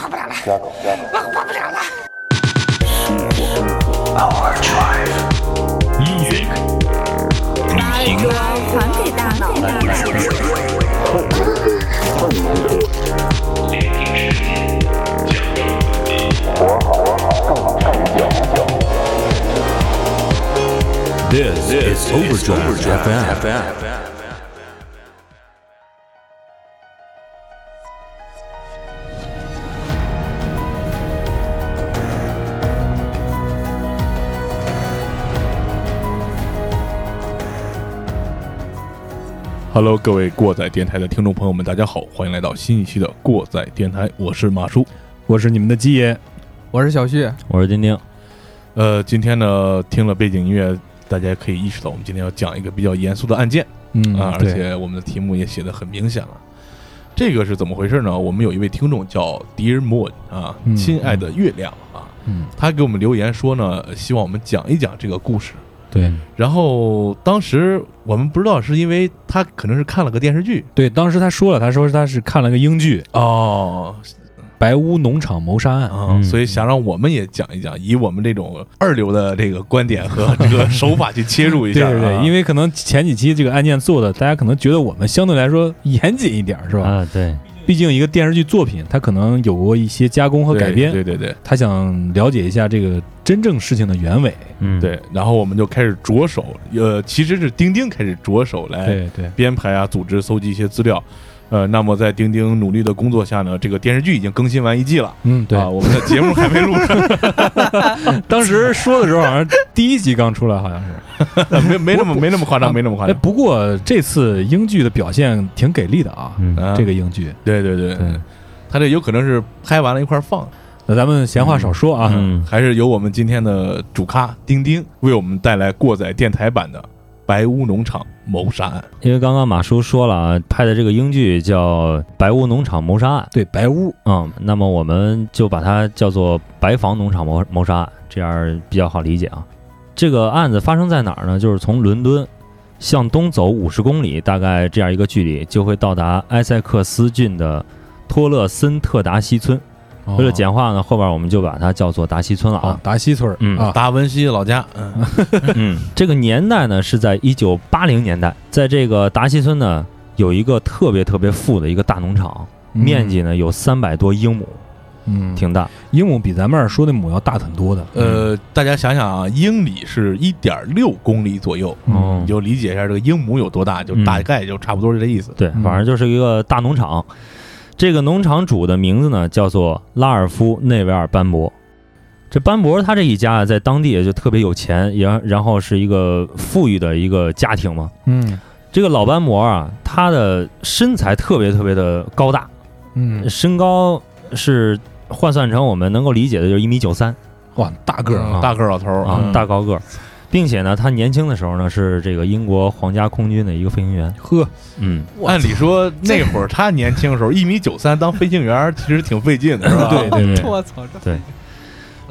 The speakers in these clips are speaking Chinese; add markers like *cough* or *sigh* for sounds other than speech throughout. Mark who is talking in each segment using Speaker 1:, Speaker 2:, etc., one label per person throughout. Speaker 1: 加狗，加狗，
Speaker 2: 我活不了了。
Speaker 3: 把耳朵还给大脑，
Speaker 4: This is Overdrive FM.
Speaker 5: 哈喽，各位过载电台的听众朋友们，大家好，欢迎来到新一期的过载电台，我是马叔。
Speaker 6: 我是你们的鸡爷，
Speaker 7: 我是小旭，
Speaker 8: 我是丁丁，
Speaker 5: 呃，今天呢，听了背景音乐，大家可以意识到，我们今天要讲一个比较严肃的案件
Speaker 6: 嗯
Speaker 5: 啊，而
Speaker 6: 对
Speaker 5: 且我们的题目也写的很明显了。这个是怎么回事呢？我们有一位听众叫 Dear Moon 啊，
Speaker 6: 嗯
Speaker 5: 亲爱的月亮啊，
Speaker 6: 嗯
Speaker 5: 他给我们留言说呢，希望我们讲一讲这个故事。
Speaker 8: 对
Speaker 5: 然后当时我们不知道是因为他可能是看了个电视剧
Speaker 6: 对，当时他说了，他说他是看了个英剧
Speaker 5: 哦，
Speaker 6: 《白屋农场谋杀案》，
Speaker 5: 啊，
Speaker 8: 嗯
Speaker 5: 所以想让我们也讲一讲，以我们这种二流的这个观点和这个手法去切入一
Speaker 6: 对
Speaker 5: 下啊、
Speaker 6: *laughs* 对对，因
Speaker 5: 为
Speaker 6: 为可能前几期这个案件做的，大家可能觉得我们相对来说严谨一点，是
Speaker 5: 嗯
Speaker 6: 吧？
Speaker 8: 啊，对，
Speaker 6: 毕竟一个电视剧作品，它可能有过一些加工和改编，
Speaker 5: 对对对
Speaker 6: 他想了解一下这个真正事情的原委。
Speaker 8: 嗯，
Speaker 5: 对，然后我们就开始着手，呃，其实是钉钉开始着手来
Speaker 6: 对对，
Speaker 5: 编排啊、组织、搜集一些资料。呃，那么在钉钉努力的工作下呢，这个电视剧已经更新完一季了，
Speaker 6: 嗯对
Speaker 5: 啊，。我们的节目还没录上， *laughs*
Speaker 6: 当时说的时候，好像第一集刚出来，好像是。
Speaker 5: 啊没没那么没那么夸张，没那么夸
Speaker 6: 哎，
Speaker 5: 张。
Speaker 6: 不过这次英剧的表现挺给力的啊，
Speaker 8: 嗯
Speaker 5: 啊
Speaker 6: 这个英剧。
Speaker 5: 对对对，
Speaker 6: 对
Speaker 5: 他这有可能是拍完了一块儿放，
Speaker 6: 那咱们闲话少说啊，
Speaker 8: 嗯，
Speaker 5: 还是由我们今天的主咖丁丁为我们带来过载电台版的《白屋农场谋杀案
Speaker 8: 因为刚刚马叔说了啊，拍的这个英剧叫《白屋农场谋杀案
Speaker 6: 对白屋，》，
Speaker 8: 嗯，那么我们就把它叫做《白房农场谋谋杀案》，这样比较好理解啊。这个案子发生在哪儿呢？就是从伦敦向东走五十公里，大概这样一个距离，就会到达埃塞克斯郡的托勒森特达西村。
Speaker 5: 嗯
Speaker 8: 为了简化呢，后边我们就把它叫做达西村了啊
Speaker 6: 啊，。达西村儿
Speaker 8: 嗯》
Speaker 6: 啊，
Speaker 5: 达文西老家，嗯，
Speaker 8: 嗯，这个年代呢是在一九八零年代，在这个达西村呢有一个特别特别富的一个大农场，
Speaker 6: 嗯
Speaker 8: 面积呢有三百多英亩，
Speaker 6: 嗯，
Speaker 8: 挺大。
Speaker 6: 英亩比咱们这儿说的亩要大很多的。
Speaker 5: 呃，大家想想啊，英里是一点六公里左右，
Speaker 8: 哦
Speaker 6: 嗯
Speaker 5: 你就理解一下这个英亩有多大，就
Speaker 8: 嗯
Speaker 5: 大概就差不多是这意思。
Speaker 8: 对，
Speaker 6: 嗯
Speaker 8: 反正就是一个大农场。这个农场主的名字呢叫做拉尔夫·内维尔·班博。这班博他这一家啊，在当地也就特别有钱，也然后是一个富裕的一个家庭嘛。
Speaker 6: 嗯
Speaker 8: 这个老班博啊，他的身材特别特别的高大，
Speaker 6: 嗯，
Speaker 8: 身高是换算成我们能够理解的，就是一米九三
Speaker 6: 哇，大个儿
Speaker 5: 嗯
Speaker 6: 啊，
Speaker 5: 大个儿老头儿
Speaker 8: 啊，
Speaker 5: 嗯
Speaker 8: 大高个儿，并且呢，他年轻的时候呢是这个英国皇家空军的一个飞行员，
Speaker 6: 呵，
Speaker 8: 嗯，
Speaker 5: 按理说那会儿他年轻的时候，一米九三当飞行员儿其实挺费劲
Speaker 6: *laughs*
Speaker 5: 的，是吧？
Speaker 6: 对对对，
Speaker 7: 我操，这
Speaker 8: 对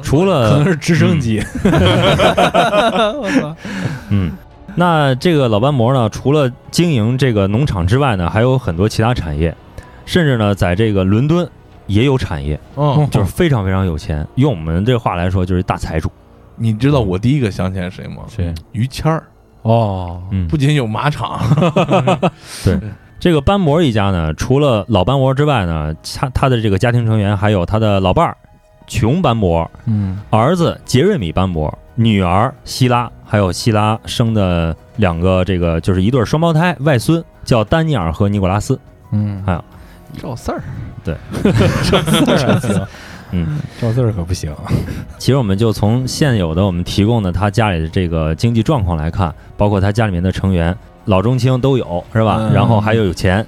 Speaker 8: 除
Speaker 6: 可能
Speaker 8: 了
Speaker 6: 是直升机。
Speaker 5: 嗯
Speaker 7: 我操，
Speaker 8: 嗯，那这个老班模呢，除了经营这个农场之外呢，还有很多其他产业，甚至呢，在这个伦敦也有产业，
Speaker 5: 嗯，
Speaker 8: 就是非常非常有钱，用我们这话来说就是大财主，
Speaker 5: 你知道我第一个想起来谁吗？
Speaker 6: 谁？
Speaker 5: 于谦儿，
Speaker 6: 哦，
Speaker 8: 嗯
Speaker 5: 不仅有马场，
Speaker 6: *laughs*
Speaker 8: 这个班博一家呢，除了老班博之外呢，他他的这个家庭成员还有他的老伴儿琼班博、
Speaker 6: 嗯
Speaker 8: 儿子杰瑞米班博、女儿希拉，还有希拉生的两个这个就是一对双胞胎外孙，叫丹尼尔和尼古拉斯。
Speaker 6: 嗯，
Speaker 8: 哎
Speaker 7: 赵四儿，
Speaker 6: 赵四儿行，
Speaker 8: 嗯，
Speaker 6: 赵四儿可不行。
Speaker 8: 其实我们就从现有的我们提供的他家里的这个经济状况来看，包括他家里面的成员老中青都有，是吧？
Speaker 5: 嗯
Speaker 8: 然后还有有钱。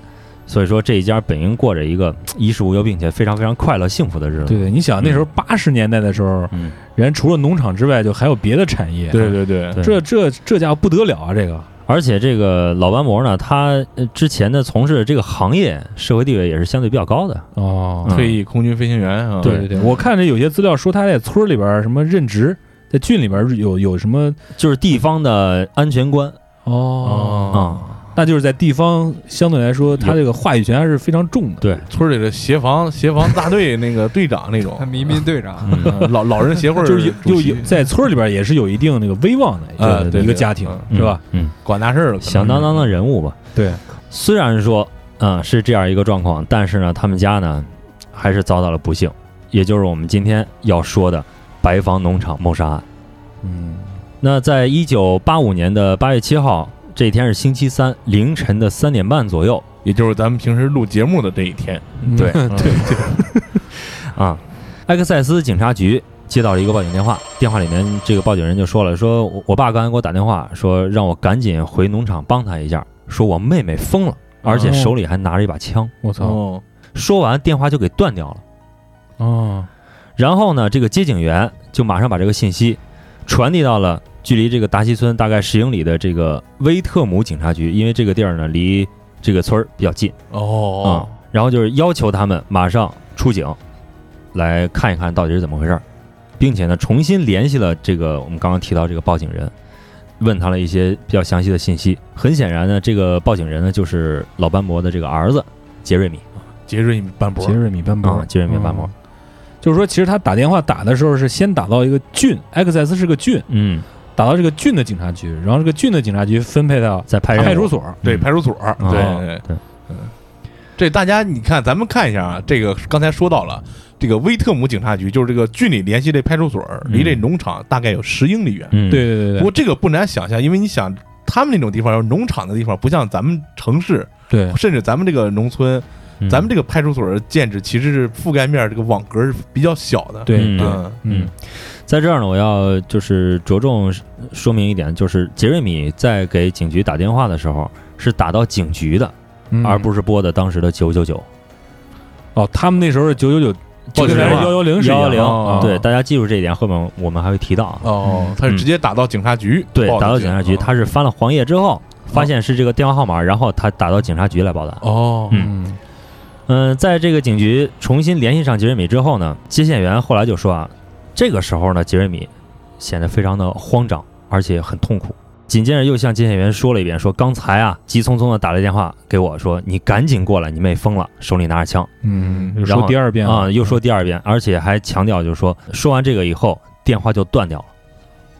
Speaker 8: 所以说这一家本应过着一个嗯衣食无忧，并且非常非常快乐幸福的日子。
Speaker 6: 对对，你想那时候八十年代的时候，
Speaker 8: 嗯，
Speaker 6: 人除了农场之外，就还有别的产业。
Speaker 5: 对对对，
Speaker 8: 对
Speaker 6: 这这这家伙不得了啊！这个，
Speaker 8: 而且这个老班模呢，他呃之前的从事的这个行业社会地位也是相对比较高的。
Speaker 6: 哦
Speaker 8: 嗯
Speaker 5: *laughs* 退役空军飞行员啊，
Speaker 6: 对对对，我看这有些资料说他在村儿里边儿什么任职，在郡里边儿有有什么
Speaker 8: 就是地方的安全官
Speaker 6: 哦
Speaker 8: 啊、
Speaker 6: 那就是在地方相对来说，他这个话语权还是非常重的。
Speaker 8: 对，
Speaker 5: 村里的协防协防大队那个队长
Speaker 6: *laughs*
Speaker 5: 那种
Speaker 7: 民兵队长，
Speaker 8: 嗯，
Speaker 5: 呃老老人协会
Speaker 6: 就是呃有
Speaker 5: 主
Speaker 6: 有
Speaker 5: 席
Speaker 6: 有在村儿里边也是有一定那个威望的一
Speaker 5: 啊
Speaker 6: 个
Speaker 5: 对
Speaker 6: 一个
Speaker 5: 对
Speaker 6: 家庭
Speaker 5: 嗯
Speaker 6: 是吧？
Speaker 8: 嗯？嗯，
Speaker 5: 管大事儿了，
Speaker 8: 响当当的人物吧。
Speaker 6: 对，
Speaker 8: 虽然说，嗯、是这样一个状况，但是呢，他们家呢，还是遭到了不幸，也就是我们今天要说的白房农场谋杀案。
Speaker 6: 嗯，
Speaker 8: 那在一九八五年的八月七号，这一天是星期三凌晨的三点半左右
Speaker 5: 也就是咱们平时录节目的这一天。
Speaker 8: 对
Speaker 6: 嗯对，
Speaker 8: 啊，埃克塞斯警察局接到了一个报警电话，电话里面这个报警人就说了，说我我爸刚才给我打电话，说让我赶紧回农场帮他一下，说我妹妹疯了，而且手里还拿着一把枪。
Speaker 6: 我操，
Speaker 5: 哦，
Speaker 8: 说完电话就给断掉了。
Speaker 6: 哦，
Speaker 8: 然后呢，这个接警员就马上把这个信息传递到了距离这个达西村大概十英里的这个威特姆警察局，因为这个地儿呢离这个村儿比较近啊、
Speaker 5: 哦，
Speaker 8: 然后就是要求他们马上出警，来看一看到底是怎么回事儿，并且呢重新联系了这个我们刚刚提到这个报警人，问他了一些比较详细的信息。很显然呢，这个报警人呢就是老班伯的这个儿子杰瑞米
Speaker 5: 杰瑞班博
Speaker 6: 杰，瑞米班
Speaker 8: 啊
Speaker 6: 博，，
Speaker 8: 杰瑞米班伯
Speaker 6: 嗯。，就是说，其实他打电话打的时候是先打到一个郡，埃克塞斯是个郡，
Speaker 8: 嗯，
Speaker 6: 打到这个郡的警察局，然后这个郡的警察局分配到
Speaker 8: 在派
Speaker 6: 派
Speaker 8: 任务
Speaker 6: 出所，
Speaker 5: 对派出所，
Speaker 8: 嗯
Speaker 5: 对
Speaker 8: 啊
Speaker 5: 对
Speaker 8: 对
Speaker 5: 这大家你看，咱们看一下啊，这个刚才说到了，这个威特姆警察局就是这个郡里联系这派出所，离这农场大概有十英里远。
Speaker 8: 嗯，
Speaker 6: 对对对
Speaker 5: 不过这个不难想象，因为你想他们那种地方，农场的地方，不像咱们城市，
Speaker 6: 对对，
Speaker 5: 甚至咱们这个农村，
Speaker 8: 嗯
Speaker 5: 咱们这个派出所的建制其实是覆盖面这个网格是比较小的。
Speaker 6: 对
Speaker 8: 嗯
Speaker 6: 对
Speaker 5: 嗯，
Speaker 6: 嗯
Speaker 8: 在这儿呢，我要就是着重说明一点，就是杰瑞米在给警局打电话的时候是打到警局的，
Speaker 6: 嗯
Speaker 8: 而不是拨的当时的九九九
Speaker 6: 哦，他们那时候是九九九，
Speaker 8: 报警
Speaker 6: 是
Speaker 8: 电话
Speaker 6: 幺幺零
Speaker 8: 幺幺
Speaker 6: 幺
Speaker 8: 零。啊对，大家记住这一点，后面我们还会提到啊。
Speaker 5: 哦，他是直接打到警察局，
Speaker 8: 对，
Speaker 5: 报的
Speaker 8: 打到
Speaker 5: 警
Speaker 8: 警察局，他是翻了黄页之后，发现是这个电话号码，然后他打到警察局来报的。
Speaker 5: 哦，
Speaker 6: 嗯
Speaker 8: 嗯，在这个警局重新联系上杰瑞米之后呢，接线员后来就说啊，这个时候呢，杰瑞米显得非常的慌张，而且很痛苦。紧接着又向接线员说了一遍，说刚才啊，急匆匆的打了电话给我说，你赶紧过来，你妹疯了，手里拿着枪
Speaker 6: 嗯，又
Speaker 8: 然
Speaker 6: 说
Speaker 8: 后
Speaker 6: 第二遍
Speaker 8: 啊、
Speaker 6: 了
Speaker 8: 又说第二遍，而且还强调就是说，说完这个以后，电话就断掉了。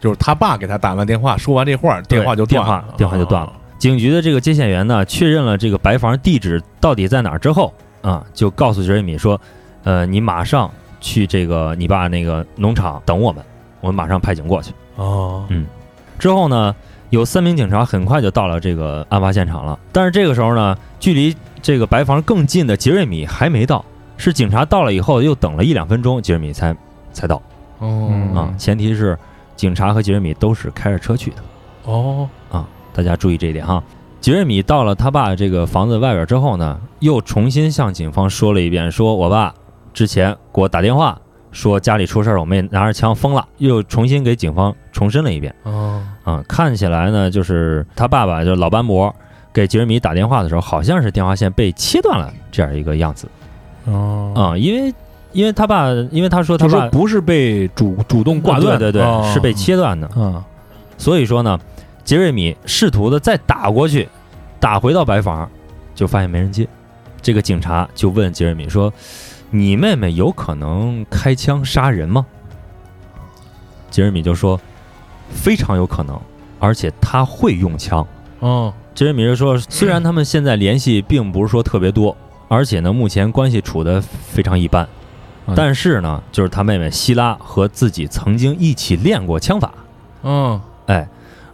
Speaker 5: 就是他爸给他打完电话，说完这话，
Speaker 8: 对
Speaker 5: 电话就
Speaker 8: 电
Speaker 5: 断
Speaker 8: 话
Speaker 5: 了，
Speaker 8: 电话就断
Speaker 5: 哦
Speaker 8: 了。警局的这个接线员呢，确认了这个白房地址到底在哪儿之后，啊，就告诉杰瑞米说，呃，你马上去这个你爸那个农场等我们，我们马上派警过去。
Speaker 5: 哦
Speaker 8: 之后呢，有三名警察很快就到了这个案发现场了。但是这个时候呢，距离这个白房更近的杰瑞米还没到，是警察到了以后又等了一两分钟，杰瑞米才才到
Speaker 5: 哦
Speaker 8: 啊。
Speaker 6: 嗯
Speaker 8: 前提是警察和杰瑞米都是开着车去的。
Speaker 5: 哦，
Speaker 8: 大家注意这一点哈。杰瑞米到了他爸这个房子外边之后呢，又重新向警方说了一遍，说我爸之前给我打电话说家里出事儿，我妹拿着枪疯了，又重新给警方重申了一遍。
Speaker 5: 哦，
Speaker 8: 啊、看起来呢，就是他爸爸就是老班伯给杰瑞米打电话的时候，好像是电话线被切断了这样一个样子
Speaker 6: 哦
Speaker 8: 啊、因为因为他爸，因为他说他
Speaker 6: 他说
Speaker 8: 爸啊
Speaker 6: 不是被主主动挂断
Speaker 8: 对
Speaker 6: 的
Speaker 8: 对对，
Speaker 5: 哦
Speaker 8: 是被切断的。
Speaker 6: 啊，
Speaker 8: 所以说呢，杰瑞米试图的再打过去，打回到白房，就发现没人接。这个警察就问杰瑞米说：“你妹妹有可能开枪杀人吗？”杰瑞米就说：“非常有可能，而且他会用枪。”
Speaker 5: 哦，
Speaker 8: 杰瑞米就说：“虽然他们现在联系并不是说特别多，而且呢，目前关系处得非常一般，
Speaker 6: 嗯
Speaker 8: 但是呢，就是他妹妹希拉和自己曾经一起练过枪法，
Speaker 5: 嗯，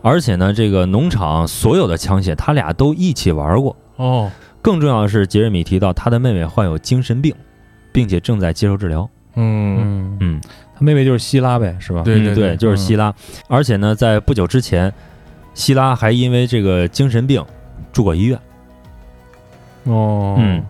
Speaker 8: 而且呢，这个农场所有的枪械，他俩都一起玩过。
Speaker 5: 哦，
Speaker 8: 更重要的是，杰瑞米提到他的妹妹患有精神病，并且正在接受治疗。
Speaker 5: 嗯，
Speaker 6: 嗯
Speaker 8: 嗯，
Speaker 6: 他妹妹就是希拉呗，是吧？
Speaker 5: 对
Speaker 8: 嗯
Speaker 5: 对，
Speaker 8: 就是希拉。而且呢，在不久之前，希拉还因为这个精神病住过医院。
Speaker 6: 哦，
Speaker 8: 嗯，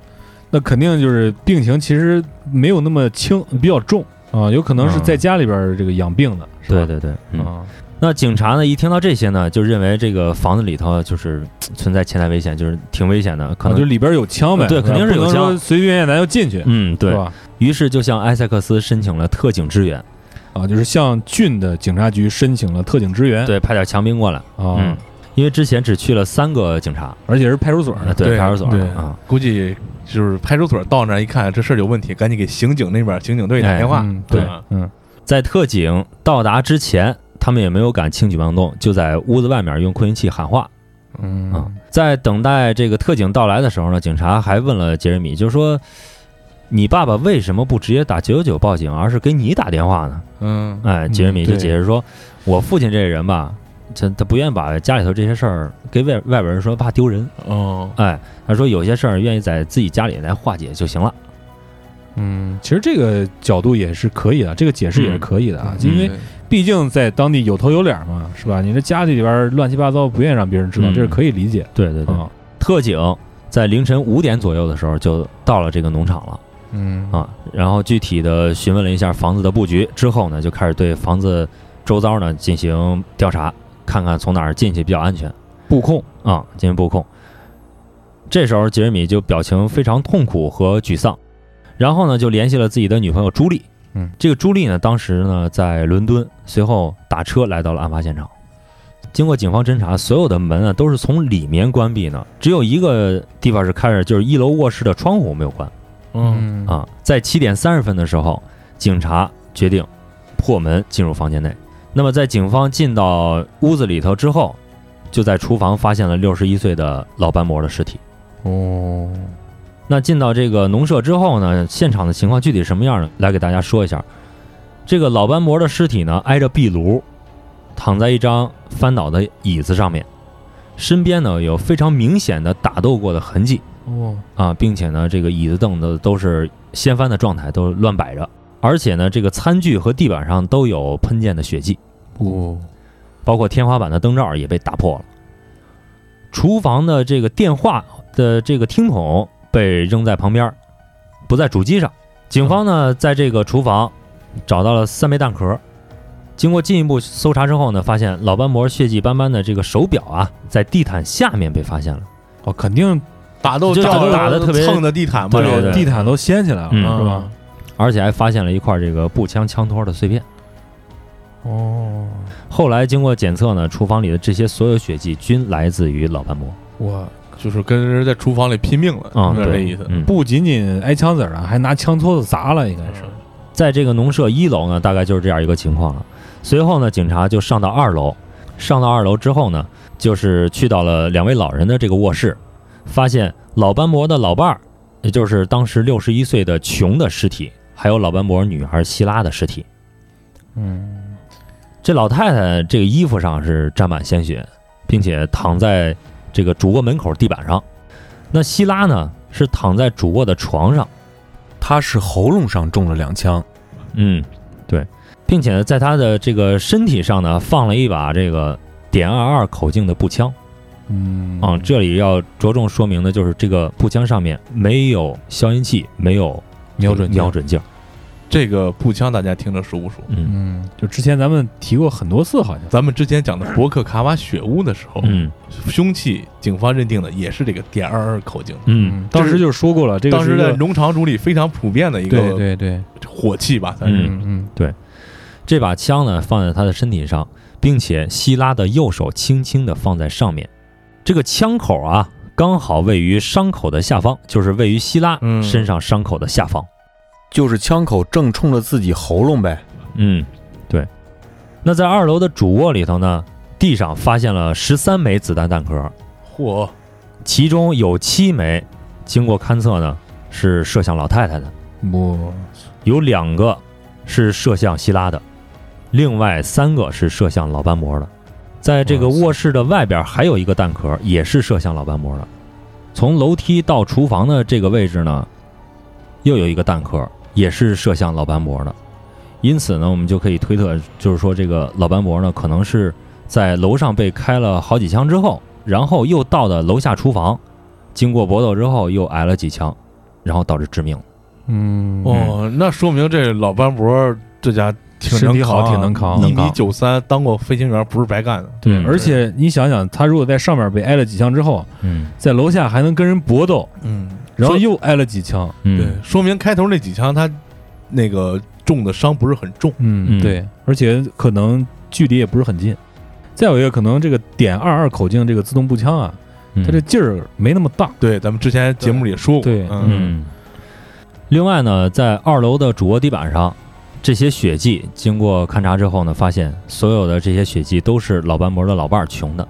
Speaker 6: 那肯定就是病情其实没有那么轻，比较重啊，有可能
Speaker 8: 嗯
Speaker 6: 是在家里边儿这个养病的，是吧
Speaker 8: 对对对，嗯。
Speaker 6: 啊，
Speaker 8: 那警察呢，一听到这些呢，就认为这个房子里头就是嘖存在潜在危险，就是挺危险的，可
Speaker 6: 啊
Speaker 8: 能
Speaker 6: 就里边有枪呗，啊
Speaker 8: 对肯定是有
Speaker 6: 不能说
Speaker 8: 枪
Speaker 6: 随随便便咱就进去，
Speaker 8: 嗯
Speaker 6: 是
Speaker 8: 对。
Speaker 6: 吧？
Speaker 8: 于是就向埃塞克斯申请了特警支援，
Speaker 6: 啊，就是向郡的警察局申请了特警支援，
Speaker 8: 对，派点强兵过来。
Speaker 6: 啊
Speaker 8: 嗯，，因为之前只去了三个警察，
Speaker 6: 而且是派出所
Speaker 8: 呃
Speaker 6: 的，
Speaker 8: 对
Speaker 5: 对
Speaker 8: 派出所
Speaker 5: 对
Speaker 8: 啊，
Speaker 5: 估计就是派出所到那儿一看，这事儿有问题，赶紧给刑警那边刑警队打电话。
Speaker 6: 嗯对
Speaker 5: 啊，
Speaker 6: 嗯，
Speaker 8: 在特警到达之前，他们也没有敢轻举妄动，就在屋子外面用扩音器喊话
Speaker 6: 嗯
Speaker 8: 啊。在等待这个特警到来的时候呢，警察还问了杰瑞米，就是说。你爸爸为什么不直接打九九九报警，而是给你打电话呢？
Speaker 6: 嗯
Speaker 8: 哎，杰瑞米就
Speaker 6: 对
Speaker 8: 解释说，我父亲这人吧，他他不愿意把家里头这些事儿给外外边人说，怕丢人。
Speaker 5: 哦，
Speaker 8: 哎，他说有些事儿愿意在自己家里来化解就行了。
Speaker 6: 嗯，其实这个角度也是可以的，这个解释也是可以的啊，
Speaker 8: 嗯
Speaker 6: 因为毕竟在当地有头有脸嘛，是吧？你这家里边乱七八糟，不愿意让别人知道，
Speaker 8: 嗯
Speaker 6: 这是可以理解
Speaker 8: 对对
Speaker 6: 啊。
Speaker 8: 嗯特警在凌晨五点左右的时候就到了这个农场了
Speaker 6: 嗯
Speaker 8: 啊，然后具体的询问了一下房子的布局之后呢，就开始对房子周遭呢进行调查，看看从哪儿进去比较安全
Speaker 6: 布控，
Speaker 8: 啊，进行布控。这时候杰瑞米就表情非常痛苦和沮丧，然后呢就联系了自己的女朋友朱莉。
Speaker 6: 嗯，
Speaker 8: 这个朱莉呢，当时呢在伦敦，随后打车来到了案发现场。经过警方侦查，所有的门啊都是从里面关闭的，只有一个地方是开着，就是一楼卧室的窗户没有关
Speaker 6: 嗯
Speaker 8: 啊。在七点三十分的时候，警察决定破门进入房间内。那么在警方进到屋子里头之后，就在厨房发现了六十一岁的老斑驳的尸体。
Speaker 6: 哦，
Speaker 8: 那进到这个农舍之后呢，现场的情况具体什么样呢？来给大家说一下。这个老斑驳的尸体呢，挨着壁炉，躺在一张翻倒的椅子上面，身边呢有非常明显的打斗过的痕迹
Speaker 6: 哦，
Speaker 8: 啊，并且呢，这个椅子凳子都是掀翻的状态，都乱摆着，而且呢，这个餐具和地板上都有喷溅的血迹。
Speaker 6: 哦，
Speaker 8: 嗯包括天花板的灯罩也被打破了，厨房的这个电话的这个听筒被扔在旁边儿，不在主机上。警方呢，在这个厨房找到了三枚弹壳，经过进一步搜查之后呢，发现老斑驳血迹斑斑的这个手表啊，在地毯下面被发现了。
Speaker 6: 哦，肯定
Speaker 5: 打斗
Speaker 8: 就
Speaker 5: 叫
Speaker 8: 打打得特别
Speaker 5: 蹭啊的地毯嘛，
Speaker 8: 对
Speaker 6: 把
Speaker 8: 对
Speaker 5: 这
Speaker 6: 这
Speaker 5: 个
Speaker 8: 对
Speaker 6: 地毯都掀起来了，
Speaker 8: 嗯
Speaker 6: 是吧？
Speaker 8: 而且还发现了一块这个步枪枪托的碎片。
Speaker 6: 哦，
Speaker 8: 后来经过检测呢，厨房里的这些所有血迹均来自于老斑驳。
Speaker 5: 我就是跟人在厨房里拼命了，
Speaker 8: 啊、
Speaker 5: 是
Speaker 8: 对，
Speaker 5: 这意思。
Speaker 8: 嗯，
Speaker 6: 不仅仅挨枪子儿啊，还拿枪托子砸了，应该是。
Speaker 8: 在这个农舍一楼呢，大概就是这样一个情况了。随后呢，警察就上到二楼，上到二楼之后呢，就是去到了两位老人的这个卧室，发现老斑驳的老伴儿，也就是当时六十一岁的琼的尸体，还有老斑驳女孩希拉的尸体。
Speaker 6: 嗯，
Speaker 8: 这老太太这个衣服上是沾满鲜血，并且躺在这个主卧门口地板上。那希拉呢，是躺在主卧的床上。
Speaker 1: 他是喉咙上中了两枪，
Speaker 8: 嗯，对，并且呢，在他的这个身体上呢，放了一把这个点二二口径的步枪。
Speaker 6: 嗯
Speaker 8: 啊、这里要着重说明的就是，这个步枪上面没有消音器，没有
Speaker 6: 瞄准
Speaker 8: 瞄准镜。
Speaker 5: 这个步枪大家听着熟不熟？
Speaker 8: 嗯
Speaker 6: 嗯，就之前咱们提过很多次，好像
Speaker 5: 咱们之前讲的博克卡瓦血屋的时候，
Speaker 8: 嗯
Speaker 5: 凶器警方认定的也是这个点二二口径，
Speaker 8: 嗯，
Speaker 6: 当时就说过了，这个
Speaker 5: 当
Speaker 6: 是
Speaker 5: 时
Speaker 6: 一
Speaker 5: 在
Speaker 6: 个
Speaker 5: 农场主里非常普遍的一
Speaker 6: 对
Speaker 5: 个
Speaker 6: 对对，
Speaker 5: 火器吧，算是。
Speaker 8: 嗯
Speaker 6: 嗯
Speaker 8: 这把枪呢放在他的身体上，并且希拉的右手轻轻地放在上面，这个枪口啊刚好位于伤口的下方，就是位于希拉
Speaker 5: 嗯
Speaker 8: 身上伤口的下方。
Speaker 1: 就是枪口正冲着自己喉咙呗。
Speaker 8: 嗯，对。那在二楼的主卧里头呢，地上发现了十三枚子弹弹壳，
Speaker 5: 嚯，
Speaker 8: 其中有七枚经过勘测呢是射向老太太的，
Speaker 6: 嗯，我
Speaker 8: 有两个是射向希拉的，另外三个是射向老斑驳的。在这个
Speaker 6: 哇塞
Speaker 8: 卧室的外边还有一个弹壳，也是射向老斑驳的。从楼梯到厨房的这个位置呢，又有一个弹壳，也是射向老斑驳的。因此呢，我们就可以推测，就是说这个老斑驳呢，可能是在楼上被开了好几枪之后，然后又到的楼下厨房，经过搏斗之后又挨了几枪，然后导致致命。
Speaker 6: 嗯
Speaker 5: 哦，那说明这老斑驳这家挺
Speaker 6: 身
Speaker 5: 能
Speaker 6: 体
Speaker 5: 扛啊，
Speaker 6: 好挺能扛
Speaker 5: 一
Speaker 6: 能
Speaker 5: 米
Speaker 6: 扛
Speaker 5: 九三，当过飞行员不是白干的。
Speaker 8: 嗯对
Speaker 6: 而且你想想，他如果在上面被挨了几枪之后，
Speaker 8: 嗯
Speaker 6: 在楼下还能跟人搏斗，
Speaker 5: 嗯，
Speaker 6: 然后又挨了几枪，
Speaker 8: 嗯，
Speaker 5: 对，说明开头那几枪他那个中的伤不是很重。
Speaker 6: 嗯
Speaker 8: 嗯
Speaker 6: 对，而且可能距离也不是很近。再有一个，可能这个点二二口径这个自动步枪啊，它
Speaker 8: 它
Speaker 6: 这劲儿没那么大。
Speaker 5: 对，咱们之前节目里也说过，
Speaker 6: 对
Speaker 5: 嗯，
Speaker 8: 嗯，另外呢，在二楼的主卧地板上，这些血迹经过勘查之后呢，发现所有的这些血迹都是老班模的老伴儿穷的。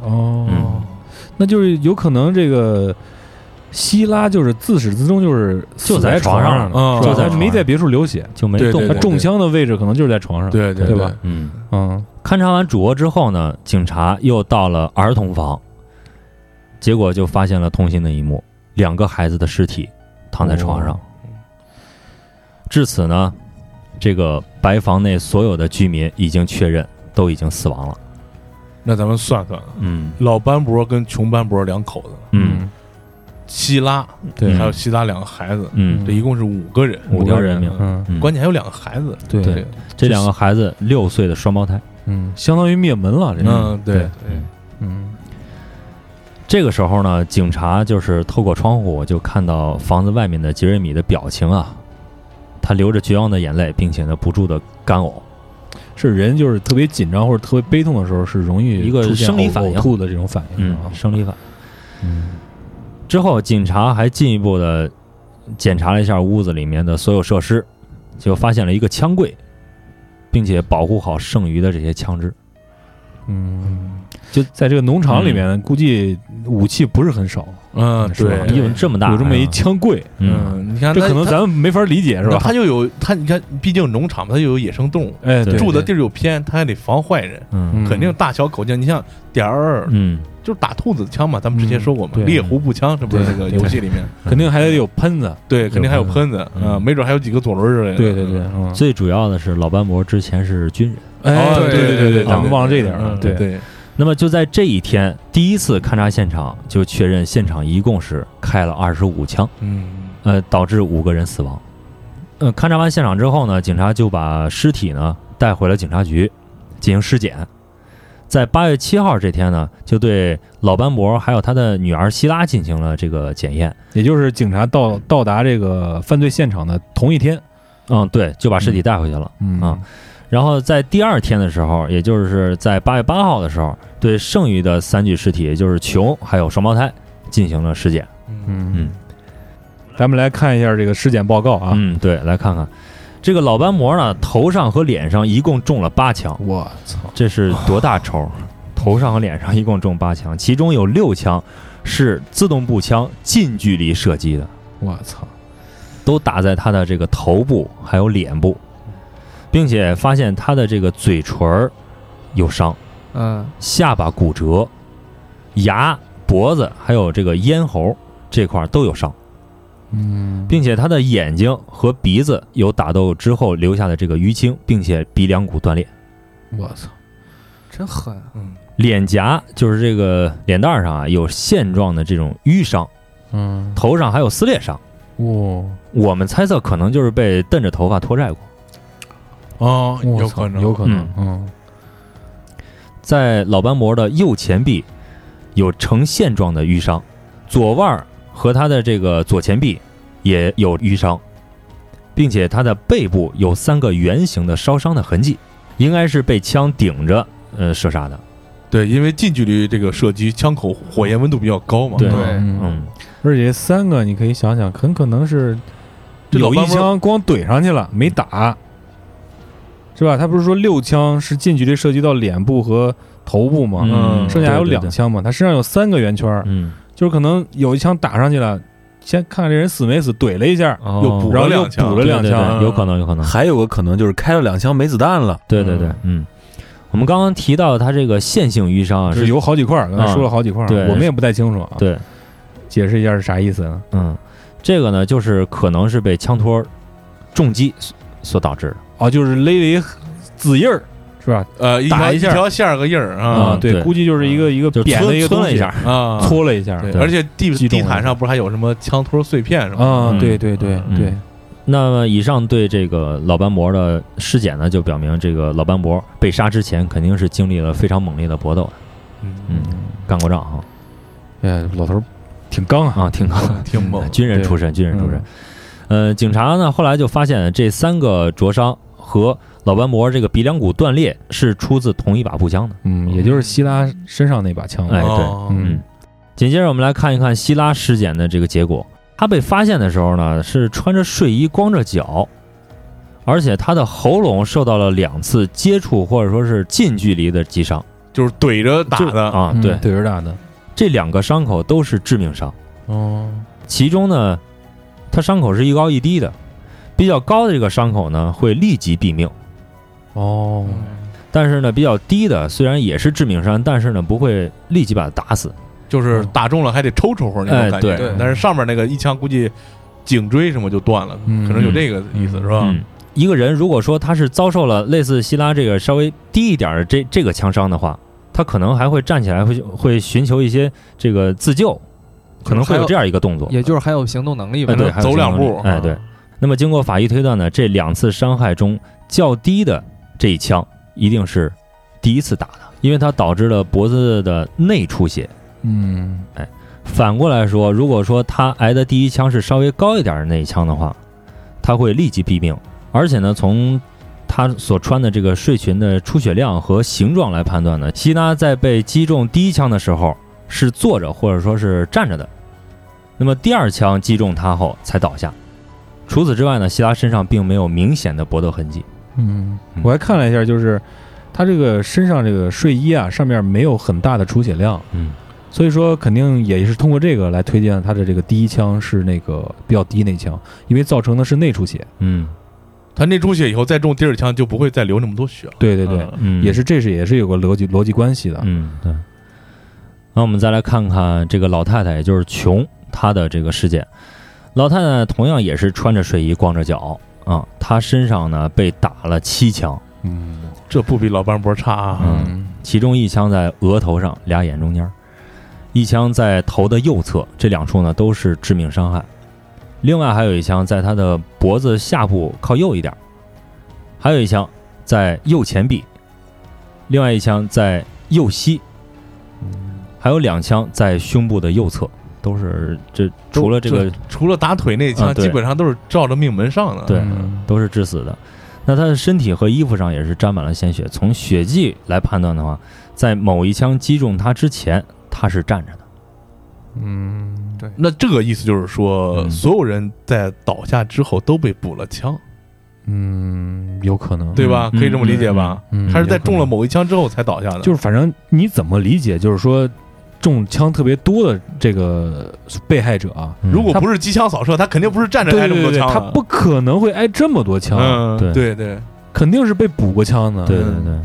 Speaker 6: 哦
Speaker 8: 嗯
Speaker 6: 那就是有可能这个希拉就是自始至终就是
Speaker 8: 就
Speaker 6: 死
Speaker 8: 在
Speaker 6: 在
Speaker 8: 床上
Speaker 6: 上
Speaker 8: 了
Speaker 6: 的，
Speaker 8: 就
Speaker 6: 就
Speaker 8: 在
Speaker 6: 在
Speaker 8: 床
Speaker 6: 没
Speaker 8: 上
Speaker 6: 在别处流血，
Speaker 8: 就没
Speaker 5: 对
Speaker 8: 动
Speaker 5: 对
Speaker 6: 他
Speaker 8: 过。
Speaker 6: 中枪的位置可能就是在床上。
Speaker 5: 对对
Speaker 6: 对吧？
Speaker 8: 嗯，
Speaker 6: 嗯，
Speaker 8: 勘察完主卧之后呢，警察又到了儿童房，结果就发现了痛心的一幕：两个孩子的尸体躺在床上。至此呢，这个白房内所有的居民已经确认都已经死亡了。
Speaker 5: 那咱们算算，
Speaker 8: 嗯
Speaker 5: 老班博跟穷班博两口子，
Speaker 8: 嗯，
Speaker 5: 希拉
Speaker 6: 对
Speaker 5: 还有希拉两个孩子，
Speaker 8: 嗯，
Speaker 5: 这一共是嗯五个人，
Speaker 8: 五条人命。
Speaker 6: 嗯
Speaker 8: 嗯
Speaker 5: 关键还有两个孩子，
Speaker 6: 对
Speaker 8: 对这两个孩子六岁的双胞胎。
Speaker 6: 嗯，相当于灭门了，这个
Speaker 5: 嗯，对，
Speaker 6: 嗯
Speaker 8: 这个时候呢，警察就是透过窗户就看到房子外面的杰瑞米的表情啊，他流着绝望的眼泪，并且呢不住的干呕。
Speaker 6: 是人就是特别紧张或者特别悲痛的时候是容易
Speaker 8: 一个
Speaker 6: 出现
Speaker 8: 生理
Speaker 6: 呕
Speaker 8: 反应
Speaker 6: 呕吐的这种反应
Speaker 8: 嗯
Speaker 6: 的，啊。
Speaker 8: 生理反应。之后，警察还进一步的检查了一下屋子里面的所有设施，就发现了一个枪柜，并且保护好剩余的这些枪支。
Speaker 6: 嗯，就在这个农场里面，估计武器不是很少，
Speaker 5: 嗯，
Speaker 6: 是吧
Speaker 5: 对，
Speaker 8: 毕竟这么大，啊
Speaker 6: 有这么一枪柜，
Speaker 8: 嗯，
Speaker 5: 嗯，你看
Speaker 6: 这
Speaker 5: 他
Speaker 6: 可能咱们没法理解，是
Speaker 5: 那
Speaker 6: 吧？
Speaker 5: 他就有他，你看，毕竟农场嘛，它又有野生动物，
Speaker 6: 哎，对
Speaker 5: 住的地
Speaker 6: 对
Speaker 5: 儿又偏，他还得防坏人，
Speaker 8: 嗯
Speaker 6: 嗯
Speaker 5: 肯定大小口径。你像点儿二，
Speaker 8: 嗯，
Speaker 5: 就是打兔子枪嘛，咱们之前说过嘛
Speaker 6: 嗯，对
Speaker 5: 猎狐步枪，这不是那个
Speaker 6: 对
Speaker 5: 游戏里面？
Speaker 6: 肯定还得有喷子，
Speaker 5: 对，肯定还有喷子
Speaker 8: 嗯
Speaker 5: 啊，没准还有几个左轮之类的。
Speaker 6: 对对对，，嗯，
Speaker 8: 最主要的是老班博之前是军人。
Speaker 6: 哎，
Speaker 5: 哦
Speaker 6: 对
Speaker 5: 对对
Speaker 6: 对对，
Speaker 5: 对
Speaker 6: 咱们忘了这一点了，
Speaker 5: 嗯
Speaker 6: 对，
Speaker 5: 对，
Speaker 8: 那么就在这一天，第一次勘察现场就确认现场一共是开了二十五枪，
Speaker 5: 嗯，
Speaker 8: 呃，导致五个人死亡。呃，勘察完现场之后呢，警察就把尸体呢带回了警察局进行尸检。在八月七号这天呢，就对老班博还有他的女儿希拉进行了这个检验。
Speaker 6: 也就是警察到到达这个犯罪现场的同一天，
Speaker 8: 嗯，对，就把尸体带回去了。
Speaker 6: 嗯
Speaker 8: 啊然后在第二天的时候，也就是在八月八号的时候，对剩余的三具尸体，也就是琼还有双胞胎进行了尸检。
Speaker 6: 嗯
Speaker 8: 嗯，
Speaker 6: 咱们来看一下这个尸检报告啊，
Speaker 8: 嗯，对，来看看这个老班模呢，头上和脸上一共中了八枪，
Speaker 7: 我操，
Speaker 8: 这是多大仇儿？ *sighs* 头上和脸上一共中八枪，其中有六枪是自动步枪近距离射击的，
Speaker 7: 我操，
Speaker 8: 都打在他的这个头部还有脸部，并且发现他的这个嘴唇儿有伤，
Speaker 7: 嗯，
Speaker 8: 下巴骨折，牙、脖子还有这个咽喉这块儿都有伤。
Speaker 6: 嗯，
Speaker 8: 并且他的眼睛和鼻子有打斗之后留下的这个淤青，并且鼻梁骨断裂，
Speaker 7: 我操，真狠，啊
Speaker 8: 脸颊就是这个脸蛋儿上啊有线状的这种淤伤，
Speaker 6: 嗯，哦
Speaker 8: 头上还有撕裂伤。
Speaker 6: 哇，
Speaker 8: 我们猜测可能就是被瞪着头发拖拽过。
Speaker 5: 哦，
Speaker 6: 我
Speaker 5: 有
Speaker 6: 操
Speaker 5: 可能，
Speaker 6: 有可能，嗯，
Speaker 8: 在老班模的右前臂有呈线状的淤伤，左腕儿和他的这个左前臂也有淤伤，并且他的背部有三个圆形的烧伤的痕迹，应该是被枪顶着呃射杀的。
Speaker 5: 对，因为近距离这个射击，枪口火焰温度比较高嘛。
Speaker 8: 对
Speaker 6: 嗯，
Speaker 8: 嗯，
Speaker 6: 而且三个你可以想想，很可能是
Speaker 5: 这老
Speaker 6: 有一
Speaker 5: 班模
Speaker 6: 枪光怼上去了，没打，是吧？他不是说六枪是近距离射击到脸部和头部吗？
Speaker 5: 嗯
Speaker 6: 剩下还有
Speaker 8: 对
Speaker 6: 两，枪嘛，他身上有三个圆圈儿
Speaker 8: 对对，嗯，
Speaker 6: 就是可能有一枪打上去了，先看看这人死没死，怼了一下，
Speaker 8: 哦
Speaker 5: 又补
Speaker 6: 然后
Speaker 5: 了
Speaker 6: 又
Speaker 5: 两枪，
Speaker 6: 补了两
Speaker 8: 对对
Speaker 6: 枪，
Speaker 8: 对啊有可能，有
Speaker 6: 嗯
Speaker 8: 可能，
Speaker 1: 还有个可能就是开了两枪没子弹了，
Speaker 8: 对对对，嗯，我们刚刚提到他这个线性淤伤啊，
Speaker 6: 就是
Speaker 8: 是
Speaker 6: 有好几块儿，刚才
Speaker 8: 嗯
Speaker 6: 说了好几块儿，
Speaker 8: 对
Speaker 6: 我们也不太清楚啊。，
Speaker 8: 对，
Speaker 6: 解释一下是啥意思啊呢？
Speaker 8: 嗯，这个呢，就是可能是被枪托重击所所导致的。
Speaker 6: 哦，就是勒了一 *laughs* 紫印儿，是吧？
Speaker 5: 呃，一
Speaker 6: 打
Speaker 5: 条
Speaker 6: 一下
Speaker 5: 条线儿个印儿
Speaker 8: 啊
Speaker 5: 啊
Speaker 8: 嗯对
Speaker 6: 估计就是一个一个
Speaker 8: 就
Speaker 6: 扁
Speaker 8: 搓
Speaker 6: 的一个
Speaker 8: 搓
Speaker 6: 东
Speaker 8: 了
Speaker 6: 西
Speaker 8: 一下，
Speaker 5: 啊，
Speaker 6: 搓了一下，
Speaker 5: 对
Speaker 8: 对
Speaker 5: 而且地
Speaker 6: 击中
Speaker 5: 地
Speaker 6: 了
Speaker 5: 毯上不是还有什么枪托碎片什么
Speaker 6: 啊，
Speaker 8: 嗯
Speaker 6: 对对对
Speaker 8: 嗯
Speaker 6: 对，
Speaker 8: 那么，以上对这个老班博的尸检呢，就表明这个老班博被杀之前肯定是经历了非常猛烈的搏斗的，嗯，干过仗啊，
Speaker 6: 哎，老头儿挺刚啊，
Speaker 8: 啊，挺高
Speaker 5: 的，挺
Speaker 8: *laughs*
Speaker 5: 猛。
Speaker 8: 军人出身，军人出身。呃，警察呢后来就发现这三个灼伤和老班博这个鼻梁骨断裂是出自同一把步枪的。
Speaker 6: 嗯，也就是希拉身上那把枪。
Speaker 8: 哎对
Speaker 5: 哦
Speaker 6: 嗯
Speaker 8: 紧接着我们来看一看希拉尸检的这个结果。他被发现的时候呢，是穿着睡衣，光着脚，而且他的喉咙受到了两次接触或者说是近距离的击伤，
Speaker 5: 就是怼着打
Speaker 8: 就
Speaker 5: 的，嗯
Speaker 8: 啊，对，
Speaker 6: 对着打的。
Speaker 8: 这两个伤口都是致命伤。
Speaker 6: 哦，
Speaker 8: 其中呢，他伤口是一高一低的，比较高的这个伤口呢会立即毙命，
Speaker 6: 哦，
Speaker 8: 嗯但是呢比较低的虽然也是致命伤，但是呢不会立即把他打死。
Speaker 5: 就是打中了还得抽抽会儿那种
Speaker 8: 哎
Speaker 5: 感觉。
Speaker 8: 对
Speaker 5: 但是上面那个一枪估计颈椎什么就断了，
Speaker 6: 嗯
Speaker 5: 可能有这个意思是吧？
Speaker 8: 嗯，一个人如果说他是遭受了类似希拉这个稍微低一点的这这个枪伤的话，他可能还会站起来会会寻求一些这个自救，可能会有这样一个动作。
Speaker 7: 也就是还有行动能力吧
Speaker 8: 哎，对，
Speaker 5: 能
Speaker 8: 还有
Speaker 5: 走两
Speaker 8: 行动力
Speaker 5: 步嗯
Speaker 8: 哎，对。那么经过法医推断呢，这两次伤害中较低的这一枪一定是第一次打的，因为它导致了脖子的内出血。
Speaker 6: 嗯，
Speaker 8: 反过来说，如果说他挨的第一枪是稍微高一点的那一枪的话，他会立即毙命。而且呢，从他所穿的这个睡裙的出血量和形状来判断呢，希拉在被击中第一枪的时候是坐着或者说是站着的，那么第二枪击中他后才倒下。除此之外呢，希拉身上并没有明显的搏斗痕迹。
Speaker 6: 嗯，我还看了一下，就是他这个身上这个睡衣啊，上面没有很大的出血量，
Speaker 8: 嗯，
Speaker 6: 所以说肯定也是通过这个来推荐他的这个第一枪是那个比较低那枪，因为造成的是内出血。
Speaker 8: 嗯
Speaker 5: 他那出血以后再中第二枪就不会再流那么多血了。
Speaker 6: 对对对，
Speaker 5: 嗯
Speaker 8: 嗯，
Speaker 6: 也是这是也是有个逻辑逻辑关系的。
Speaker 8: 嗯，对。那我们再来看看这个老太太，也就是琼，她的这个事件。老太太同样也是穿着睡衣，光着脚啊，她身上呢被打了七枪，
Speaker 6: 嗯
Speaker 5: 这不比老班博差啊！
Speaker 6: 嗯
Speaker 8: 其中一枪在额头上，俩眼中间儿；一枪在头的右侧，这两处呢都是致命伤害。另外还有一枪在她的脖子下部靠右一点儿，还有一枪在右前臂，另外一枪在右膝，还有两枪在胸部的右侧，都是这除了这个
Speaker 5: 除了打腿那
Speaker 8: 啊
Speaker 5: 枪，
Speaker 8: 对
Speaker 5: 基本上都是照着命门上的。
Speaker 8: 对
Speaker 6: 嗯
Speaker 8: 都是致死的。那他的身体和衣服上也是沾满了鲜血。从血迹来判断的话，在某一枪击中他之前，他是站着的。
Speaker 6: 嗯，
Speaker 5: 那这个意思就是说，
Speaker 8: 嗯
Speaker 5: 所有人在倒下之后都被补了枪，
Speaker 6: 嗯，有可能
Speaker 5: 对吧？
Speaker 8: 嗯
Speaker 5: 可以这么理解吧？
Speaker 6: 嗯
Speaker 5: 他是在
Speaker 6: 有可能
Speaker 5: 中了某一枪之后才倒下的。
Speaker 6: 就是反正你怎么理解，就是说中枪特别多的这个被害者啊，
Speaker 8: 嗯
Speaker 5: 如果
Speaker 6: 他
Speaker 5: 不是机枪扫射，他肯定不是站着挨
Speaker 6: 对
Speaker 5: 这么多
Speaker 6: 对对，
Speaker 5: 枪
Speaker 6: 他
Speaker 5: 了。
Speaker 6: 不可能会挨这么多枪，啊
Speaker 5: 嗯，
Speaker 8: 对
Speaker 5: 对对，
Speaker 6: 肯定是被补过枪的。
Speaker 8: 对对对。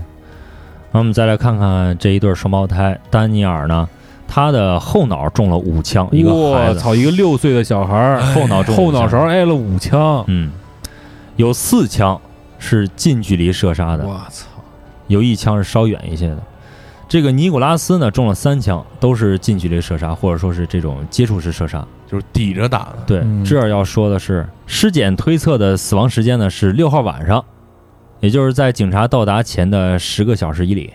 Speaker 8: 那我们再来看看这一对双胞胎，丹尼尔呢，他的后脑中了五枪，一个孩
Speaker 6: 我
Speaker 8: 子，
Speaker 6: 操，一个六岁的小孩儿嗯
Speaker 8: 后脑中
Speaker 6: 后
Speaker 8: 五
Speaker 6: 脑
Speaker 8: 枪
Speaker 6: 勺挨了五枪，
Speaker 8: 嗯，有四枪是近距离射杀的，
Speaker 7: 我操，
Speaker 8: 有一枪是稍远一些的。这个尼古拉斯呢中了三枪，都是近距离射杀，或者说是这种接触式射杀。
Speaker 5: 就是抵着打的。
Speaker 8: 对，
Speaker 6: 嗯
Speaker 8: 这儿要说的是，尸检推测的死亡时间呢是六号晚上，也就是在警察到达前的十个小时以里。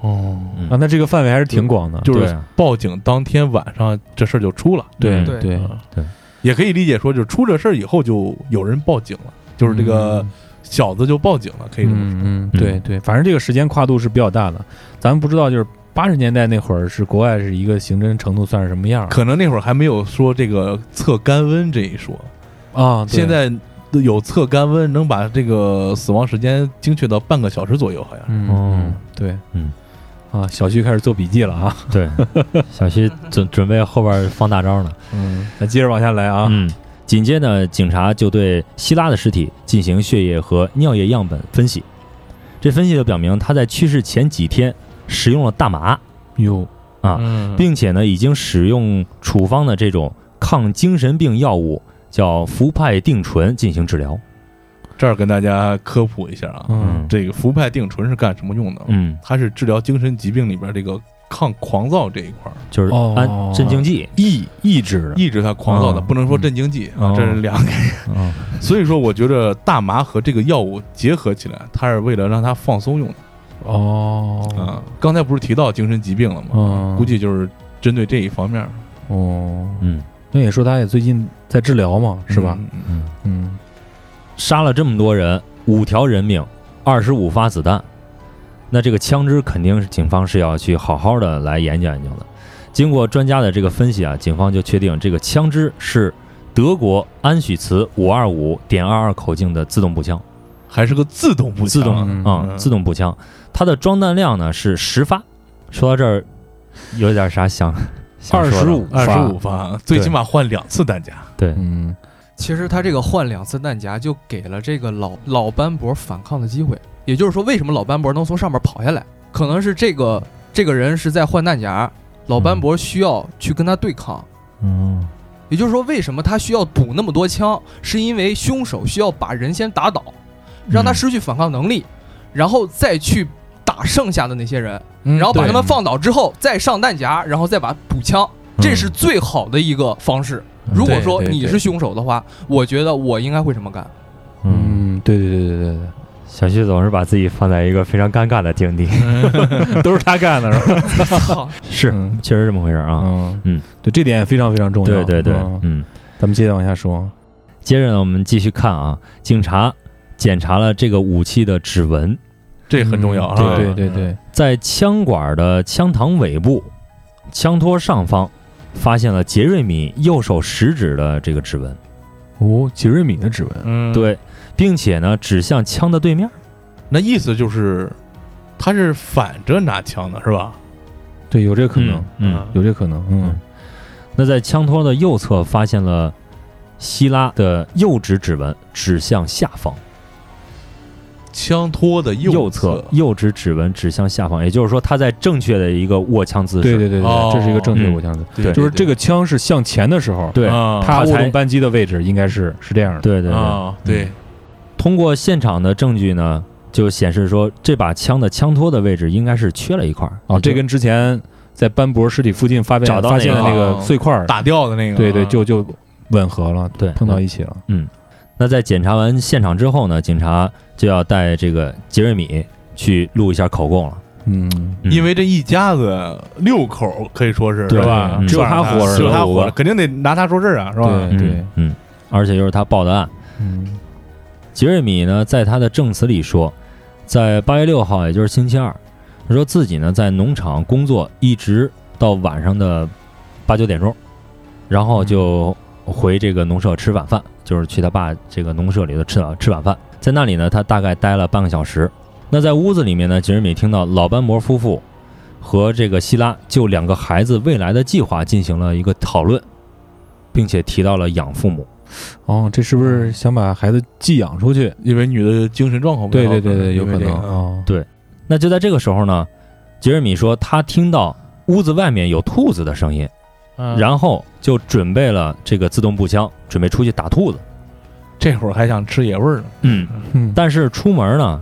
Speaker 5: 哦，
Speaker 8: 嗯
Speaker 6: 啊，那这个范围还是挺广的。
Speaker 5: 就是
Speaker 8: 对啊
Speaker 5: 报警当天晚上这事儿就出了，
Speaker 8: 对
Speaker 6: 对
Speaker 5: 嗯
Speaker 6: 嗯
Speaker 7: 对
Speaker 5: 也可以理解说，就是出这事儿以后就有人报警了，就是这个小子就报警了，可以这么说。
Speaker 6: 嗯嗯，对对，反正这个时间跨度是比较大的。咱们不知道，就是八十年代那会儿是国外是一个刑侦程度算是什么样儿
Speaker 5: 可能那会儿还没有说这个测干温这一说，
Speaker 6: 啊？对
Speaker 5: 现在有测干温，能把这个死亡时间精确到半个小时左右，好像。
Speaker 6: 嗯，
Speaker 8: 哦
Speaker 6: 嗯对，
Speaker 8: 嗯
Speaker 6: 啊，小旭开始做笔记了啊。 *laughs*
Speaker 8: 对，小徐准准备后边放大招呢。
Speaker 6: 嗯，那接着往下来啊。
Speaker 8: 嗯，紧接着警察就对希拉的尸体进行血液和尿液样本分析，这分析就表明他在去世前几天使用了大麻，
Speaker 6: 哟，
Speaker 5: 嗯
Speaker 8: 并且呢已经使用处方的这种抗精神病药物叫氟派定醇进行治疗。
Speaker 5: 这儿跟大家科普一下啊，
Speaker 6: 嗯
Speaker 5: 这个氟派定醇是干什么用的？
Speaker 8: 嗯，
Speaker 5: 它是治疗精神疾病里边这个抗狂躁这一块儿，
Speaker 8: 就是
Speaker 6: 哦
Speaker 8: 安镇静剂。
Speaker 6: 抑抑制
Speaker 5: 抑制他狂躁的，
Speaker 8: 嗯
Speaker 5: 不能说镇静剂啊
Speaker 8: 哦，
Speaker 5: 这是两个
Speaker 8: 嗯
Speaker 5: *laughs* 所以说，我觉得大麻和这个药物结合起来，它是为了让它放松用的
Speaker 6: 哦，
Speaker 5: 啊。刚才不是提到精神疾病了吗？
Speaker 6: 嗯，
Speaker 5: 估计就是针对这一方面，
Speaker 6: 哦，
Speaker 8: 嗯，
Speaker 6: 那也说他也最近在治疗嘛，是吧？
Speaker 5: 嗯？嗯
Speaker 6: 嗯
Speaker 8: 杀了这么多人，五条人命，二十五发子弹。那这个枪支肯定是警方是要去好好的来研究研究的。经过专家的这个分析啊，警方就确定这个枪支是德国安许茨五二五点二二口径的自动步枪
Speaker 5: 还是个自动步枪，
Speaker 8: 自动啊、
Speaker 5: 嗯
Speaker 8: 自动步枪，它的装弹量呢是十发。说到这儿，有点啥想想
Speaker 6: 二
Speaker 8: 说
Speaker 6: 十
Speaker 8: 的
Speaker 6: 五，
Speaker 5: 二十五，发，最起码换两次弹夹。
Speaker 6: 嗯，
Speaker 7: 其实他这个换两次弹夹，就给了这个老老班博反抗的机会。也就是说，为什么老班博能从上面跑下来？可能是这个这个人是在换弹夹，老班博需要去跟他对抗。
Speaker 8: 嗯，
Speaker 7: 也就是说，为什么他需要补那么多枪，是因为凶手需要把人先打倒，让
Speaker 8: 嗯
Speaker 7: 他失去反抗能力，然后再去打剩下的那些人，
Speaker 6: 然
Speaker 7: 嗯然后把他们放倒之后再上弹夹，然后再把补枪，这是最好的一个方式。如果说
Speaker 6: 嗯对对
Speaker 7: 你
Speaker 6: 对
Speaker 7: 是凶手的话，我觉得我应该会这么干。 *laughs*
Speaker 8: 嗯，
Speaker 6: 嗯，对对对对对对。
Speaker 8: 小旭总是把自己放在一个非常尴尬的境地，
Speaker 6: 都是他干的，是吧？
Speaker 7: 操，
Speaker 8: 是
Speaker 6: 嗯
Speaker 8: *laughs* 确实这么回事儿啊。
Speaker 6: 嗯
Speaker 8: 嗯，
Speaker 6: 对，这点也非常非常重
Speaker 8: 对
Speaker 6: 要。
Speaker 8: 对对
Speaker 6: 嗯，
Speaker 8: 嗯。
Speaker 6: 咱们接着往下说。
Speaker 8: 接着呢，我们继续看啊，警察检查了这个武器的指纹，
Speaker 5: 这很重要啊！
Speaker 6: 嗯对对对对，
Speaker 8: 在枪管的枪膛尾部、枪托上方，发现了杰瑞米右手食指的这个指纹，
Speaker 6: 哦，杰瑞米的指纹，
Speaker 5: 嗯，
Speaker 8: 对，并且呢指向枪的对面。
Speaker 5: 那意思就是他是反着拿枪的，是吧？
Speaker 6: 对，有这个可能，
Speaker 8: 嗯，嗯
Speaker 5: 啊
Speaker 6: 有这个可能。嗯，
Speaker 8: 那在枪托的右侧发现了希拉的右指指纹，指向下方。
Speaker 5: 枪托的
Speaker 8: 右
Speaker 5: 侧
Speaker 8: 侧，右指指纹指向下方，也就是说他在正确的一个握枪姿势。
Speaker 6: 对对对
Speaker 5: 哦
Speaker 6: 对，这是一个正确
Speaker 8: 嗯
Speaker 6: 我想的，
Speaker 5: 对
Speaker 6: 就是这个枪是向前的时候，
Speaker 8: 对
Speaker 5: 啊
Speaker 6: 他
Speaker 8: 他
Speaker 6: 握
Speaker 8: 才
Speaker 6: 动扳机的位置应该是是这样的。
Speaker 8: 对对对
Speaker 5: 啊，对，
Speaker 8: 通过现场的证据呢，就显示说这把枪的枪托的位置应该是缺了一块儿
Speaker 6: 啊，这跟之前在班博尸体附近发现
Speaker 8: 找到
Speaker 6: 发现的
Speaker 5: 那
Speaker 6: 那
Speaker 5: 个
Speaker 6: 个碎块儿，
Speaker 5: 打掉的那个，啊
Speaker 6: 对对，就就吻合了，
Speaker 8: 对
Speaker 6: 碰到一起了。
Speaker 8: 那在检查完现场之后呢，警察就要带这个杰瑞米去录一下口供了，
Speaker 6: 嗯，
Speaker 8: 嗯
Speaker 5: 因为这一家子六口可以说是
Speaker 8: 对
Speaker 5: 是吧
Speaker 8: 嗯？
Speaker 6: 只有他活着
Speaker 5: 只有他
Speaker 6: 老五
Speaker 5: 活着，肯定得拿他说事儿啊，是吧？
Speaker 6: 对对，
Speaker 8: 嗯，而且又是他报的案。
Speaker 6: 嗯
Speaker 8: 杰瑞米呢，在他的证词里说，在八月六号，也就是星期二，他说自己呢在农场工作，一直到晚上的八九点钟，然后就回这个农舍吃晚饭，就是去他爸这个农舍里头吃晚吃晚饭。在那里呢，他大概待了半个小时。那在屋子里面呢，杰瑞米听到老班博夫妇和这个希拉就两个孩子未来的计划进行了一个讨论，并且提到了养父母。
Speaker 6: 哦，这是不
Speaker 5: 嗯
Speaker 6: 是想把孩子寄养出去？
Speaker 5: 因为女的精神状况不太
Speaker 6: 对
Speaker 5: 好
Speaker 6: 对对对，有
Speaker 5: 因为
Speaker 6: 可
Speaker 5: 这
Speaker 6: 能
Speaker 5: 个
Speaker 6: 哦。
Speaker 8: 那就在这个时候呢，杰瑞米说他听到屋子外面有兔子的声音，
Speaker 5: 嗯
Speaker 8: 然后就准备了这个自动步枪，准备出去打兔子。
Speaker 5: 这会儿还想吃野味儿呢，
Speaker 8: 嗯，
Speaker 6: 嗯，
Speaker 8: 但是出门呢，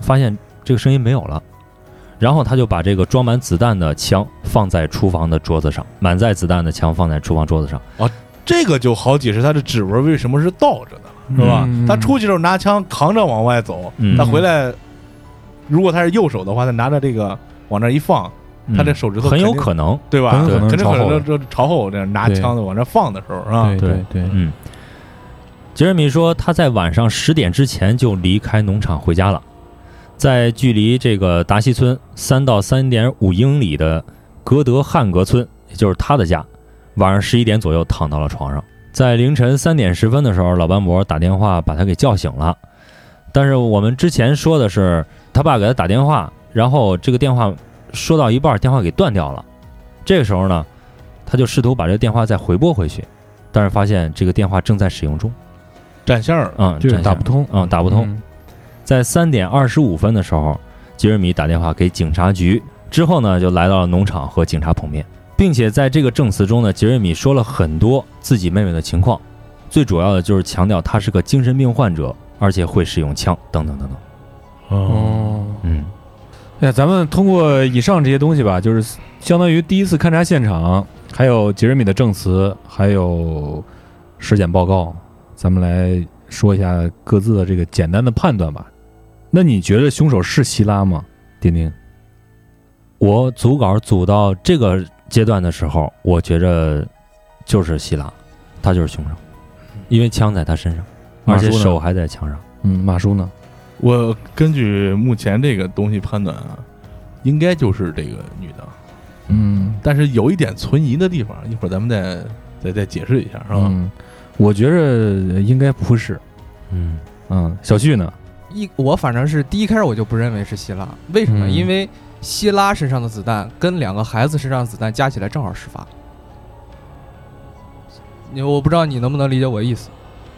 Speaker 8: 发现这个声音没有了，然后他就把这个装满子弹的枪放在厨房的桌子上，满载子弹的枪放在厨房桌子上。
Speaker 5: 这个就好解释他的指纹为什么是倒着的，是吧
Speaker 6: 嗯？
Speaker 5: 他出去的时候拿枪扛着往外走，
Speaker 8: 嗯
Speaker 5: 他回来，如果他是右手的话，他拿着这个往那儿一放，他这手指头
Speaker 8: 嗯很有
Speaker 5: 肯定
Speaker 8: 可能，
Speaker 5: 对吧？
Speaker 6: 很有可能
Speaker 5: 肯定
Speaker 6: 朝
Speaker 5: 可
Speaker 6: 后
Speaker 5: 能就就朝后这样拿
Speaker 6: 对
Speaker 5: 枪的往这儿放的时候啊
Speaker 6: 对，
Speaker 8: 对
Speaker 6: 对对，
Speaker 8: 嗯，杰瑞米说他在晚上十点之前就离开农场回家了，在距离这个达西村三到三点五英里的格德汉格村，也就是他的家，晚上十一点左右躺到了床上。在凌晨三点十分的时候，老班博打电话把他给叫醒了，但是我们之前说的是他爸给他打电话，然后这个电话说到一半，电话给断掉了。这个时候呢，他就试图把这个电话再回拨回去，但是发现这个电话正在使用中，
Speaker 5: 占线儿了。
Speaker 8: 嗯，
Speaker 6: 就是
Speaker 8: 占线
Speaker 6: 打不通
Speaker 8: 嗯，打不通。
Speaker 6: 嗯
Speaker 8: 在三点二十五分的时候，杰瑞米打电话给警察局，之后呢，就来到了农场和警察碰面，并且在这个证词中呢，杰瑞米说了很多自己妹妹的情况，最主要的就是强调她是个精神病患者，而且会使用枪，等等等等。
Speaker 6: 哦。
Speaker 8: 嗯
Speaker 6: 哎呀，咱们通过以上这些东西吧，就是相当于第一次勘察现场，还有杰瑞米的证词，还有尸检报告，咱们来说一下各自的这个简单的判断吧。那你觉得凶手是希拉吗？丁丁，
Speaker 8: 我组稿组到这个阶段的时候，我觉着就是希拉，他就是凶手，因为枪在他身上，而且
Speaker 6: 马叔呢
Speaker 8: 手还在枪上。
Speaker 6: 嗯，马叔呢？
Speaker 5: 我根据目前这个东西判断啊，应该就是这个女的，
Speaker 6: 嗯，
Speaker 5: 但是有一点存疑的地方，一会儿咱们再再再解释一下，是吧？
Speaker 6: 嗯，我觉着应该不是。
Speaker 8: 嗯
Speaker 6: 嗯，小旭呢？
Speaker 7: 一我反正是第一开始我就不认为是希拉，为什么？
Speaker 6: 嗯
Speaker 7: 因为希拉身上的子弹跟两个孩子身上的子弹加起来正好十发。你我不知道你能不能理解我的意思。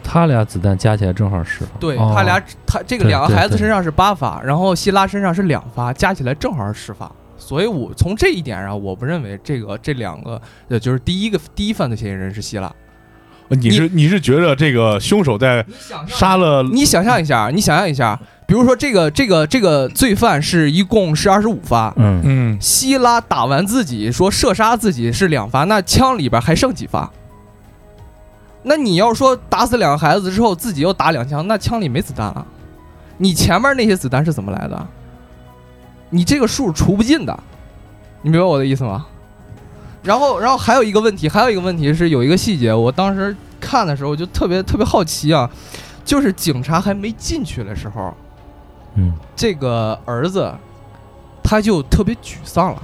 Speaker 6: 他俩子弹加起来正好十发。
Speaker 7: 对
Speaker 6: 哦
Speaker 7: 他俩，他这个
Speaker 6: 对
Speaker 7: 两个
Speaker 6: 对
Speaker 7: 孩子
Speaker 6: 对
Speaker 7: 身上是八发，然后希拉身上是两发，加起来正好是十发。所以我从这一点上，我不认为这个这两个，呃，就是第一个第一犯罪嫌疑人是希拉。
Speaker 5: 你是你是觉得这个凶手在
Speaker 7: 你想
Speaker 5: 杀了
Speaker 7: 你想象一下，你想象一下，比如说这个这个这个罪犯是一共是二十五发，
Speaker 8: 嗯
Speaker 6: 嗯，
Speaker 7: 希拉打完自己说射杀自己是两发，那枪里边还剩几发？那你要说打死两个孩子之后自己又打两枪，那枪里没子弹了、你前面那些子弹是怎么来的？你这个数除不尽的，你明白我的意思吗？然后，然后还有一个问题，还有一个问题是有一个细节，我当时看的时候就特别特别好奇啊，就是警察还没进去的时候，
Speaker 8: 嗯，
Speaker 7: 这个儿子他就特别沮丧了。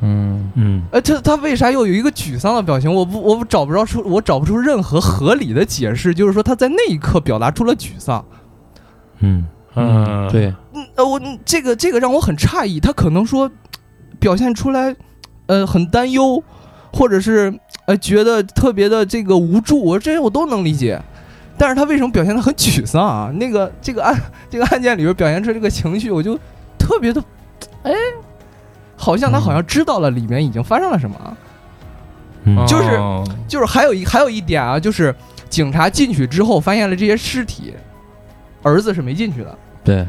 Speaker 6: 嗯
Speaker 8: 嗯
Speaker 7: 呃，他他为啥又有一个沮丧的表情？我不，我找不着出，我找不出任何合理的解释。就是说，他在那一刻表达出了沮丧。
Speaker 8: 嗯
Speaker 6: 嗯，对，
Speaker 7: 嗯，呃，我嗯这个这个让我很诧异。他可能说，表现出来，呃，很担忧，或者是呃，觉得特别的这个无助。我这些我都能理解，但是他为什么表现的很沮丧啊？那个这个案这个案件里边表现出这个情绪，我就特别的，哎，好像他好像知道了里面已经发生了什么啊。
Speaker 8: 嗯
Speaker 7: 就是
Speaker 5: 哦
Speaker 7: 就是还有一还有一点啊，就是警察进去之后发现了这些尸体，儿子是没进去的。
Speaker 6: 对，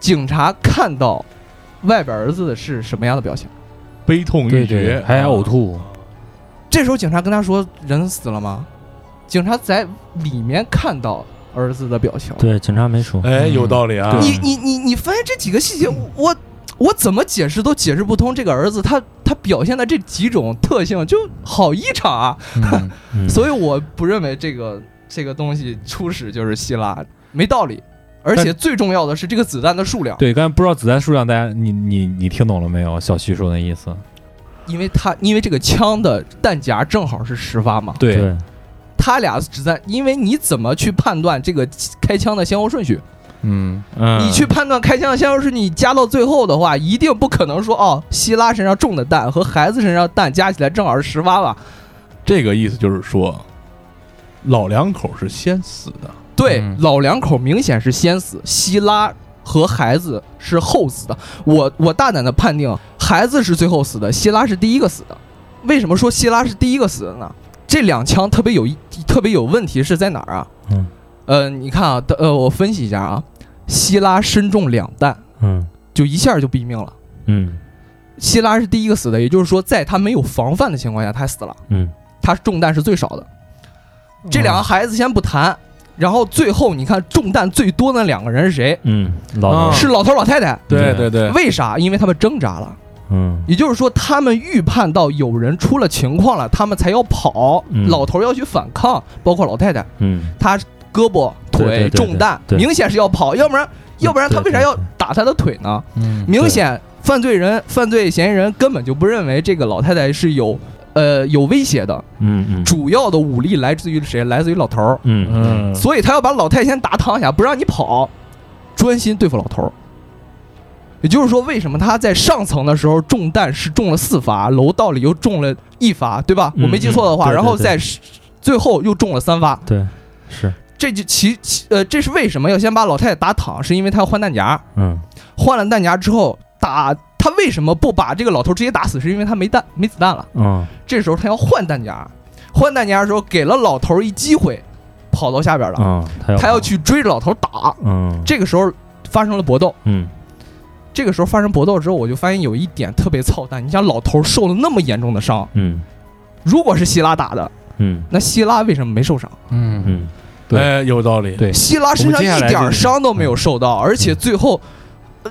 Speaker 7: 警察看到外边儿子的是什么样的表情，
Speaker 5: 悲痛
Speaker 6: 对
Speaker 5: 欲
Speaker 6: 对
Speaker 5: 绝，，
Speaker 6: 还呕吐。
Speaker 7: 这时候警察跟他说：“人死了吗？”警察在里面看到儿子的表情。
Speaker 8: 对，警察没说，
Speaker 5: 哎，有道理啊！
Speaker 7: 你你你你发现这几个细节，我我怎么解释都解释不通。这个儿子他他表现的这几种特性就好异常啊！
Speaker 6: 嗯，
Speaker 8: 嗯
Speaker 7: 所以我不认为这个这个东西初始就是希腊，没道理。而且最重要的是这个子弹的数量，
Speaker 6: 对，刚才不知道子弹数量，大家你你你听懂了没有？小旭说的意思。
Speaker 7: 因为他因为这个枪的弹夹正好是十发嘛，
Speaker 6: 对，
Speaker 8: 对，
Speaker 7: 他俩子弹，因为你怎么去判断这个开枪的先后顺序？
Speaker 6: 嗯，
Speaker 5: 嗯
Speaker 7: 你去判断开枪的先后顺序，你加到最后的话，一定不可能说哦，希拉身上中的弹和孩子身上的弹加起来正好是十发吧？
Speaker 5: 这个意思就是说，老两口是先死的，
Speaker 7: 对，
Speaker 6: 嗯
Speaker 7: 老两口明显是先死，希拉和孩子是后死的。我我大胆的判定，孩子是最后死的，希拉是第一个死的。为什么说希拉是第一个死的呢？这两枪特别有一特别有问题是在哪儿啊？
Speaker 8: 嗯，
Speaker 7: 呃，你看啊，呃，我分析一下啊，希拉身中两弹，
Speaker 8: 嗯
Speaker 7: 就一下就毙命了。
Speaker 8: 嗯
Speaker 7: 希拉是第一个死的，也就是说，在他没有防范的情况下，他死了。
Speaker 8: 嗯
Speaker 7: 他中弹是最少的。这两个孩子先不谈，然后最后你看中弹最多的两个人是谁？
Speaker 8: 嗯，老头
Speaker 5: 啊
Speaker 7: 是老头老太太。
Speaker 8: 对
Speaker 5: 对对，
Speaker 7: 为啥？因为他们挣扎了，
Speaker 8: 嗯
Speaker 7: 也就是说，他们预判到有人出了情况了，他们才要跑。
Speaker 8: 嗯
Speaker 7: 老头要去反抗，包括老太太，
Speaker 8: 嗯
Speaker 7: 她胳膊
Speaker 8: 对
Speaker 7: 腿
Speaker 8: 对对对
Speaker 7: 中弹，
Speaker 8: 对
Speaker 7: 明显是要跑，要不然要不然他
Speaker 8: 对
Speaker 7: 为
Speaker 8: 对
Speaker 7: 啥要
Speaker 8: 对
Speaker 7: 打他的腿呢？
Speaker 6: 嗯
Speaker 7: 明显犯罪人、犯罪嫌疑人根本就不认为这个老太太是有呃有威胁的，
Speaker 8: 嗯嗯
Speaker 7: 主呃要的武力来自于谁？来自于老头儿，
Speaker 8: 嗯
Speaker 6: 嗯，
Speaker 7: 所以他要把老太太先打躺下，不让你跑，专心对付老头儿。也就是说，为什么他在上层的时候中弹是中了四发，楼道里又中了一发，对吧？
Speaker 8: 嗯
Speaker 7: 我没记错的话，
Speaker 8: 嗯对对
Speaker 7: 然后
Speaker 8: 对
Speaker 7: 在最后又中了三发，
Speaker 8: 对是
Speaker 7: 这就其其呃，这是为什么要先把老太太打躺？是因为他要换弹夹，
Speaker 8: 嗯
Speaker 7: 换了弹夹之后打他为什么不把这个老头直接打死？是因为他没弹没子弹了。
Speaker 8: 嗯
Speaker 7: 这时候他要换弹夹，换弹夹的时候给了老头一机会，跑到下边了，
Speaker 8: 嗯，他要
Speaker 7: 他要去追着老头打。
Speaker 8: 嗯
Speaker 7: 这个时候发生了搏斗，
Speaker 8: 嗯
Speaker 7: 这个时候发生搏斗之后，我就发现有一点特别操蛋。你像老头受了那么严重的伤，
Speaker 8: 嗯
Speaker 7: 如果是希拉打的，
Speaker 8: 嗯
Speaker 7: 那希拉为什么没受伤？
Speaker 6: 嗯
Speaker 8: 嗯
Speaker 6: 对
Speaker 5: 哎，有道理。
Speaker 6: 对
Speaker 7: 希拉身上一点伤都没有受到，而且最后。呃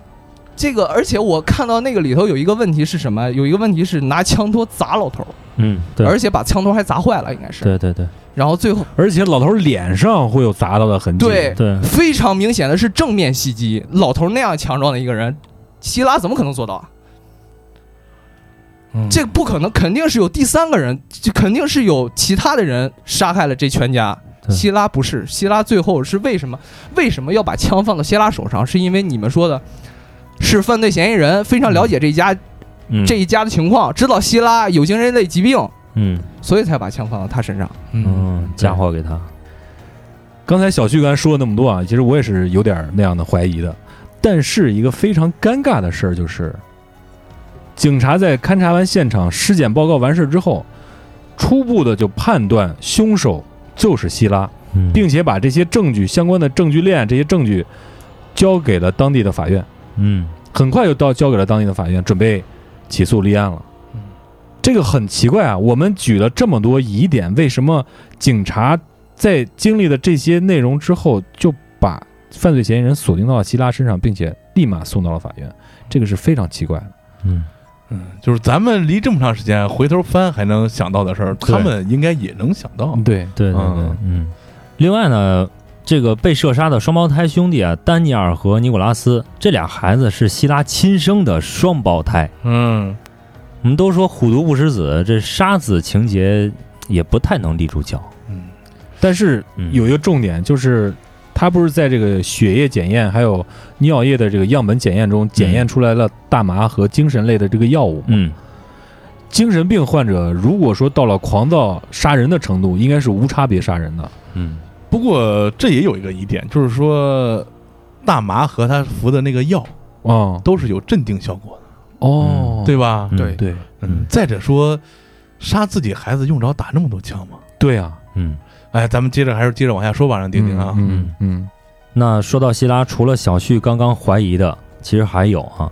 Speaker 7: 这个，而且我看到那个里头有一个问题是什么？有一个问题是拿枪托砸老头儿，
Speaker 8: 嗯，对，
Speaker 7: 而且把枪托还砸坏了，应该是。
Speaker 8: 对对对
Speaker 7: 然后最后
Speaker 6: 而且老头脸上会有砸到的痕迹。
Speaker 7: 对
Speaker 8: 对，
Speaker 7: 非常明显的是正面袭击，老头那样强壮的一个人，希拉怎么可能做到啊？
Speaker 6: 嗯
Speaker 7: 这不可能，肯定是有第三个人，就肯定是有其他的人杀害了这全家。
Speaker 8: 对
Speaker 7: 希拉不是，希拉最后是为什么？为什么要把枪放到希拉手上？是因为你们说的，是犯罪嫌疑人，非常了解这一家、
Speaker 8: 嗯
Speaker 7: 这一家的情况，知道希拉有精神类疾病，
Speaker 8: 嗯
Speaker 7: 所以才把枪放到他身上。
Speaker 8: 嗯，嫁祸给他，
Speaker 6: 刚才小旭刚才说了那么多啊，其实我也是有点那样的怀疑的。但是一个非常尴尬的事儿就是，警察在勘查完现场、尸检报告完事之后，初步的就判断凶手就是希拉，
Speaker 8: 嗯
Speaker 6: 并且把这些证据、相关的证据链、这些证据交给了当地的法院。
Speaker 8: 嗯
Speaker 6: 很快就到交给了当地的法院，准备起诉立案了。这个很奇怪啊，我们举了这么多疑点，为什么警察在经历了这些内容之后，就把犯罪嫌疑人锁定到了希拉身上，并且立马送到了法院？这个是非常奇怪的。
Speaker 8: 嗯，
Speaker 5: 嗯，就是咱们离这么长时间，回头翻还能想到的事儿，
Speaker 8: 对
Speaker 5: 他们应该也能想到。
Speaker 7: 对，
Speaker 8: 对对对
Speaker 5: 嗯，
Speaker 8: 嗯。另外呢，这个被射杀的双胞胎兄弟啊，丹尼尔和尼古拉斯这俩孩子是希拉亲生的双胞胎。
Speaker 5: 嗯，
Speaker 8: 我们都说虎毒不食子，这杀子情节也不太能立住脚。
Speaker 6: 但是
Speaker 8: 嗯
Speaker 6: 有一个重点就是。他不是在这个血液检验还有尿液的这个样本检验中检验出来了大麻和精神类的这个药物吗？
Speaker 8: 嗯
Speaker 6: 精神病患者如果说到了狂躁杀人的程度，应该是无差别杀人的。
Speaker 8: 嗯
Speaker 5: 不过这也有一个疑点，就是说大麻和他服的那个药
Speaker 6: 哦
Speaker 5: 都是有镇定效果的，
Speaker 6: 哦，
Speaker 5: 对吧？
Speaker 8: 嗯
Speaker 7: 对
Speaker 6: 对
Speaker 5: 嗯，再者说，杀自己孩子用着打那么多枪吗？
Speaker 6: 对啊，
Speaker 8: 嗯
Speaker 5: 哎，咱们接着还是接着往下说吧，让丁丁啊，
Speaker 6: 嗯嗯
Speaker 8: 那说到希拉，除了小旭刚刚怀疑的，其实还有啊。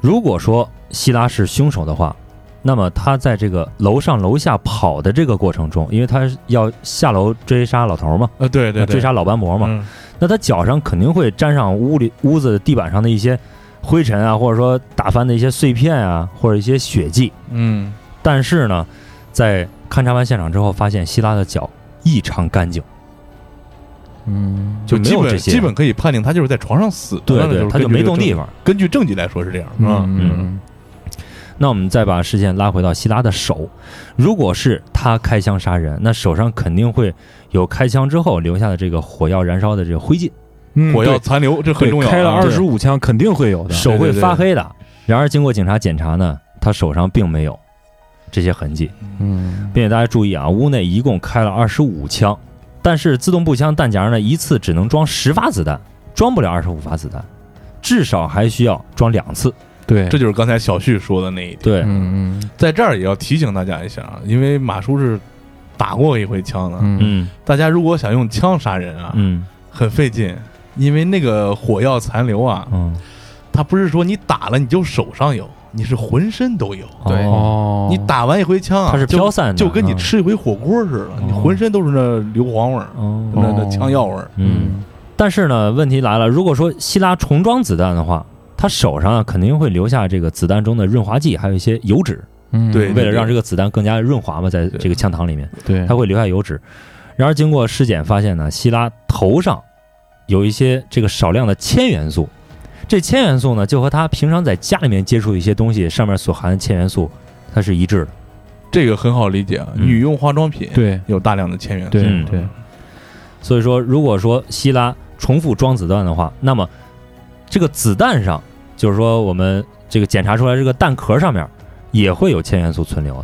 Speaker 8: 如果说希拉是凶手的话，那么他在这个楼上楼下跑的这个过程中，因为他要下楼追杀老头嘛，
Speaker 5: 呃，对对对，
Speaker 8: 追杀老班伯嘛，
Speaker 5: 嗯
Speaker 8: 那他脚上肯定会沾上屋里屋子地板上的一些灰尘啊，或者说打翻的一些碎片啊，或者一些血迹。
Speaker 5: 嗯，
Speaker 8: 但是呢，在勘察完现场之后，发现希拉的脚异常干净，
Speaker 6: 嗯，
Speaker 8: 就没
Speaker 5: 基
Speaker 8: 有
Speaker 5: 本
Speaker 8: 这些
Speaker 5: 基本可以判定他就是在床上死的，
Speaker 8: 对
Speaker 5: 那
Speaker 8: 对，
Speaker 5: 是
Speaker 8: 他就
Speaker 5: 根据
Speaker 8: 没
Speaker 5: 这个
Speaker 8: 动地
Speaker 5: 证。
Speaker 8: 方。
Speaker 5: 根据证据来说是这样，啊是吧？
Speaker 6: 嗯
Speaker 8: 那我们再把视线拉回到希拉的手，如果是他开枪杀人，那手上肯定会有开枪之后留下的这个火药燃烧的这个灰烬，
Speaker 6: 嗯
Speaker 5: 火药残留这很重要啊，
Speaker 6: 开了二
Speaker 5: 对
Speaker 6: 十五枪肯定会有的。
Speaker 8: 手会发黑的。然而经过警察检查呢，他手上并没有这些痕迹，
Speaker 6: 嗯
Speaker 8: 并且大家注意啊，屋内一共开了二十五枪，但是自动步枪弹夹呢一次只能装十发子弹，装不了二十五发子弹，至少还需要装两次。
Speaker 6: 对，
Speaker 5: 嗯这就是刚才小旭说的那一点。
Speaker 8: 对，
Speaker 6: 嗯
Speaker 5: 在这儿也要提醒大家一下啊，因为马叔是打过一回枪的，
Speaker 6: 嗯嗯
Speaker 8: 嗯
Speaker 5: 大家如果想用枪杀人啊，
Speaker 8: 嗯
Speaker 5: 很费劲，因为那个火药残留啊，
Speaker 8: 嗯，
Speaker 5: 它不是说你打了你就手上有，你是浑身都有。
Speaker 7: 对
Speaker 6: 哦，
Speaker 8: 哦，
Speaker 5: 你打完一回枪啊，
Speaker 8: 它是
Speaker 5: 就
Speaker 8: 飘散的，
Speaker 5: 就跟你
Speaker 8: 嗯
Speaker 5: 吃一回火锅似的，你
Speaker 8: 哦
Speaker 5: 浑身都是那硫磺味儿，
Speaker 8: 哦
Speaker 5: 那那枪药味儿。
Speaker 8: 嗯。但是呢，问题来了，如果说希拉重装子弹的话，他手上啊肯定会留下这个子弹中的润滑剂，还有一些油脂，
Speaker 6: 嗯
Speaker 5: 对
Speaker 8: 为了让这个子弹更加润滑嘛，在这个枪膛里面，
Speaker 6: 对
Speaker 8: 它会留下油脂。然而经过尸检发现呢，希拉头上有一些这个少量的铅元素，这铅元素呢就和他平常在家里面接触一些东西上面所含的铅元素它是一致的。
Speaker 5: 这个很好理解啊，
Speaker 8: 嗯
Speaker 5: 女用化妆品
Speaker 6: 对
Speaker 5: 有大量的铅元素。
Speaker 6: 对对，
Speaker 8: 所以说，如果说希拉重复装子弹的话，那么这个子弹上，就是说我们这个检查出来这个弹壳上面也会有铅元素存留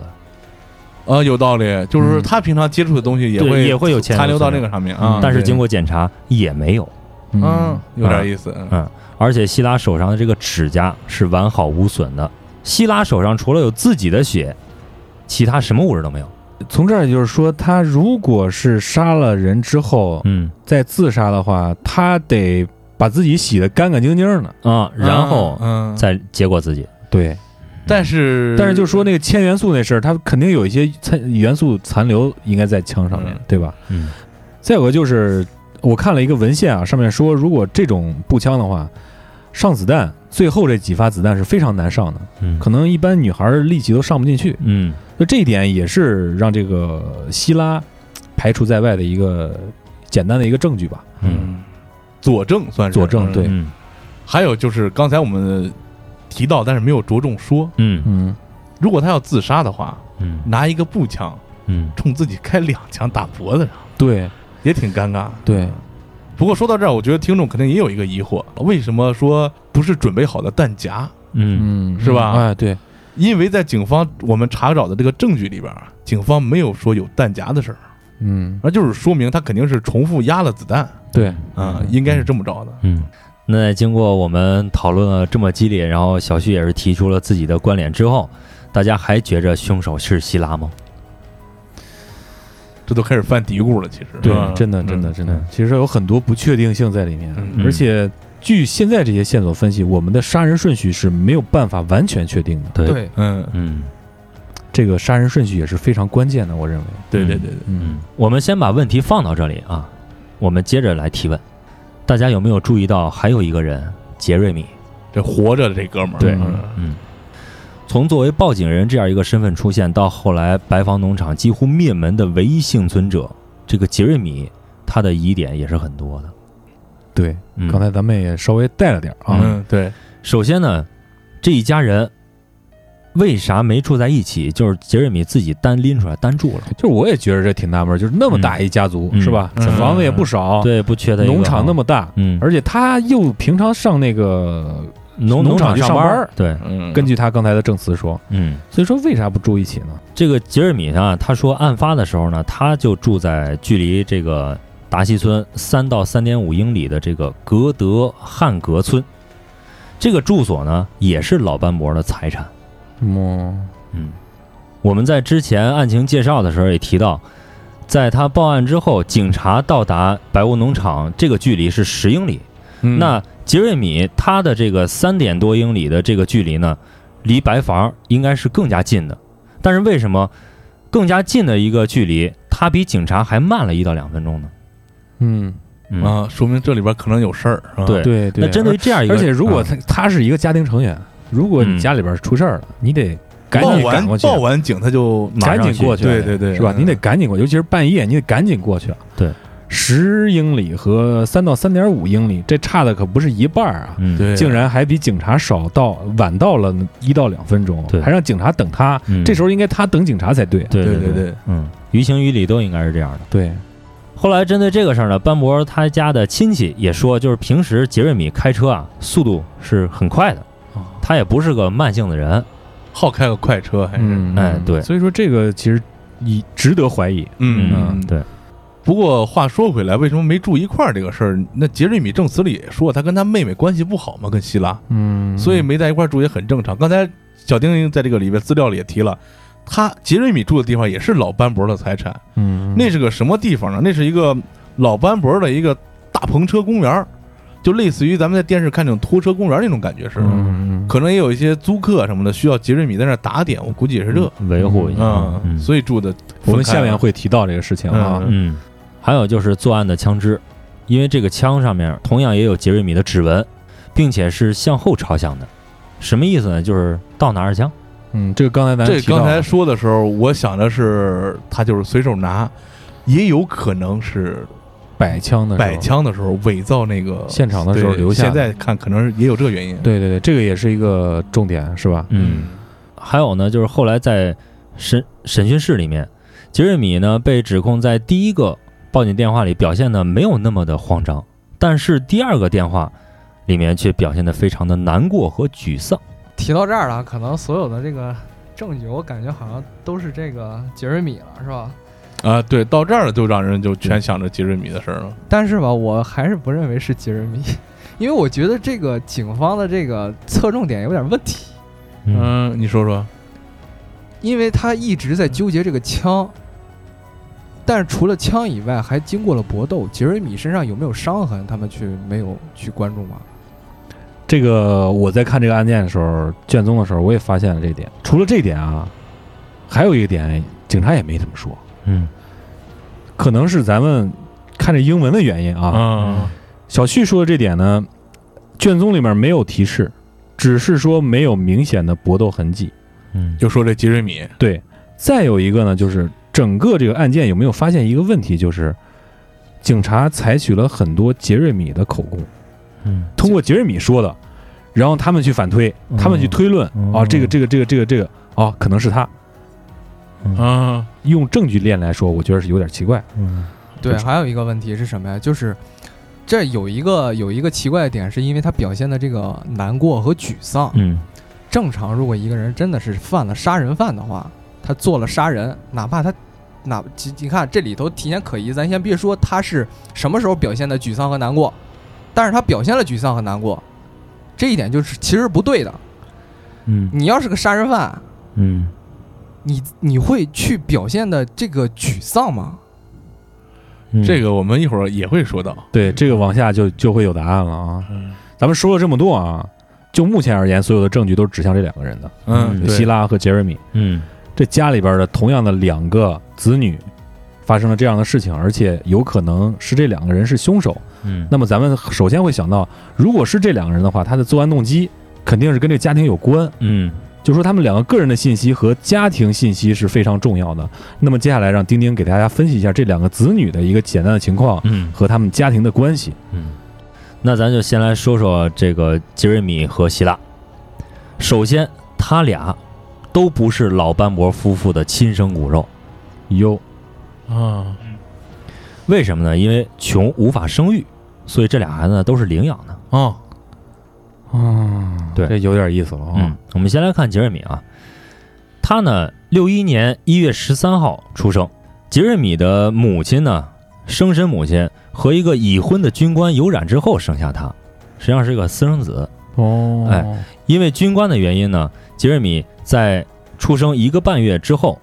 Speaker 8: 的，
Speaker 5: 啊，有道理，就是他平常接触的东西也
Speaker 8: 嗯对
Speaker 5: 会
Speaker 8: 也会有铅
Speaker 5: 残留到那
Speaker 8: 个，
Speaker 5: 个上面啊
Speaker 6: 嗯。
Speaker 8: 但是经
Speaker 5: 过
Speaker 8: 过检查也没有，
Speaker 5: 嗯，有点意思。
Speaker 8: 嗯，而且希拉手上的这个指甲是完好无损的，希拉手上除了有自己的血，其他什么物质都没有，
Speaker 6: 从这儿也就是说，他如果是杀了人之后
Speaker 8: 嗯
Speaker 6: 再自杀的话，他得把自己洗得干干净净的。
Speaker 8: 啊，然后
Speaker 5: 嗯，嗯
Speaker 8: 再结果自己，
Speaker 6: 对，
Speaker 5: 但
Speaker 7: 嗯
Speaker 5: 是
Speaker 6: 但是就说那个铅元素那事儿，它肯定有一些残元素残留应该在枪上面
Speaker 5: 嗯，
Speaker 6: 对吧？
Speaker 8: 嗯
Speaker 6: 再有个就是我看了一个文献啊，上面说如果这种步枪的话，上子弹，最后这几发子弹是非常难上的，
Speaker 8: 嗯
Speaker 6: 可能一般女孩儿力气都上不进去。
Speaker 8: 嗯
Speaker 6: 那这一点也是让这个希拉排除在外的一个简单的一个证据吧。
Speaker 8: 嗯
Speaker 5: 佐证算是
Speaker 6: 佐证对
Speaker 8: 嗯
Speaker 5: 还有就是刚才我们提到，但是没有着重说，
Speaker 8: 嗯
Speaker 6: 嗯，
Speaker 5: 如果他要自杀的话，
Speaker 8: 嗯
Speaker 5: 拿一个步枪
Speaker 8: 嗯
Speaker 5: 冲自己开两枪打脖子上，
Speaker 6: 对
Speaker 5: 也挺尴尬。
Speaker 6: 对，
Speaker 5: 不过说到这儿，我觉得听众肯定也有一个疑惑：为什么说不是准备好的弹夹？
Speaker 8: 嗯
Speaker 6: 嗯，
Speaker 5: 是吧
Speaker 6: 哎，对，
Speaker 5: 因为在警方我们查找的这个证据里边啊，警方没有说有弹夹的事儿，
Speaker 6: 嗯，
Speaker 5: 那就是说明他肯定是重复压了子弹
Speaker 6: 对，
Speaker 5: 啊、应该是这么着的。
Speaker 8: 嗯。那在经过我们讨论了这么激烈，然后小旭也是提出了自己的观点之后，大家还觉着凶手是希拉吗？
Speaker 5: 这都开始犯嘀咕了，其实
Speaker 6: 对
Speaker 5: 是吧，
Speaker 6: 真的，真的，
Speaker 5: 嗯
Speaker 6: 真的，其实有很多不确定性在里面，
Speaker 5: 嗯
Speaker 6: 而且据现在这些线索分析，我们的杀人顺序是没有办法完全确定的，
Speaker 8: 对
Speaker 7: 对，
Speaker 5: 嗯，
Speaker 8: 嗯
Speaker 6: 这个杀人顺序也是非常关键的，我认为，
Speaker 5: 对对对对，
Speaker 6: 嗯
Speaker 8: 嗯，我们先把问题放到这里啊，我们接着来提问。大家有没有注意到还有一个人杰瑞米？
Speaker 5: 这活着的这哥们儿，
Speaker 8: 对
Speaker 5: 嗯
Speaker 8: 嗯，从作为报警人这样一个身份出现，到后来白房农场几乎灭门的唯一幸存者，这个杰瑞米，他的疑点也是很多的。
Speaker 6: 对，
Speaker 8: 嗯
Speaker 6: 刚才咱们也稍微带了点儿啊，
Speaker 5: 嗯，对，
Speaker 8: 首先呢，这一家人为啥没住在一起？就是杰瑞米自己单拎出来单住了，
Speaker 6: 就是我也觉得这挺纳闷儿，就是那么大一家族
Speaker 8: 嗯
Speaker 6: 是吧？
Speaker 5: 嗯
Speaker 6: 房子也不少，
Speaker 8: 对，不缺他一个
Speaker 6: 啊
Speaker 8: 啊
Speaker 6: 农场那么大，
Speaker 8: 嗯，
Speaker 6: 而且他又平常上那个，
Speaker 8: 农
Speaker 6: 农场
Speaker 8: 场
Speaker 6: 去上
Speaker 8: 班
Speaker 6: 班
Speaker 8: 儿
Speaker 6: 儿，
Speaker 8: 对，
Speaker 5: 嗯，
Speaker 6: 根据他刚才的证词说，
Speaker 8: 嗯，
Speaker 6: 所以说为啥不住一起呢？
Speaker 8: 这个杰瑞米呢，他说案发的时候呢，他就住在距离这个达西村三到三点五英里的这个格德汉格村。这个住所呢，也是老班伯的财产。
Speaker 6: 嗯，
Speaker 8: 嗯，我们在之前案情介绍的时候也提到，在他报案之后，警察到达白屋农场这个距离是十英里。
Speaker 6: 嗯
Speaker 8: 那杰瑞米他的这个三点多英里的这个距离呢，离白房应该是更加近的。但是为什么更加近的一个距离，他比警察还慢了一到两分钟呢？
Speaker 6: 嗯，
Speaker 8: 嗯，
Speaker 5: 啊，说明这里边可能有事儿，啊是吧
Speaker 8: 对
Speaker 6: 对对，
Speaker 8: 那针对于这样一个，
Speaker 6: 而且如果
Speaker 8: 啊嗯
Speaker 6: 他他是一个家庭成员，如果你家里边出事儿了，你得赶
Speaker 5: 报
Speaker 6: 紧赶
Speaker 5: 完
Speaker 6: 过去，
Speaker 5: 报完警他就马
Speaker 6: 赶
Speaker 5: 上
Speaker 6: 紧过
Speaker 5: 对对对，
Speaker 6: 是吧？
Speaker 5: 嗯
Speaker 6: 你得赶紧过，尤其是半夜，你得赶紧过去啊。
Speaker 8: 对，
Speaker 6: 十英里和三到三点五英里，这差的可不是一半儿啊。
Speaker 8: 嗯，
Speaker 5: 对，
Speaker 6: 竟然还比警察少到晚到了一到两分钟
Speaker 8: 对，
Speaker 6: 还让警察等他，
Speaker 8: 嗯
Speaker 6: 这时候应该他等警察才对啊。
Speaker 8: 对
Speaker 5: 对
Speaker 8: 对
Speaker 5: 对对，
Speaker 8: 嗯，于情于理都应该是这样的。
Speaker 6: 对，
Speaker 8: 后来针对这个事儿呢，班博他家的亲戚也说，就是平时杰瑞米开车啊，速度是很快的，他也不是个慢性的人。
Speaker 5: 好开个快车还是
Speaker 6: 嗯，
Speaker 8: 哎对
Speaker 6: 所以说这个其实以值得怀疑。
Speaker 5: 嗯
Speaker 8: 对，
Speaker 5: 不过话说回来，为什么没住一块儿这个事儿？那杰瑞米证词里也说，他跟他妹妹关系不好嘛，跟希拉，
Speaker 6: 嗯
Speaker 5: 所以没在一块儿住也很正常。刚才小丁丁在这个里边资料里也提了，他杰瑞米住的地方也是老班伯的财产，
Speaker 6: 嗯，
Speaker 5: 那是个什么地方呢？那是一个老班伯的一个大篷车公园儿，就类似于咱们在电视看那种拖车公园儿那种感觉似的。
Speaker 6: 嗯，
Speaker 5: 可能也有一些租客什么的需要杰瑞米在那儿打点，我估计也是这，
Speaker 8: 维护一下。
Speaker 5: 嗯，
Speaker 8: 嗯
Speaker 5: 所以住的
Speaker 6: 我们下面会提到这个事情啊。
Speaker 8: 嗯，还有就是作案的枪支，因为这个枪上面同样也有杰瑞米的指纹，并且是向后朝向的，什么意思呢？就是到哪儿枪。
Speaker 6: 嗯，这个刚才咱
Speaker 5: 这
Speaker 6: 提到
Speaker 5: 刚才说的时候，我想的是他就是随手拿，也有可能是
Speaker 6: 摆枪的时候
Speaker 5: 摆，枪的时候伪造那个
Speaker 6: 现场的时候
Speaker 5: 对
Speaker 6: 留下的
Speaker 5: 现在看可能是也有这个原因。
Speaker 6: 对对对，这个也是一个重点，是吧？
Speaker 8: 嗯，还有呢，就是后来在审审讯室里面，杰瑞米呢被指控在第一个报警电话里表现的没有那么的慌张，但是第二个电话里面却表现的非常的难过和沮丧。
Speaker 7: 提到这儿了，可能所有的这个证据，我感觉好像都是这个杰瑞米了，是吧？
Speaker 5: 啊，对，到这儿了就让人就全想着杰瑞米的事儿了。
Speaker 7: 但是吧，我还是不认为是杰瑞米，因为我觉得这个警方的这个侧重点有点问题，
Speaker 8: 嗯
Speaker 5: 嗯，你说说，
Speaker 7: 因为他一直在纠结这个枪，但是除了枪以外，还经过了搏斗。杰瑞米身上有没有伤痕，他们去没有去关注吗？
Speaker 6: 这个我在看这个案件的时候，卷宗的时候，我也发现了这一点。除了这一点啊，还有一个点，警察也没怎么说，
Speaker 8: 嗯
Speaker 6: 可能是咱们看这英文的原因啊。
Speaker 5: 嗯
Speaker 6: 小旭说的这点呢，卷宗里面没有提示，只是说没有明显的搏斗痕迹。
Speaker 8: 嗯，
Speaker 5: 就说这杰瑞米，
Speaker 6: 对，再有一个呢，就是整个这个案件有没有发现一个问题，就是警察采取了很多杰瑞米的口供，
Speaker 8: 嗯，
Speaker 6: 通过杰瑞米说的，然后他们去反推，他们去推论、
Speaker 8: 嗯
Speaker 6: 啊，这个这个这个这个这个啊，可能是他。
Speaker 5: 啊，
Speaker 6: 用证据链来说，我觉得是有点奇怪。
Speaker 8: 嗯
Speaker 7: 对，还有一个问题是什么呀？就是这有一个有一个奇怪的点，是因为他表现的这个难过和沮丧。
Speaker 8: 嗯
Speaker 7: 正常，如果一个人真的是犯了杀人犯的话，他做了杀人，哪怕他哪，你你看这里头体现可疑，咱先别说他是什么时候表现的沮丧和难过，但是他表现了沮丧和难过，这一点就是其实不对的。
Speaker 8: 嗯
Speaker 7: 你要是个杀人犯，
Speaker 8: 嗯
Speaker 7: 你你会去表现的这个沮丧吗？
Speaker 8: 嗯，
Speaker 5: 这个我们一会儿也会说到。
Speaker 6: 对，这个往下就就会有答案了啊。
Speaker 5: 嗯
Speaker 6: 咱们说了这么多啊，就目前而言，所有的证据都是指向这两个人的，
Speaker 5: 嗯，
Speaker 8: 对
Speaker 6: 希
Speaker 5: 腊
Speaker 6: 拉和杰瑞米。
Speaker 8: 嗯
Speaker 6: 这家里边的同样的两个子女发生了这样的事情，而且有可能是这两个人是凶手。
Speaker 8: 嗯
Speaker 6: 那么咱们首先会想到，如果是这两个人的话，他的作案动机肯定是跟这个家庭有关。
Speaker 8: 嗯
Speaker 6: 就说他们两个个人的信息和家庭信息是非常重要的。那么接下来让丁丁给大家分析一下这两个子女的一个简单的情况
Speaker 8: 嗯
Speaker 6: 和他们家庭的关系。
Speaker 8: 嗯，那咱就先来说说这个杰瑞米和希拉。首先，他俩都不是老班伯夫妇的亲生骨肉，
Speaker 6: 哟，
Speaker 5: 啊，
Speaker 8: 为什么呢？因为穷无法生育，所以这俩孩子呢都是领养的。
Speaker 5: 哦，
Speaker 6: 啊，
Speaker 8: 对
Speaker 6: 这有点意思了啊、
Speaker 8: 嗯，我们先来看杰瑞米啊，他呢，六一年一月十三号出生。杰瑞米的母亲呢，生身母亲和一个已婚的军官有染之后生下他，实际上是个私生子。
Speaker 6: 哦，
Speaker 8: 哎，因为军官的原因呢，杰瑞米在出生一个半月之后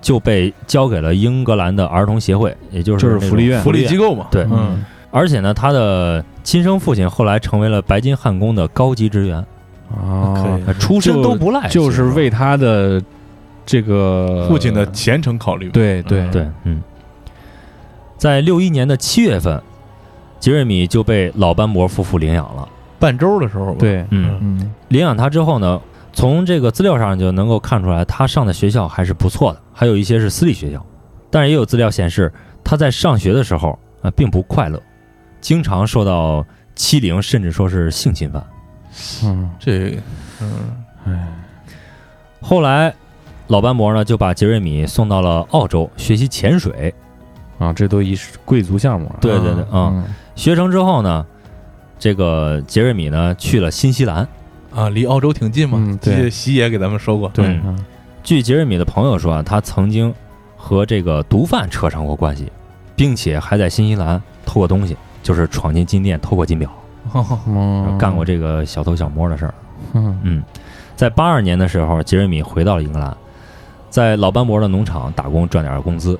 Speaker 8: 就被交给了英格兰的儿童协会，也就是
Speaker 6: 就是
Speaker 8: 那种
Speaker 6: 福利院
Speaker 5: 福利机构嘛，
Speaker 8: 对
Speaker 5: 嗯
Speaker 8: 而且呢，他的亲生父亲后来成为了白金汉宫的高级职员，
Speaker 5: 可
Speaker 6: 啊，
Speaker 5: 以
Speaker 8: 呃出身都不赖，
Speaker 6: 就是
Speaker 8: 其实
Speaker 6: 为他的这个
Speaker 5: 父亲的前程考虑，，
Speaker 6: 对对
Speaker 5: 嗯
Speaker 8: 对，嗯，在六一年的七月份，杰瑞米就被老班伯夫妇领养了。
Speaker 5: 半周的时候吧，，
Speaker 6: 对，
Speaker 8: 嗯，
Speaker 6: 嗯
Speaker 8: 领养他之后呢，从这个资料上就能够看出来，他上的学校还是不错的，还有一些是私立学校。但是也有资料显示，他在上学的时候啊、呃并不快乐，经常受到欺凌，甚至说是性侵犯。
Speaker 6: 嗯，
Speaker 5: 这，嗯，
Speaker 8: 后来，老班伯呢就把杰瑞米送到了澳洲学习潜水。
Speaker 6: 啊，这都一是贵族项目啊，
Speaker 8: 对对对，啊、
Speaker 6: 嗯，
Speaker 8: 学成之后呢，这个杰瑞米呢去了新西兰。
Speaker 5: 啊，离澳洲挺近嘛
Speaker 6: 嗯，
Speaker 5: 这
Speaker 6: 对
Speaker 5: 西爷给咱们说过，
Speaker 6: 对，
Speaker 8: 嗯
Speaker 6: 嗯
Speaker 8: 据杰瑞米的朋友说啊，他曾经和这个毒贩扯上过关系，并且还在新西兰偷过东西，就是闯进金店偷过金表，
Speaker 6: 哦
Speaker 8: 干过这个小偷小摸的事儿。
Speaker 6: 嗯
Speaker 8: 嗯，在八二年的时候，杰瑞米回到了英格兰，在老班伯的农场打工赚点儿工资。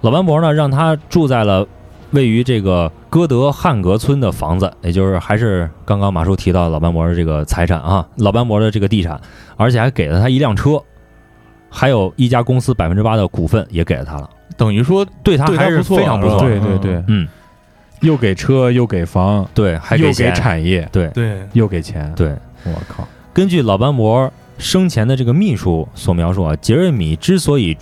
Speaker 8: 老班伯呢，让他住在了位于这个歌德汉格村的房子，也就是还是刚刚马叔提到老班伯的这个财产啊，老班伯的这个地产，而且还给了他一辆车，还有一家公司百分之八的股份也给了他了，
Speaker 5: 等于说
Speaker 8: 对他
Speaker 5: 对他
Speaker 8: 还是
Speaker 5: 不错
Speaker 8: 非常不
Speaker 5: 是吧
Speaker 8: 错。
Speaker 6: 对对对，
Speaker 8: 嗯，
Speaker 6: 又给车又给房，
Speaker 8: 对，还
Speaker 6: 又给
Speaker 8: 钱，
Speaker 6: 产业，
Speaker 8: 对
Speaker 5: 对，
Speaker 6: 又给钱，，
Speaker 8: 对。
Speaker 6: 我靠，
Speaker 8: 根据老班伯生前的这个秘书所描述啊，杰瑞米之所以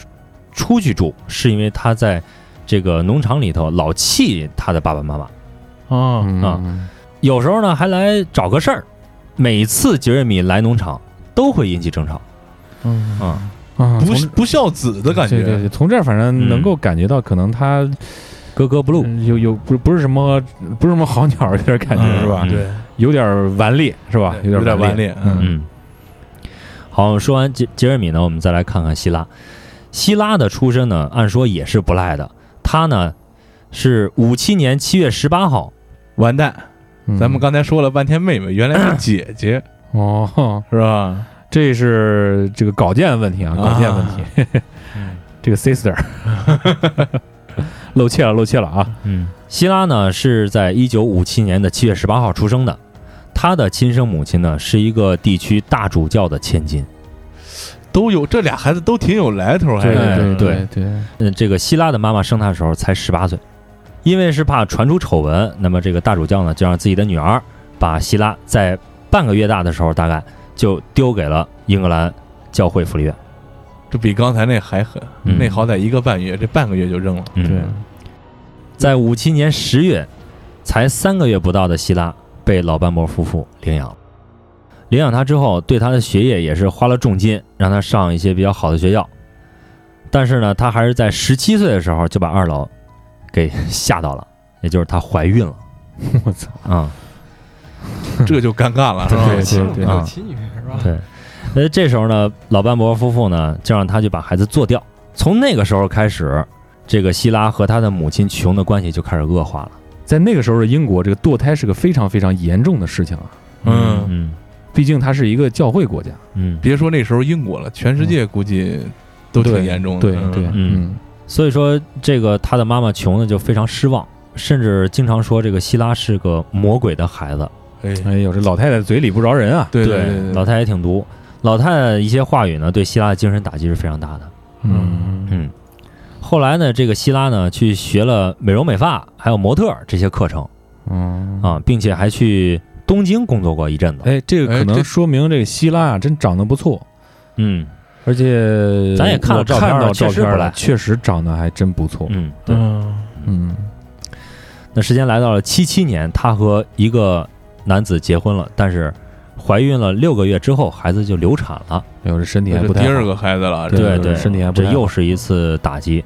Speaker 8: 出去住，是因为他在这个农场里头老气他的爸爸妈妈，
Speaker 5: 啊
Speaker 6: 嗯
Speaker 8: 有时候呢还来找个事儿。每次杰瑞米来农场都会引起争吵
Speaker 6: 嗯
Speaker 8: 啊、
Speaker 6: 啊，
Speaker 5: 不
Speaker 6: 从
Speaker 5: 不孝子的感
Speaker 6: 对对
Speaker 5: 觉嗯
Speaker 6: 对，，从这儿反正能够感觉到，可能他
Speaker 8: 格格不入。
Speaker 6: 嗯有有不不是什么不是什么好鸟儿，有点感觉
Speaker 5: 嗯
Speaker 6: 是吧？
Speaker 8: 嗯
Speaker 5: 对，
Speaker 6: 有点顽劣是吧？
Speaker 5: 对有
Speaker 6: 点
Speaker 5: 点
Speaker 6: 顽
Speaker 5: 顽
Speaker 6: 劣，
Speaker 5: 劣，嗯，
Speaker 8: 嗯，好，说完杰杰瑞米呢，我们再来看看希拉。希拉的出身呢，按说也是不赖的。他呢是五七年七月十八号，
Speaker 5: 完蛋，
Speaker 6: 嗯
Speaker 5: 咱们刚才说了半天妹妹，原
Speaker 6: *coughs*
Speaker 5: 来是姐姐，
Speaker 6: 哦，
Speaker 5: 是吧？
Speaker 6: 这是这个稿件问题啊，稿件问题，
Speaker 8: *laughs*
Speaker 6: *laughs* 这个 sister *laughs* 露怯了，露怯了啊！
Speaker 8: 嗯，希拉呢是在一九五七年的七月十八号出生的，她的亲生母亲呢是一个地区大主教的千金。
Speaker 5: 都有这俩孩子都挺有来头，还
Speaker 8: 对
Speaker 5: 是
Speaker 8: 哎对对
Speaker 6: 嗯对，
Speaker 8: 嗯，这个希拉的妈妈生她的时候才十八岁，因为是怕传出丑闻，那么这个大主教呢就让自己的女儿把希拉在半个月大的时候，大概就丢给了英格兰教会福利院。
Speaker 5: 这比刚才那还狠，
Speaker 8: 嗯
Speaker 5: 那好歹一个半月，这半个月就扔了。
Speaker 8: 嗯，
Speaker 6: 对，
Speaker 8: 在五七年十月，才三个月不到的希拉被老班伯夫妇领养了。领养他之后，对他的学业也是花了重金，让他上一些比较好的学校。但是呢，他还是在十七岁的时候就把二老给吓到了，也就是她怀孕了
Speaker 6: 我操，
Speaker 8: 啊、
Speaker 5: 这就尴尬了，是吧？
Speaker 6: 对对对
Speaker 8: 啊
Speaker 7: 有妻女是吧？
Speaker 8: 对，那这时候呢，老班伯夫妇呢就让他去把孩子做掉。从那个时候开始，这个希拉和他的母亲琼的关系就开始恶化了。
Speaker 6: 在那个时候的英国，这个堕胎是个非常非常严重的事情啊，
Speaker 5: 嗯
Speaker 8: 嗯
Speaker 6: 毕竟它是一个教会国家。
Speaker 8: 嗯，
Speaker 5: 别说那时候英国了，全世界估计都挺严重的。
Speaker 6: 对
Speaker 5: 嗯
Speaker 6: 对，
Speaker 8: 嗯，所以说，这个他的妈妈琼呢就非常失望，甚至经常说这个希拉是个魔鬼的孩子。
Speaker 5: 哎，
Speaker 6: 哎呦，这老太太嘴里不饶人啊。
Speaker 5: 对对
Speaker 8: 老太太挺毒，老太太一些话语呢对希拉的精神打击是非常大的。
Speaker 6: 嗯，
Speaker 8: 嗯，后来呢，这个希拉呢去学了美容美发还有模特儿这些课程
Speaker 6: 嗯
Speaker 8: 啊，并且还去东京工作过一阵子。
Speaker 6: 哎，这个
Speaker 5: 哎
Speaker 6: 可能
Speaker 5: 这
Speaker 6: 说明这个希拉啊，真长得不错，
Speaker 8: 嗯
Speaker 6: 而且
Speaker 8: 咱也看了
Speaker 6: 我
Speaker 8: 照片
Speaker 6: 看
Speaker 8: 了
Speaker 6: 到
Speaker 8: 确
Speaker 6: 照
Speaker 8: 实
Speaker 6: 片
Speaker 8: 不
Speaker 6: 了，
Speaker 8: 赖
Speaker 6: 确实长得还真不错。
Speaker 8: 嗯，对。
Speaker 5: 嗯，
Speaker 6: 嗯，
Speaker 8: 那时间来到了七七年，她和一个男子结婚了，但是怀孕了六个月之后，孩子就流产了。
Speaker 6: 哎呦，这身体还
Speaker 5: 这
Speaker 6: 不
Speaker 5: 是
Speaker 6: 太
Speaker 5: 第二
Speaker 6: 好。
Speaker 5: 个孩子了，
Speaker 6: 对
Speaker 8: 对
Speaker 6: 对身体还不
Speaker 8: 这
Speaker 6: 太
Speaker 8: 又
Speaker 6: 好
Speaker 8: 是一次打击。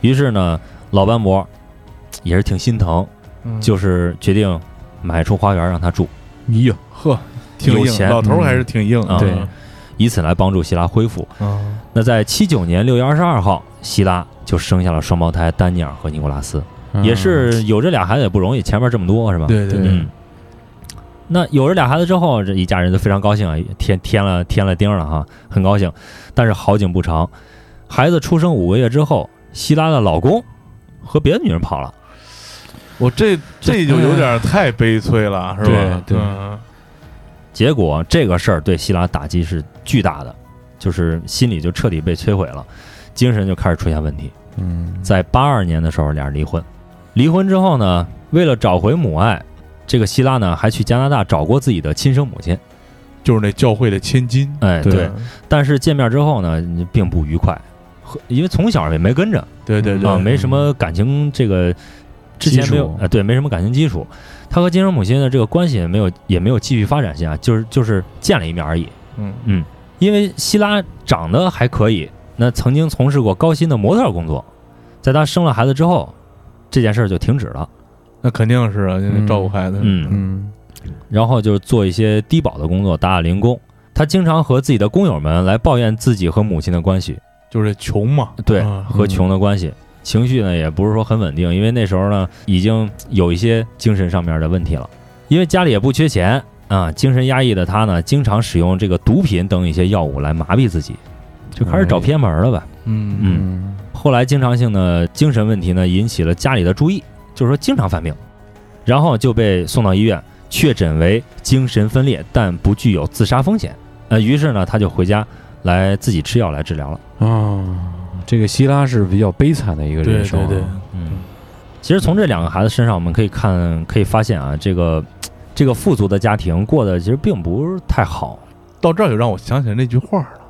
Speaker 8: 于是呢，老班伯也是挺心疼，
Speaker 7: 嗯
Speaker 8: 就是决定买处花园让他住，
Speaker 6: 哎
Speaker 5: 咦呵，挺
Speaker 8: 有
Speaker 5: 硬，
Speaker 8: 钱
Speaker 5: 老头儿还是挺硬
Speaker 8: 嗯
Speaker 5: 啊。
Speaker 6: 对
Speaker 8: 以此来帮助希拉恢复。
Speaker 5: 啊，
Speaker 8: 那在七九年六月二十二号，希拉就生下了双胞胎丹尼尔和尼古拉斯，
Speaker 6: 嗯
Speaker 8: 也是有这俩孩子也不容易，前面这么多是吧？，
Speaker 5: 对对
Speaker 6: 对
Speaker 8: 嗯。那有了俩孩子之后，这一家人都非常高兴啊，添添了添了丁了哈，很高兴。但是好景不长，孩子出生五个月之后，希拉的老公和别的女人跑了。
Speaker 5: 我这这就有点太悲催了，是吧？
Speaker 6: 对对
Speaker 5: 嗯
Speaker 8: 结果这个事儿对希拉打击是巨大的，就是心理就彻底被摧毁了，精神就开始出现问题。
Speaker 6: 嗯，
Speaker 8: 在八二年的时候，俩人离婚。离婚之后呢，为了找回母爱，这个希拉呢还去加拿大找过自己的亲生母亲。
Speaker 5: 就是那教会的千金。
Speaker 8: 哎，
Speaker 6: 对
Speaker 8: 对。但是见面之后呢，并不愉快，和因为从小也没跟着
Speaker 5: 对对对
Speaker 8: 啊，，没什么感情这个。之前没有
Speaker 6: 基础
Speaker 8: 啊，对，没什么感情基础。他和亲生母亲的这个关系也没有，也没有继续发展下，就是就是见了一面而已。
Speaker 5: 嗯
Speaker 8: 因为希拉长得还可以，那曾经从事过高薪的模特工作，在她生了孩子之后，这件事儿就停止了。
Speaker 5: 那肯定是啊，那照顾孩子。
Speaker 8: 嗯，
Speaker 6: 嗯
Speaker 8: 然后就是做一些低保的工作，打打零工。她经常和自己的工友们来抱怨自己和母亲的关系，
Speaker 5: 就是穷嘛，
Speaker 8: 对，
Speaker 5: 啊
Speaker 6: 嗯
Speaker 8: 和穷的关系。情绪呢也不是说很稳定，因为那时候呢已经有一些精神上面的问题了，因为家里也不缺钱啊，精神压抑的她呢经常使用这个毒品等一些药物来麻痹自己，就开始找偏门了吧。
Speaker 5: 嗯
Speaker 8: 嗯
Speaker 6: 嗯，
Speaker 8: 后来经常性的精神问题呢，引起了家里的注意，就是说经常犯病，然后就被送到医院，确诊为精神分裂，但不具有自杀风险。呃，于是呢，他就回家来自己吃药来治疗了。
Speaker 6: 啊，这个希拉是比较悲惨的一个
Speaker 5: 对
Speaker 6: 人生
Speaker 5: 对
Speaker 6: 啊，
Speaker 5: 对，
Speaker 8: 嗯，其实从这两个孩子身上，我们可以看，可以发现啊，这个这个富足的家庭过得其实并不是太好。
Speaker 5: 到这儿就让我想起来那句话了：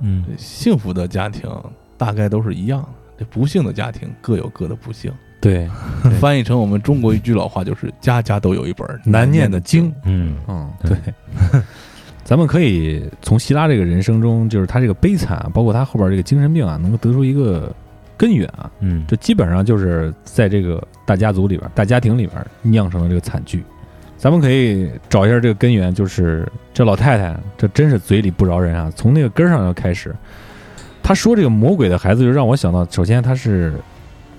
Speaker 8: 嗯
Speaker 5: 幸福的家庭大概都是一样的，这不幸的家庭各有各的不幸。
Speaker 6: 对， *laughs* 对
Speaker 5: 翻译成我们中国一句老话就是“家家都有一本
Speaker 6: 难念的经
Speaker 8: 嗯
Speaker 6: 嗯，对。 *laughs* 咱们可以从希拉这个人生中，就是他这个悲惨，啊包括他后边这个精神病啊，能够得出一个根源啊，
Speaker 8: 嗯，
Speaker 6: 这基本上就是在这个大家族里边、大家庭里边酿成了这个惨剧。咱们可以找一下这个根源，就是这老太太，这真是嘴里不饶人啊！从那个根儿上要开始。她说这个魔鬼的孩子，就让我想到，首先她是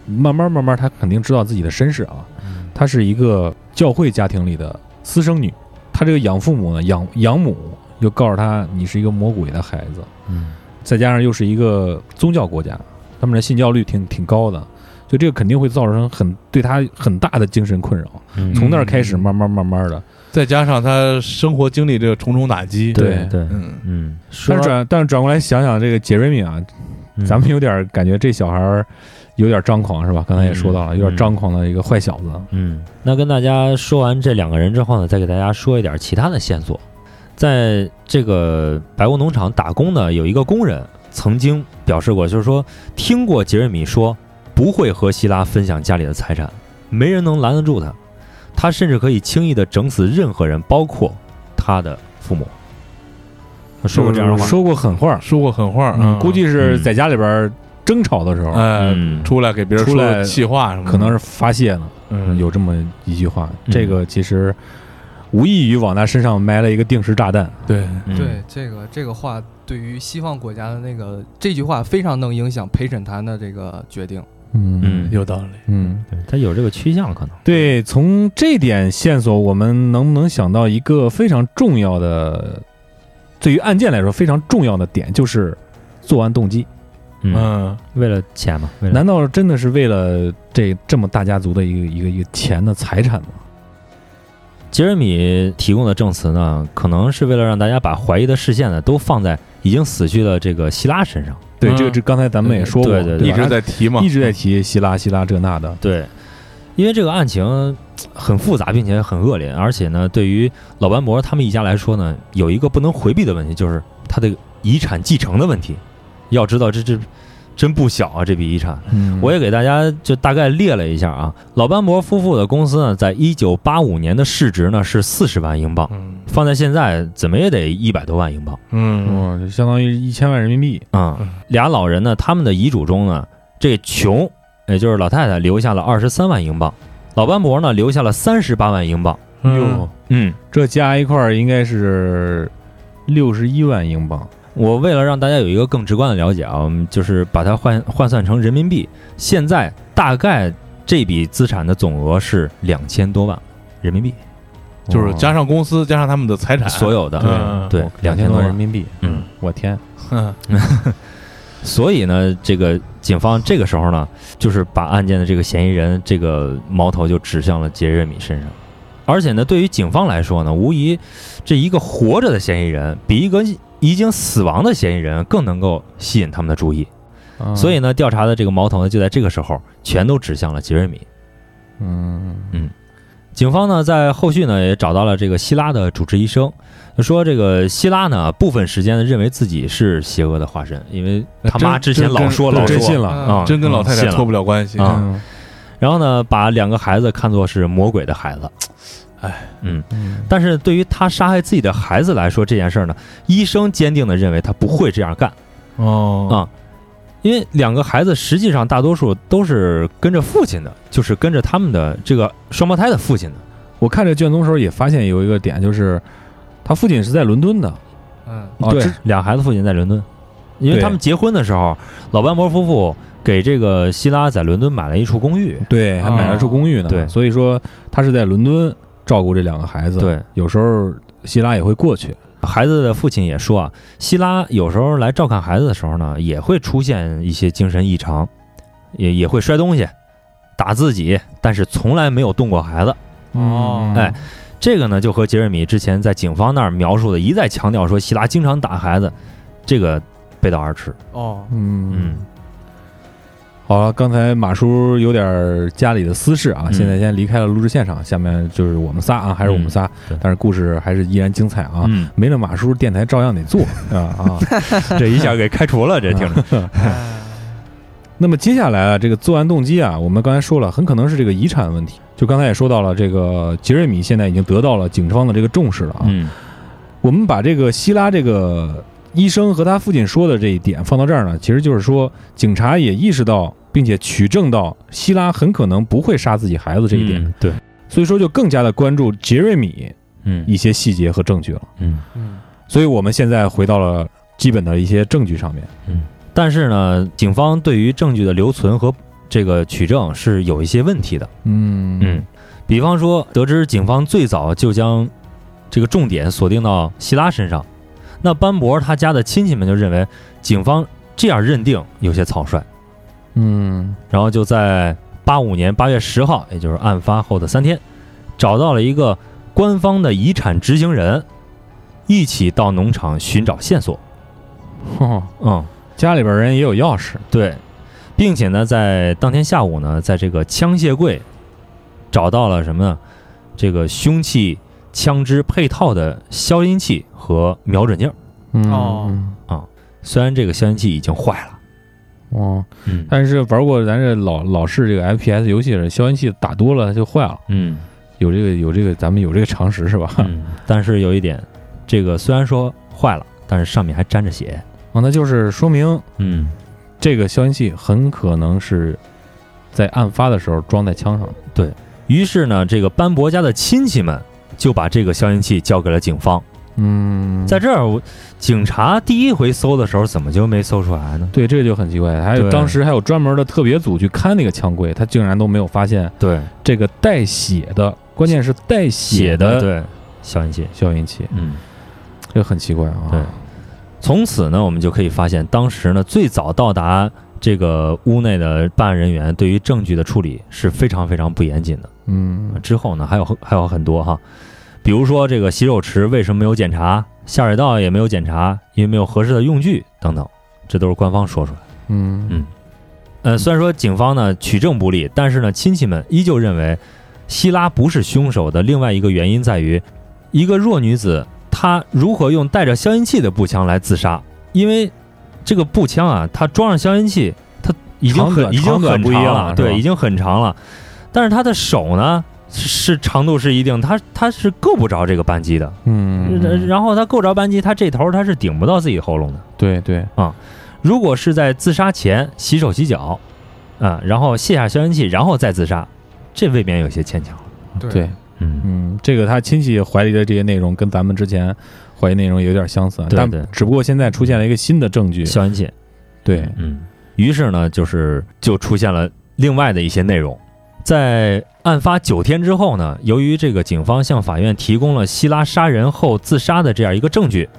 Speaker 6: 慢慢慢慢，她肯定知道自己的身世啊。她是一个教会家庭里的私生女，她这个养父母呢，养养母又告诉她，你是一个魔鬼的孩子。
Speaker 8: 嗯
Speaker 6: 再加上又是一个宗教国家，他们的信教率挺挺高的，就这个肯定会造成很对他很大的精神困扰。
Speaker 8: 嗯
Speaker 6: 从那儿开始，慢慢慢慢的，
Speaker 5: 再加上他生活经历这个重重打击，
Speaker 8: 对对
Speaker 5: 嗯，
Speaker 8: 嗯，说
Speaker 6: 但是转但是转过来想想这个杰瑞米啊，
Speaker 8: 嗯
Speaker 6: 咱们有点感觉这小孩儿有点张狂是吧？刚才也说到了，有点张狂的一个坏小子。
Speaker 8: 嗯，那跟大家说完这两个人之后呢，再给大家说一点其他的线索。在这个白屋农场打工的有一个工人曾经表示过，就是说听过杰瑞米说不会和希拉分享家里的财产，没人能拦得住他，他甚至可以轻易的整死任何人，包括他的父母。他说过这样的话，
Speaker 6: 说过狠话，
Speaker 5: 说过狠话啊，
Speaker 6: 嗯，估计是在家里边争吵的时候，
Speaker 5: 哎
Speaker 8: 嗯
Speaker 5: 出来给别人
Speaker 6: 出来
Speaker 5: 说气话什么的，
Speaker 6: 可能是发泄呢，
Speaker 5: 嗯
Speaker 6: 有这么一句话。
Speaker 8: 嗯
Speaker 6: 这个其实无异于往他身上埋了一个定时炸弹。
Speaker 5: 对
Speaker 8: 嗯
Speaker 7: 对这个这个话，对于西方国家的那个这句话非常能影响陪审团的这个决定。
Speaker 6: 嗯
Speaker 8: 嗯
Speaker 5: 有道理，
Speaker 6: 嗯，
Speaker 8: 对他有这个趋向，可能
Speaker 6: 对，从这点线索，我们能不能想到一个非常重要的，对于案件来说非常重要的点，就是作案动机？
Speaker 5: 嗯，
Speaker 8: 为了钱嘛，为了
Speaker 6: 难道真的是为了这这么大家族的一个一个一个钱的财产吗？
Speaker 8: 杰瑞米提供的证词呢，可能是为了让大家把怀疑的视线呢都放在已经死去的这个希拉身上。
Speaker 6: 对，
Speaker 5: 嗯
Speaker 6: 这个这刚才咱们也说过，
Speaker 8: 对对对
Speaker 5: 一
Speaker 6: 对吧
Speaker 5: 直在提嘛，
Speaker 6: 一直在提希拉希拉这那的，
Speaker 8: 对，因为这个案情呃很复杂，并且很恶劣，而且呢，对于老班伯他们一家来说呢，有一个不能回避的问题，就是他的遗产继承的问题。要知道这，这真不小啊，这笔遗产。
Speaker 6: 嗯
Speaker 8: 我也给大家就大概列了一下啊，老班伯夫妇的公司呢，在一九八五年的市值呢是四十万英镑，
Speaker 5: 嗯
Speaker 8: 放在现在怎么也得一百多万英镑。
Speaker 5: 嗯
Speaker 6: 哇，就相当于一千万人民币，
Speaker 8: 啊、
Speaker 5: 嗯
Speaker 8: 俩老人呢，他们的遗嘱中呢，这琼，也就是老太太留下了二十三万英镑，老班伯呢留下了三十八万英镑。
Speaker 6: 哦
Speaker 5: 嗯，
Speaker 8: 嗯，
Speaker 6: 这加一块儿应该是六十一万英镑。
Speaker 8: 我为了让大家有一个更直观的了解啊，我们就是把它换换算成人民币，现在大概这笔资产的总额是两千多万人民币，
Speaker 5: 就是加上公司，加上他们的财产，
Speaker 8: 所有的、
Speaker 5: 嗯
Speaker 8: 对两千
Speaker 6: 多
Speaker 8: 多
Speaker 6: 人
Speaker 8: 万。
Speaker 6: 民币，
Speaker 8: 嗯，
Speaker 6: 我天，
Speaker 5: 嗯
Speaker 8: 所以呢，这个警方这个时候呢，就是把案件的这个嫌疑人这个矛头就指向了杰瑞米身上。而且呢，对于警方来说呢，无疑这一个活着的嫌疑人比一个已经死亡的嫌疑人更能够吸引他们的注意。
Speaker 6: 嗯
Speaker 8: 所以呢，调查的这个矛头呢，就在这个时候全都指向了杰瑞米。
Speaker 6: 嗯，
Speaker 8: 警方呢，在后续呢也找到了这个希拉的主治医生，说这个希拉呢部分时间呢认为自己是邪恶的化身，因为他妈之前老说
Speaker 5: 真
Speaker 8: 老
Speaker 5: 真嗯
Speaker 8: 说
Speaker 6: 真信了
Speaker 7: 啊
Speaker 8: 啊，
Speaker 5: 真跟老太
Speaker 8: 信
Speaker 5: 太
Speaker 8: 了
Speaker 5: 脱不了关系
Speaker 8: 啊
Speaker 6: 嗯
Speaker 8: 然后呢，把两个孩子看作是魔鬼的孩子。哎，嗯，
Speaker 6: 嗯，
Speaker 8: 但是对于他杀害自己的孩子来说，这件事儿呢，医生坚定的认为他不会这样干，嗯
Speaker 6: 哦，
Speaker 8: 因为两个孩子实际上大多数都是跟着父亲的，就是跟着他们的这个双胞胎的父亲的。
Speaker 6: 我看这卷宗时候也发现有一个点，就是他父亲是在伦敦的，
Speaker 7: 嗯，
Speaker 6: 哦
Speaker 8: 对
Speaker 6: 这，
Speaker 8: 俩啊孩子父亲在伦敦，因为
Speaker 6: 对
Speaker 8: 他们结婚的时候，老班伯夫妇给这个希拉在伦敦买了一处公寓。
Speaker 6: 对，啊还买了住公寓呢，
Speaker 8: 对
Speaker 6: 所以说他是在伦敦照顾这两个孩子，，
Speaker 8: 对，
Speaker 6: 有时候希拉也会过去，
Speaker 8: 孩子的父亲也说啊，希拉有时候来照看孩子的时候呢，也会出现一些精神异常，也也会摔东西、打自己，但是从来没有动过孩子。
Speaker 7: 哦
Speaker 6: 嗯
Speaker 8: 哎，这个呢，就和杰瑞米之前在警方那儿描述的一再强调说希拉经常打孩子，这个背道而驰。
Speaker 7: 哦，
Speaker 6: 嗯
Speaker 8: 嗯，
Speaker 6: 好了，刚才马叔有点儿家里的私事啊，
Speaker 8: 嗯
Speaker 6: 现在先离开了录制现场，下面就是我们仨啊，还是我们仨，
Speaker 8: 对
Speaker 6: 但是故事还是依然精彩啊。
Speaker 8: 嗯，
Speaker 6: 没了马叔，电台照样得做啊啊！
Speaker 8: 这一下给开除了，这听着。
Speaker 6: 那么接下来啊，这个作案动机啊，我们刚才说了，很可能是这个遗产问题。就刚才也说到了，这个杰瑞米现在已经得到了警方的这个重视了啊。
Speaker 8: 嗯
Speaker 6: 我们把这个希拉这个医生和他父亲说的这一点放到这儿呢，其实就是说，警察也意识到并且取证到希拉很可能不会杀自己孩子这一点，
Speaker 8: 嗯对，
Speaker 6: 所以说就更加的关注杰瑞米
Speaker 8: 嗯
Speaker 6: 一些细节和证据了。
Speaker 8: 嗯。
Speaker 7: 嗯，
Speaker 6: 所以我们现在回到了基本的一些证据上面。
Speaker 8: 但是呢，警方对于证据的留存和这个取证是有一些问题的。
Speaker 6: 嗯
Speaker 8: 嗯，比方说，得知警方最早就将这个重点锁定到希拉身上，那班博他家的亲戚们就认为警方这样认定有些草率，
Speaker 6: 嗯
Speaker 8: 然后就在八五年八月十号，也就是案发后的三天，找到了一个官方的遗产执行人，一起到农场寻找线索。
Speaker 6: 哦，
Speaker 8: 嗯，
Speaker 6: 家里边人也有钥匙，
Speaker 8: 对，并且呢，在当天下午呢，在这个枪械柜找到了什么呢？这个凶器枪支配套的消音器和瞄准镜。
Speaker 6: 嗯
Speaker 7: 哦
Speaker 6: 嗯
Speaker 8: 虽然这个消音器已经坏了，
Speaker 6: 哦，
Speaker 8: 嗯
Speaker 6: 但是玩过咱这老老式这个 FPS 游戏的人，消音器打多了它就坏了，
Speaker 8: 嗯
Speaker 6: 有这个有这个咱们有这个常识是吧？ *laughs*
Speaker 8: 嗯，但是有一点，这个虽然说坏了，但是上面还沾着血。
Speaker 6: 啊，那就是说明
Speaker 8: 嗯，
Speaker 6: 这个消音器很可能是在案发的时候装在枪上的。
Speaker 8: 于是呢，这个班伯家的亲戚们就把这个消音器交给了警方。
Speaker 6: 嗯
Speaker 8: 在这儿，我警察第一回搜的时候，怎么就没搜出来呢？
Speaker 6: 对，这就很奇怪。还有
Speaker 8: 对
Speaker 6: 当时还有专门的特别组去看那个枪柜，他竟然都没有发现
Speaker 8: 对，
Speaker 6: 这个带血的，关键是带血的
Speaker 8: 嗯对消音器，
Speaker 6: 消音器，
Speaker 8: 嗯。
Speaker 6: 这很奇怪啊。
Speaker 8: 对从此呢，我们就可以发现，当时呢，最早到达这个屋内的办案人员对于证据的处理是非常非常不严谨的。
Speaker 6: 嗯
Speaker 8: 之后呢，还有还有很多哈，比如说这个洗手池为什么没有检查，下水道也没有检查，因为没有合适的用具等等，这都是官方说出来的。
Speaker 6: 嗯
Speaker 8: 嗯呃，虽然说警方呢取证不力，但是呢，亲戚们依旧认为希拉不是凶手的另外一个原因在于，一个弱女子她如何用带着消音器的步枪来自杀？因为这个步枪啊，它装上消音器，它已经
Speaker 6: 长短
Speaker 8: 很已经
Speaker 6: 长短
Speaker 8: 很
Speaker 6: 不一
Speaker 8: 长
Speaker 6: 样
Speaker 8: 了，
Speaker 6: 了是吧
Speaker 8: 对，已经很长了。但是她的手呢是是长度是一定，她她是够不着这个扳机的，
Speaker 6: 嗯，
Speaker 8: 然后她够着扳机，她这头她是顶不到自己喉咙的。
Speaker 6: 对对，
Speaker 8: 如果是在自杀前洗手洗脚，啊、然后卸下消音器，然后再自杀，这未免有些牵强了。
Speaker 6: 对
Speaker 8: 嗯，
Speaker 6: 嗯，这个他亲戚怀疑的这些内容跟咱们之前怀疑内容有点相似啊，
Speaker 8: 对
Speaker 6: 但
Speaker 8: 对
Speaker 6: 只不过现在出现了一个新的证据，
Speaker 8: 消音器，
Speaker 6: 对，
Speaker 8: 嗯。于是呢，就是就出现了另外的一些内容。在案发九天之后呢，由于这个警方向法院提供了希拉杀人后自杀的这样一个证据，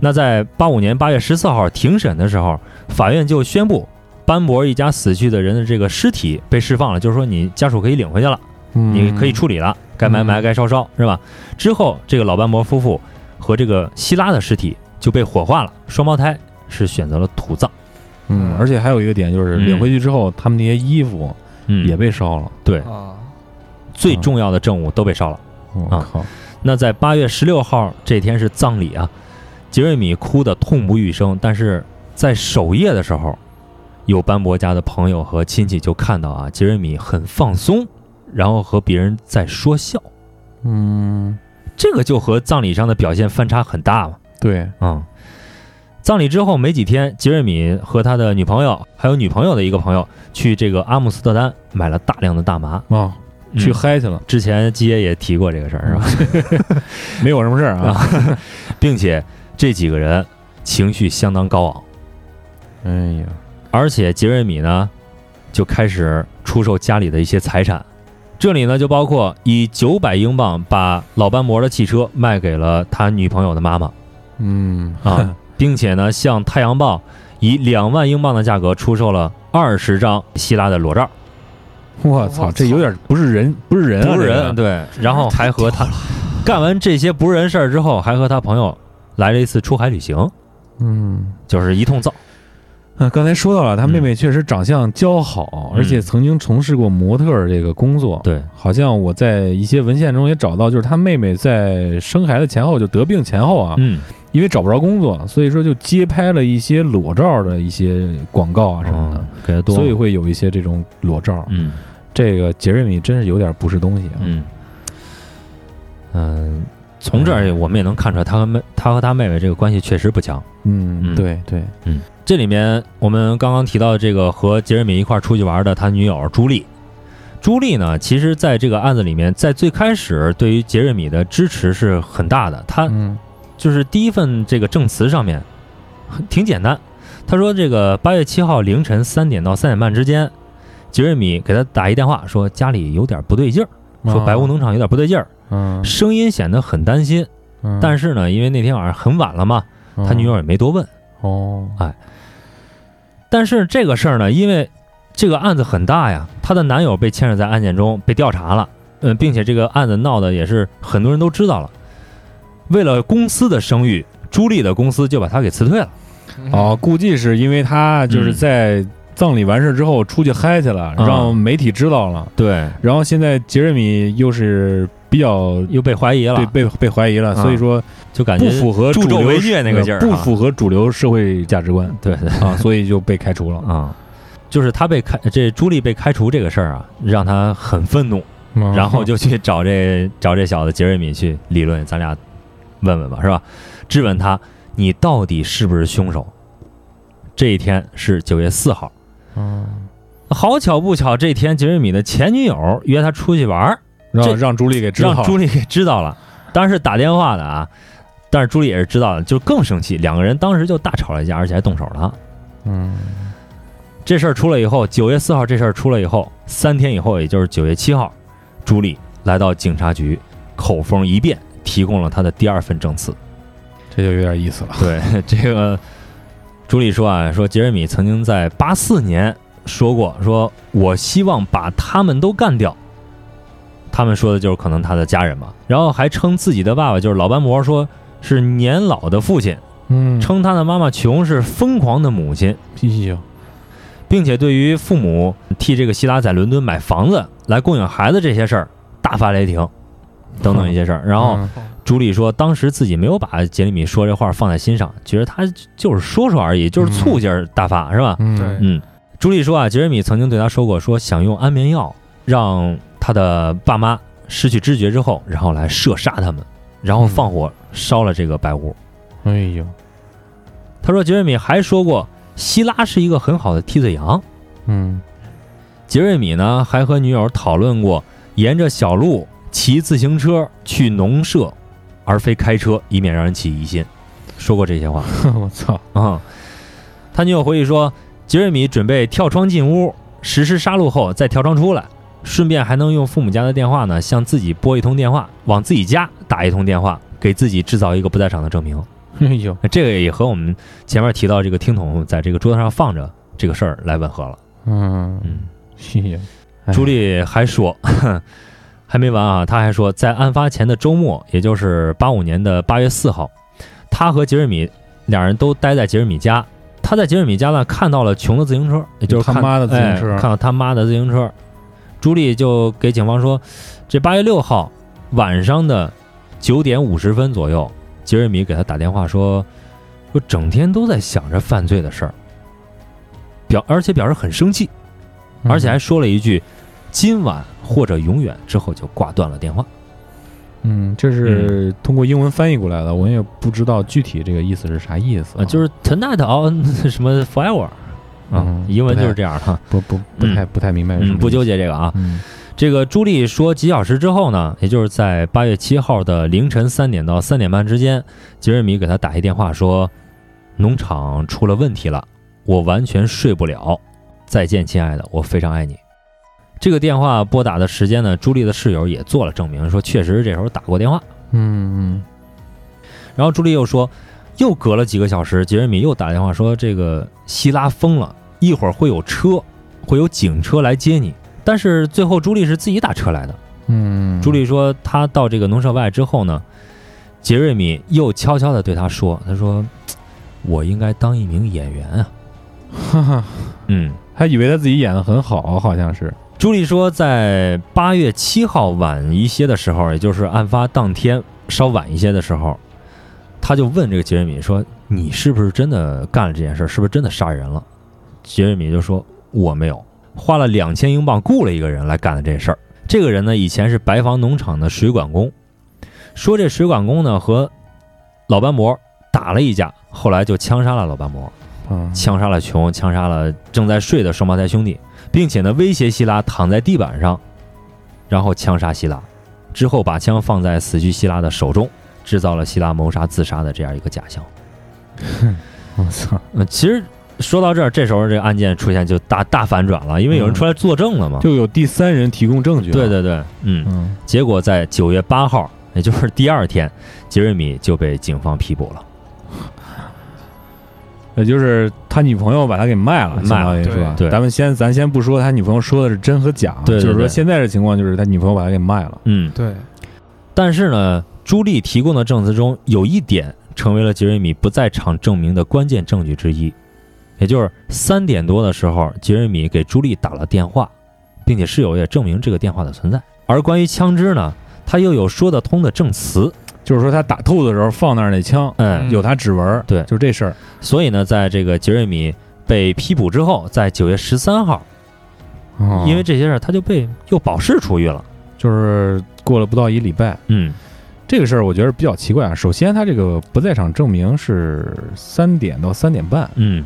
Speaker 8: 那在八五年八月十四号庭审的时候，法院就宣布班博一家死去的人的这个尸体被释放了，就是说你家属可以领回去了。
Speaker 6: 嗯
Speaker 8: 你可以处理了，该埋埋，该烧烧，是吧？之后，这个老班伯夫妇和这个希拉的尸体就被火化了，双胞胎是选择了土葬，
Speaker 6: 嗯，而且还有一个点就是
Speaker 8: 嗯
Speaker 6: 领回去之后，他们那些衣服
Speaker 8: 嗯
Speaker 6: 也被烧了。
Speaker 8: 对，
Speaker 7: 啊，
Speaker 8: 最重要的证物都被烧了。
Speaker 6: 我
Speaker 8: 啊
Speaker 6: 嗯靠，
Speaker 8: 那在八月十六号这天是葬礼啊，杰瑞米哭得痛不欲生，但是在守夜的时候，有班伯家的朋友和亲戚就看到啊，杰瑞米很放松，然后和别人在说笑，
Speaker 6: 嗯，
Speaker 8: 这个就和葬礼上的表现反差很大嘛。
Speaker 6: 对，
Speaker 8: 嗯，葬礼之后没几天，杰瑞米和他的女朋友，还有女朋友的一个朋友，去这个阿姆斯特丹买了大量的大麻。
Speaker 6: 啊，去
Speaker 8: 去
Speaker 6: 嗨去了，
Speaker 8: 之前基爷也提过这个事儿，是吧？
Speaker 6: 没有什么事儿啊。
Speaker 8: *laughs* 并且这几个人情绪相当高昂，
Speaker 6: 哎呀，
Speaker 8: 而且杰瑞米呢，就开始出售家里的一些财产。这里呢，就包括以九百英镑把老班摩的汽车卖给了他女朋友的妈妈，
Speaker 6: 嗯 *laughs*
Speaker 8: 啊，并且呢，向《太阳报》以两万英镑的价格出售了二十张希拉的裸照，
Speaker 6: 我操，
Speaker 7: 我
Speaker 6: 这有点不是人，不是人啊，
Speaker 8: 不是
Speaker 6: 这个
Speaker 8: 人对，然后还和他干完这些不是人事儿之后，还和他朋友来了一次出海旅行，
Speaker 6: 嗯。
Speaker 8: 就是一通造。
Speaker 6: 啊，刚才说到了，他妹妹确实长相姣好，
Speaker 8: 嗯
Speaker 6: 而且曾经从事过模特儿这个工作。，
Speaker 8: 对，
Speaker 6: 好像我在一些文献中也找到，就是他妹妹在生孩子前后，就得病前后啊，
Speaker 8: 嗯，
Speaker 6: 因为找不着工作，所以说就街拍了一些裸照的一些广告啊什么的，
Speaker 8: 嗯给的多，
Speaker 6: 所以会有一些这种裸照。
Speaker 8: 嗯
Speaker 6: 这个杰瑞米真是有点不是东西啊。
Speaker 8: 嗯嗯，从这儿我们也能看出来，他和妹他和他妹妹这个关系确实不强。
Speaker 6: 嗯，
Speaker 8: 嗯
Speaker 6: 对对，
Speaker 8: 这里面我们刚刚提到这个和杰瑞米一块儿出去玩的他女友朱莉，朱莉呢，其实在这个案子里面，在最开始对于杰瑞米的支持是很大的。他
Speaker 6: 嗯
Speaker 8: 就是第一份这个证词上面很挺简单，他说这个八月七号凌晨三点到三点半之间，杰瑞米给他打一电话说家里有点不对劲儿，说白屋，农场有点不对劲儿，
Speaker 6: 啊嗯，
Speaker 8: 声音显得很担心。但
Speaker 6: 是
Speaker 8: 是呢，因为那天晚上很晚了嘛，
Speaker 6: 嗯
Speaker 8: 他女友也没多问。
Speaker 6: 哦，
Speaker 8: 但是这个事儿呢，因为这个案子很大呀，她的男友被牵扯在案件中被调查了，嗯，并且这个案子闹的也是很多人都知道了。为了公司的声誉，朱莉的公司就把她给辞退了。
Speaker 6: 哦，估计是因为他就是在葬礼完事之后出去嗨去了，
Speaker 8: 嗯
Speaker 6: 让媒体知道了。
Speaker 8: 对，
Speaker 6: 然后现在杰瑞米又是比较
Speaker 8: 又被怀疑了
Speaker 6: 对，被被怀疑了，
Speaker 8: 啊
Speaker 6: 所以说
Speaker 8: 就感觉
Speaker 6: 不符合
Speaker 8: 助
Speaker 6: 主
Speaker 8: 纣
Speaker 6: 流
Speaker 8: 为虐那个劲儿啊，嗯
Speaker 6: 呃不符合主流社会价值观
Speaker 8: 对对
Speaker 6: 啊，所以就被开除了。
Speaker 8: 啊。就是他被开，这朱莉被开除这个事儿啊，让他很愤怒，嗯
Speaker 6: 嗯
Speaker 8: 然后就去找这 *laughs* 找这小子杰瑞米去理论，咱俩问问吧，是吧？质问他，你到底是不是凶手？这一天是九月四号，
Speaker 6: 嗯，
Speaker 8: 好巧不巧，这天杰瑞米的前女友约他出去玩儿，这
Speaker 6: 让让朱莉给知道
Speaker 8: 让
Speaker 6: 了，
Speaker 8: 朱莉给知道了，当然是打电话的啊，但是朱莉也是知道了，就更生气，两个人当时就大吵了一架，而且还动手了。
Speaker 6: 嗯
Speaker 8: 这事儿出了以后，九月四号这事儿出了以后，三天以后，也就是九月七号，朱莉来到警察局，口风一变，提供了她的第二份证词。
Speaker 6: 这就有点意思了。
Speaker 8: 对这个，朱莉说啊，说杰瑞米曾经在八四年说过，说我希望把他们都干掉。他们说的就是可能他的家人嘛，然后还称自己的爸爸就是老班伯，说是年老的父亲，
Speaker 6: 嗯哎
Speaker 8: 称他的妈妈琼是疯狂的母亲，
Speaker 6: 屁呀，
Speaker 8: 并且对于父母替这个希拉在伦敦买房子来供养孩子这些事儿大发雷霆，等等一些事儿。然后
Speaker 6: 嗯
Speaker 8: 朱莉说，当时自己没有把杰里米说这话放在心上，觉得他就是说说而已，就是醋劲儿大发，是吧？
Speaker 6: 嗯
Speaker 7: 对
Speaker 8: 嗯，朱莉说啊，杰里米曾经对他说过，说想用安眠药让他的爸妈失去知觉之后，然后来射杀他们，嗯然后放火烧了这个白屋。
Speaker 6: 哎呦，
Speaker 8: 他说，杰瑞米还说过，希拉是一个很好的替罪羊。
Speaker 6: 嗯
Speaker 8: 杰瑞米呢还和女友讨论过，沿着小路骑自行车去农舍，而非开车，以免让人起疑心。说过这些话
Speaker 6: *laughs* 我操，
Speaker 8: 啊、他女友回忆说，杰瑞米准备跳窗进屋，实施杀戮后再跳窗出来，顺便还能用父母家的电话呢，向自己拨一通电话，往自己家打一通电话，给自己制造一个不在场的证明。
Speaker 6: 哎呦，
Speaker 8: 这个也和我们前面提到这个听筒在这个桌子上放着这个事儿来吻合了。
Speaker 6: 嗯，
Speaker 8: 嗯。
Speaker 6: 屁呀，哎
Speaker 8: 朱莉还说， *laughs* 还没完啊，她还说，在案发前的周末，也就是八五年的八月四号，她和杰瑞米两人都待在杰瑞米家。她在杰瑞米家呢，看到了琼的自行车，也就是
Speaker 6: 他
Speaker 8: 看
Speaker 6: 妈的自行车
Speaker 8: 哎看到他妈的自行车。朱莉就给警方说，这八月六号晚上的九点五十分左右，杰瑞米给她打电话说，说整天都在想着犯罪的事儿，表而且表示很生气。
Speaker 6: 嗯
Speaker 8: 而且还说了一句“今晚或者永远”，之后就挂断了电话。
Speaker 6: 嗯，这是通过英文翻译过来的，我也不知道具体这个意思是啥意思
Speaker 8: 啊，就是 tonight on *laughs* 什么 forever 啊
Speaker 6: 哦嗯，
Speaker 8: 英文就是这样哈。
Speaker 6: 不不不太不太明白是什
Speaker 8: 嗯，
Speaker 6: 么，
Speaker 8: 不纠结这个啊。
Speaker 6: 嗯，
Speaker 8: 这个朱莉说，几小时之后呢，也就是在八月七号的凌晨三点到三点半之间，杰瑞米给他打一电话说，农场出了问题了，我完全睡不了。再见，亲爱的，我非常爱你。这个电话拨打的时间呢，朱莉的室友也做了证明，说确实这时候打过电话。
Speaker 6: 嗯
Speaker 8: 然后朱莉又说，又隔了几个小时，杰瑞米又打电话说，这个希拉疯了，一会儿会有车，会有警车来接你。但是最后朱莉是自己打车来的。
Speaker 6: 嗯嗯，
Speaker 8: 朱莉说，她到这个农舍外之后呢，杰瑞米又悄悄地对她说，他说，我应该当一名演员啊。
Speaker 6: 哈哈，
Speaker 8: 嗯，
Speaker 6: 还以为他自己演的很好，好像是，
Speaker 8: 朱莉说，在八月七号晚一些的时候，也就是案发当天稍晚一些的时候，他就问这个杰瑞米说：“你是不是真的干了这件事儿？是不是真的杀人了？”杰瑞米就说：“我没有，花了两千英镑雇了一个人来干的这事儿。这个人呢，以前是白房农场的水管工，说这水管工呢和老班伯打了一架，后来就枪杀了老班伯。”
Speaker 6: *laughs* 嗯，
Speaker 8: 枪杀了琼，枪杀了正在睡的双胞胎兄弟，并且呢威胁希拉躺在地板上，然后枪杀希拉，之后把枪放在死去希拉的手中，制造了希拉谋杀自杀的这样一个假象。
Speaker 6: 我操，
Speaker 8: 嗯，其实说到这儿，这时候这个案件出现就大大反转了，因为有人出来作证了嘛。
Speaker 6: 就有第三人提供证据，
Speaker 8: 嗯对，对对，嗯。
Speaker 6: 嗯，
Speaker 8: 结果在九月八号，也就是第二天，杰瑞米就被警方批捕了。
Speaker 6: 也就是他女朋友把他给卖了，
Speaker 8: 卖了
Speaker 6: 相当于是吧？
Speaker 8: 对对
Speaker 6: 咱们先咱先不说他女朋友说的是真和假，啊
Speaker 8: 对对
Speaker 6: 就是
Speaker 8: 对
Speaker 6: 说现在的情况就是他女朋友把他给卖了，
Speaker 8: 嗯，
Speaker 7: 对，
Speaker 8: 但是呢，朱莉提供的证词中有一点，成为了杰瑞米不在场证明的关键证据之一。也就是三点多的时候，杰瑞米给朱莉打了电话，并且室友也证明这个电话的存在。而关于枪支呢，他又有说得通的证词，
Speaker 6: 就是说他打兔子的时候放那儿那枪，
Speaker 8: 嗯，
Speaker 6: 有他指纹儿，
Speaker 8: 对
Speaker 6: 就这事儿。
Speaker 8: 所以呢，在这个杰瑞米被批捕之后，在九月十三号，
Speaker 6: 哦
Speaker 8: 因为这些事儿，他就被又保释出狱了。
Speaker 6: 就是过了不到一礼拜，
Speaker 8: 嗯，
Speaker 6: 这个事儿我觉得比较奇怪啊。首先，他这个不在场证明是三点到三点半，
Speaker 8: 嗯，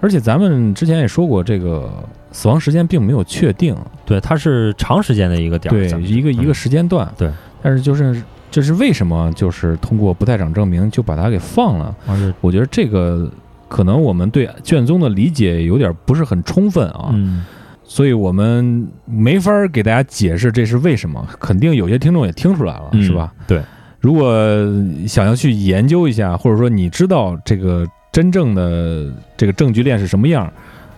Speaker 6: 而且咱们之前也说过，这个死亡时间并没有确定，
Speaker 8: 对，他是长时间的一个点儿，
Speaker 6: 对
Speaker 8: 咱们
Speaker 6: 一个一个
Speaker 8: 嗯
Speaker 6: 时间段，
Speaker 8: 对。
Speaker 6: 但是就是这是为什么？就是通过不在场证明就把他给放了？
Speaker 8: 而是
Speaker 6: 我觉得这个可能我们对卷宗的理解有点不是很充分啊。
Speaker 8: 嗯，
Speaker 6: 所以我们没法儿给大家解释这是为什么，肯定有些听众也听出来了，
Speaker 8: 嗯
Speaker 6: 啊是吧？
Speaker 8: 对，
Speaker 6: 如果想要去研究一下，或者说你知道这个真正的这个证据链是什么样儿，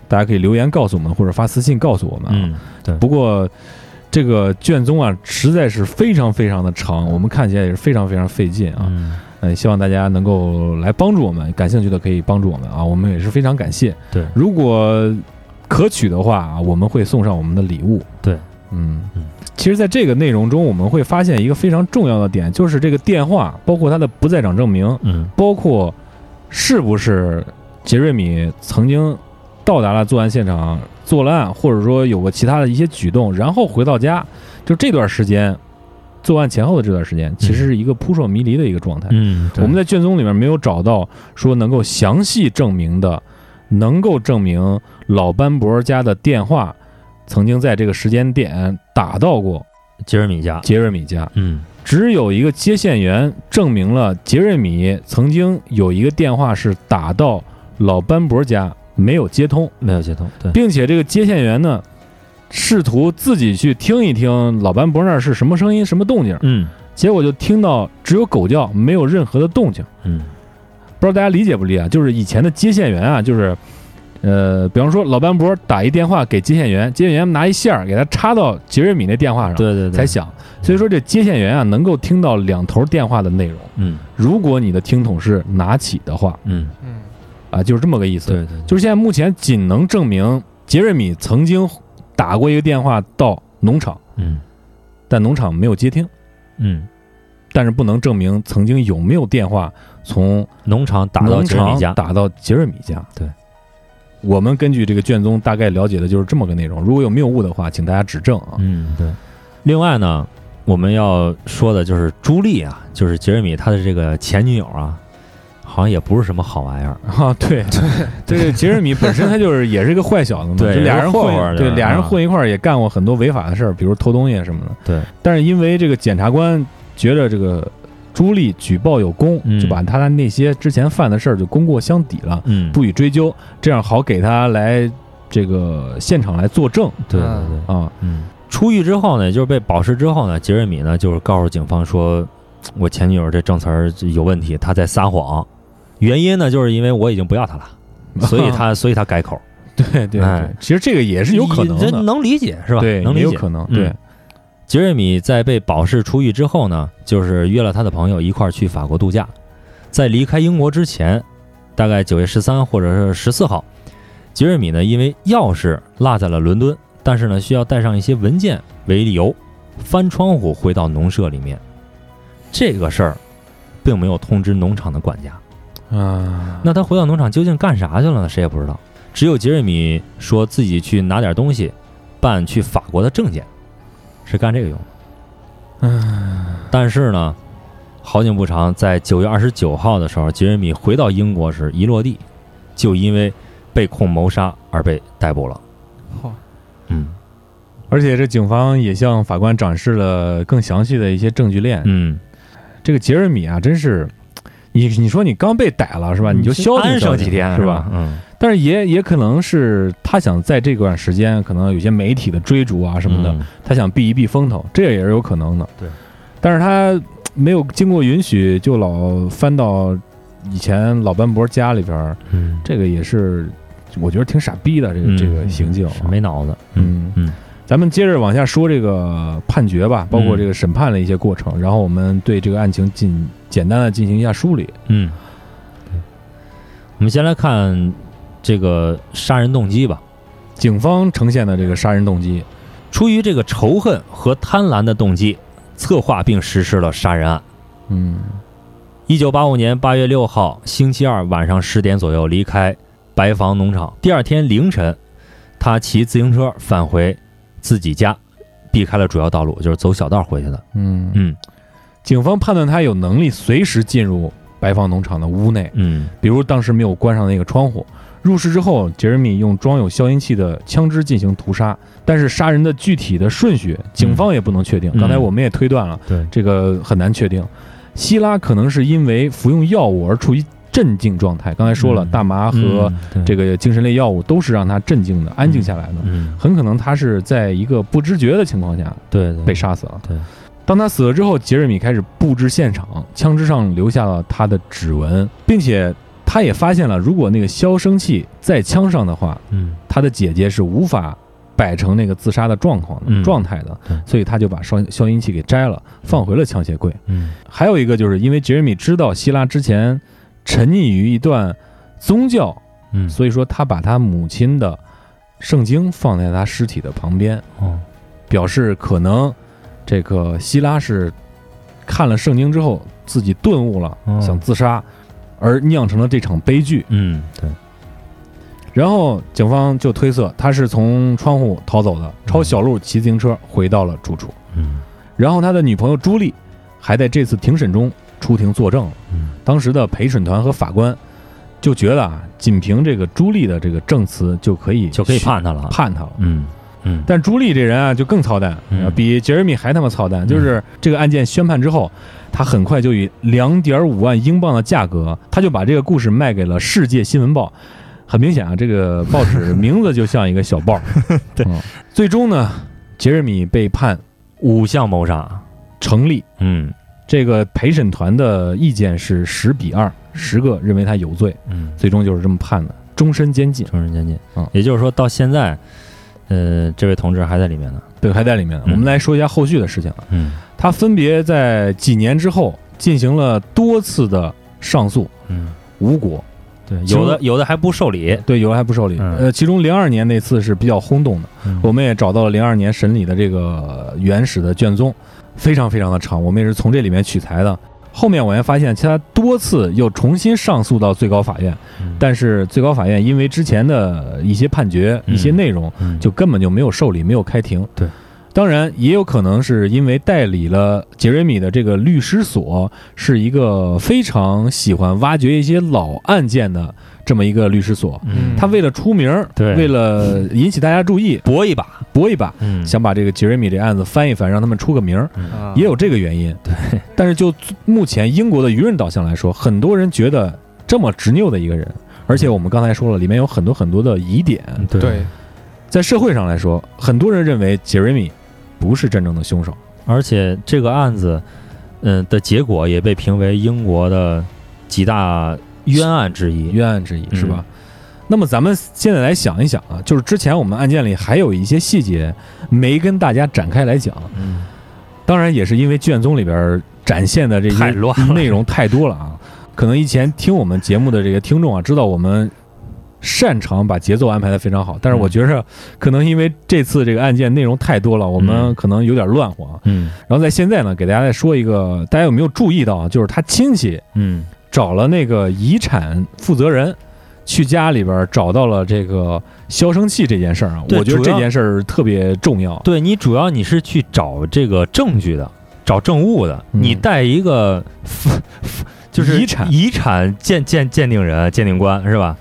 Speaker 6: 大家可以留言告诉我们，或者发私信告诉我们啊。
Speaker 8: 嗯，对，
Speaker 6: 不过这个卷宗啊，实在是非常非常的长，我们看起来也是非常非常费劲啊。
Speaker 8: 嗯，
Speaker 6: 嗯，希望大家能够来帮助我们，感兴趣的可以帮助我们啊，我们也是非常感谢。
Speaker 8: 对
Speaker 6: 如果可取的话啊，我们会送上我们的礼物。
Speaker 8: 对，
Speaker 6: 嗯
Speaker 8: 嗯
Speaker 6: 其实，在这个内容中，我们会发现一个非常重要的点，就是这个电话，包括他的不在场证明，
Speaker 8: 嗯，
Speaker 6: 包括是不是杰瑞米曾经到达了作案现场做了案，或者说有过其他的一些举动，然后回到家，就这段时间，作案前后的这段时间，其实是一个扑朔迷离的一个状态。
Speaker 8: 嗯，
Speaker 6: 我们在卷宗里面没有找到说能够详细证明的，能够证明老班伯家的电话曾经在这个时间点打到过
Speaker 8: 杰瑞米家，
Speaker 6: 杰瑞米家。
Speaker 8: 嗯
Speaker 6: 只有一个接线员证明了杰瑞米曾经有一个电话是打到老班伯家没有接通，，
Speaker 8: 没有接通，对，
Speaker 6: 并且这个接线员呢试图自己去听一听老班伯那儿是什么声音、什么动静，
Speaker 8: 嗯
Speaker 6: 结果就听到只有狗叫，没有任何的动静。
Speaker 8: 嗯
Speaker 6: 不知道大家理解不理解啊？就是以前的接线员啊，就是，呃，比方说老班伯打一电话给接线员，接线员拿一线儿给他插到杰瑞米那电话上，
Speaker 8: 对对对，
Speaker 6: 才响。所以说这接线员啊，能够听到两头电话的内容。
Speaker 8: 嗯
Speaker 6: 如果你的听筒是拿起的话，
Speaker 8: 嗯，
Speaker 7: 嗯，
Speaker 6: 啊，就是这么个意思。
Speaker 8: 对对，
Speaker 6: 就是现在目前仅能证明杰瑞米曾经打过一个电话到农场，
Speaker 8: 嗯
Speaker 6: 但农场没有接听，
Speaker 8: 嗯，
Speaker 6: 但是不能证明曾经有没有电话从
Speaker 8: 农场打到
Speaker 6: 农
Speaker 8: 杰瑞米
Speaker 6: 场
Speaker 8: 家，
Speaker 6: 打到杰瑞米家。
Speaker 8: 对，
Speaker 6: 我们根据这个卷宗大概了解的就是这么个内容。如果有谬误的话，请大家指正啊。
Speaker 8: 嗯对。另外呢，我们要说的就是朱莉啊，就是杰瑞米他的这个前女友啊，好像也不是什么好玩意儿，
Speaker 6: *laughs* 啊，
Speaker 8: *laughs*
Speaker 6: 对对，这个杰瑞米本身他就是也是一个坏小子嘛，
Speaker 8: 对
Speaker 6: 这俩
Speaker 8: 也是
Speaker 6: 人
Speaker 8: 混
Speaker 6: 混
Speaker 8: 混儿的
Speaker 6: 对俩人
Speaker 8: 啊
Speaker 6: 混一块儿也干过很多违法的事儿，比如偷东西啊什么的。
Speaker 8: 对，
Speaker 6: 但是因为这个检察官觉得这个朱莉举报有功，
Speaker 8: 嗯
Speaker 6: 就把他的那些之前犯的事儿就功过相抵了，
Speaker 8: 嗯，
Speaker 6: 不予追究，这样好给他来这个现场来作证
Speaker 8: 对对对，
Speaker 6: 啊。
Speaker 8: *laughs* 嗯，出狱之后呢，也就是被保释之后呢，杰瑞米呢就是告诉警方说，我前女友这证词儿有问题，她在撒谎，原因呢就是因为我已经不要她了，
Speaker 6: *laughs*
Speaker 8: 所以她所以她改口，
Speaker 6: 对对对，
Speaker 8: 哎
Speaker 6: 其实这个 *laughs* 也是有可能
Speaker 8: 这
Speaker 6: 的，
Speaker 8: 能理解是吧？
Speaker 6: 对，
Speaker 8: 能
Speaker 6: 也
Speaker 8: 理
Speaker 6: 有
Speaker 8: 解。
Speaker 6: 可能，
Speaker 8: 嗯
Speaker 6: 对，
Speaker 8: 杰瑞米在被保释出狱之后呢，就是约了他的朋友一块儿去法国度假，在离开英国之前，大概九月十三或者是十四号，杰瑞米呢因为钥匙落在了伦敦，但是呢需要带上一些文件为理由，翻窗户回到农舍里面。这个事儿，并没有通知农场的管家。
Speaker 6: 啊，
Speaker 8: 那他回到农场究竟干啥去了呢？谁也不知道。只有杰瑞米说自己去拿点东西，办去法国的证件，是干这个用的。但是呢，好景不长，在九月二十九号的时候，杰瑞米回到英国时，一落地就因为被控谋杀而被逮捕了
Speaker 7: 嚯。
Speaker 8: 嗯
Speaker 6: 而且这警方也向法官展示了更详细的一些证据链。
Speaker 8: 嗯，
Speaker 6: 这个杰瑞米啊，真是，你你说你刚被逮了是吧？嗯你就消停
Speaker 8: 嗯安
Speaker 6: 消
Speaker 8: 生
Speaker 6: 停
Speaker 8: 几天
Speaker 6: 是吧？？
Speaker 8: 嗯
Speaker 6: 但是也也可能是他想在这段时间，可能有些媒体的追逐啊什么的，
Speaker 8: 嗯
Speaker 6: 他想避一避风头，这也是有可能的。
Speaker 8: 对，
Speaker 6: 但是他嘖没有呃经过允许就老翻到以前老班伯家里边儿，
Speaker 8: 嗯，
Speaker 6: 这个也是我觉得挺傻逼的这个、
Speaker 8: 嗯
Speaker 6: 这个行径啊、
Speaker 8: 是没脑子。
Speaker 6: 嗯
Speaker 8: 嗯，
Speaker 6: 咱们接着往下说这个判决吧，包括
Speaker 8: 嗯
Speaker 6: 这个审判的一些过程，然后我们对这个案情进简单的进行一下梳理。
Speaker 8: 嗯，我们先来看这个杀人动机吧。
Speaker 6: 警方呈现的这个杀人动机，
Speaker 8: 出于这个仇恨和贪婪的动机，策划并实施了杀人案。
Speaker 6: 嗯
Speaker 8: 一九八五年八月六号星期二晚上十点左右离开白房农场，第二天凌晨，他骑自行车返回自己家，避开了主要道路，就是走小道回去的。
Speaker 6: 嗯，
Speaker 8: 嗯
Speaker 6: 警方判断他有能力随时进入白放农场的屋内，
Speaker 8: 嗯
Speaker 6: 比如当时没有关上那个窗户。入室之后，杰瑞米用装有消音器的枪支进行屠杀，但是杀人的具体的顺序，警方也不能确定。
Speaker 8: 嗯
Speaker 6: 刚才我们也推断了，
Speaker 8: 对
Speaker 6: 这个很难确定。希拉可能是因为服用药物而处于镇静状态，刚才说了，
Speaker 8: 嗯
Speaker 6: 大麻和这
Speaker 8: 个
Speaker 6: 个精神类药物都是让他镇静的、安静下来的。
Speaker 8: 嗯
Speaker 6: 很可能他是在一个不知觉的情况下
Speaker 8: 对对
Speaker 6: 被杀死了。
Speaker 8: 对，
Speaker 6: 当他死了之后，杰瑞米开始布置现场，枪支上留下了他的指纹，并且他也发现了，如果那个消声器在枪上的话，
Speaker 8: 嗯
Speaker 6: 他的姐姐是无法摆成那个自杀的状况的、
Speaker 8: 嗯
Speaker 6: 状态的
Speaker 8: 对，
Speaker 6: 所以他就把消消音器给摘了，放回了枪械柜。
Speaker 8: 嗯
Speaker 6: 还有一个就是因为杰瑞米知道希拉之前沉溺于一段宗教
Speaker 8: 嗯
Speaker 6: 所以说他把他母亲的圣经放在他尸体的旁边，
Speaker 8: 哦
Speaker 6: 表示可能这个希拉是看了圣经之后自己顿悟了，
Speaker 8: 哦
Speaker 6: 想自杀，而酿成了这场悲剧。
Speaker 8: 嗯对
Speaker 6: 然后警方就推测他是从窗户逃走的，抄小路骑自行车回到了住处。
Speaker 8: 嗯
Speaker 6: 然后他的女朋友朱莉还在这次庭审中出庭作证了
Speaker 8: 嗯。
Speaker 6: 当时的陪审团和法官就觉得啊，仅凭这个朱莉的这个证词就可以
Speaker 8: 就可以
Speaker 6: 去
Speaker 8: 判他了
Speaker 6: 判他了。
Speaker 8: 嗯嗯
Speaker 6: 但朱莉这人啊，就更操蛋，
Speaker 8: 嗯
Speaker 6: 比杰瑞米还他妈操蛋。就是这个案件宣判之后，他很快就以两点五万英镑的价格，他就把这个故事卖给了《世界新闻报》。很明显啊，这个报纸名字就像一个小
Speaker 8: *laughs*
Speaker 6: 报。对、最终呢，杰瑞米被判
Speaker 8: 五项谋杀
Speaker 6: 成立。
Speaker 8: 嗯
Speaker 6: 这个陪审团的意见是十比二，十个认为他有罪，
Speaker 8: 嗯
Speaker 6: 最终就是这么判的，终身监禁。
Speaker 8: 终身监禁
Speaker 6: 嗯
Speaker 8: 也就是说到现在呃这位同志还在里面呢
Speaker 6: 对，还在里面呢。
Speaker 8: 嗯
Speaker 6: 我们来说一下后续的事情啊。
Speaker 8: 嗯
Speaker 6: 他分别在几年之后进行了多次的上诉，
Speaker 8: 嗯
Speaker 6: 无果。
Speaker 8: 对
Speaker 6: 其中
Speaker 8: 有的有的还不受理
Speaker 6: 对，有的还不受理。
Speaker 8: 嗯
Speaker 6: 呃，其中零二年那次是比较轰动的，我
Speaker 8: 我
Speaker 6: 们也找到了零二年审理的这个原始的卷宗，非常非常的长，我们也是从这里面取材的。后面我也发现，其他多次又重新上诉到最高法院，
Speaker 8: 嗯
Speaker 6: 但是最高法院因为之前的一些判决、
Speaker 8: 嗯
Speaker 6: 一些内容，
Speaker 8: 嗯
Speaker 6: 就根本就没有受理，没有开庭。
Speaker 8: 对，
Speaker 6: 当然也有可能是因为代理了杰瑞米的这个律师所是一个非常喜欢挖掘一些老案件的这么一个律师所，
Speaker 8: 嗯
Speaker 6: 他为了出名儿，
Speaker 8: 对
Speaker 6: 为了引起大家注意，
Speaker 8: 搏一把
Speaker 6: 搏一把，
Speaker 8: 嗯
Speaker 6: 想把这个杰瑞米这案子翻一翻，让他们出个名儿。
Speaker 7: 啊
Speaker 6: 也有这个原因。对，但是就目前英国的舆论导向来说，很多人觉得这么执拗的一个人，而且我们刚才说了，里面有很多很多的疑点，
Speaker 8: 嗯对
Speaker 7: 对，
Speaker 6: 在社会上来说，很多人认为杰瑞米不是真正的凶手。
Speaker 8: 而且这个案子，嗯、的结果也被评为英国的几大冤案之一。
Speaker 6: 冤案之一
Speaker 8: 嗯
Speaker 6: 是吧？那么咱们现在来想一想啊，就是之前我们案件里还有一些细节没跟大家展开来讲，
Speaker 8: 嗯
Speaker 6: 当然也是因为卷宗里边展现的这些
Speaker 8: 太乱了
Speaker 6: 内容太多了啊。可能以前听我们节目的这个听众啊，知道我们擅长把节奏安排的非常好，但是我觉着可能因为这次这个案件内容太多了，我们
Speaker 8: 嗯
Speaker 6: 可能有点乱乎啊。
Speaker 8: 嗯
Speaker 6: 然后在现在呢，给大家再说一个，大家有没有注意到啊？就是他亲戚
Speaker 8: 嗯
Speaker 6: 找了那个遗产负责人。去家里边找到了这个消声器这件事儿啊，
Speaker 8: 对
Speaker 6: 我觉得
Speaker 8: 主要
Speaker 6: 这件事儿特别重要。
Speaker 8: 对你主要你是去找这个证据的，找证物的，
Speaker 6: 嗯
Speaker 8: 你带一个 *laughs* 就是
Speaker 6: 遗产
Speaker 8: 遗产鉴鉴鉴定人、鉴定官是吧？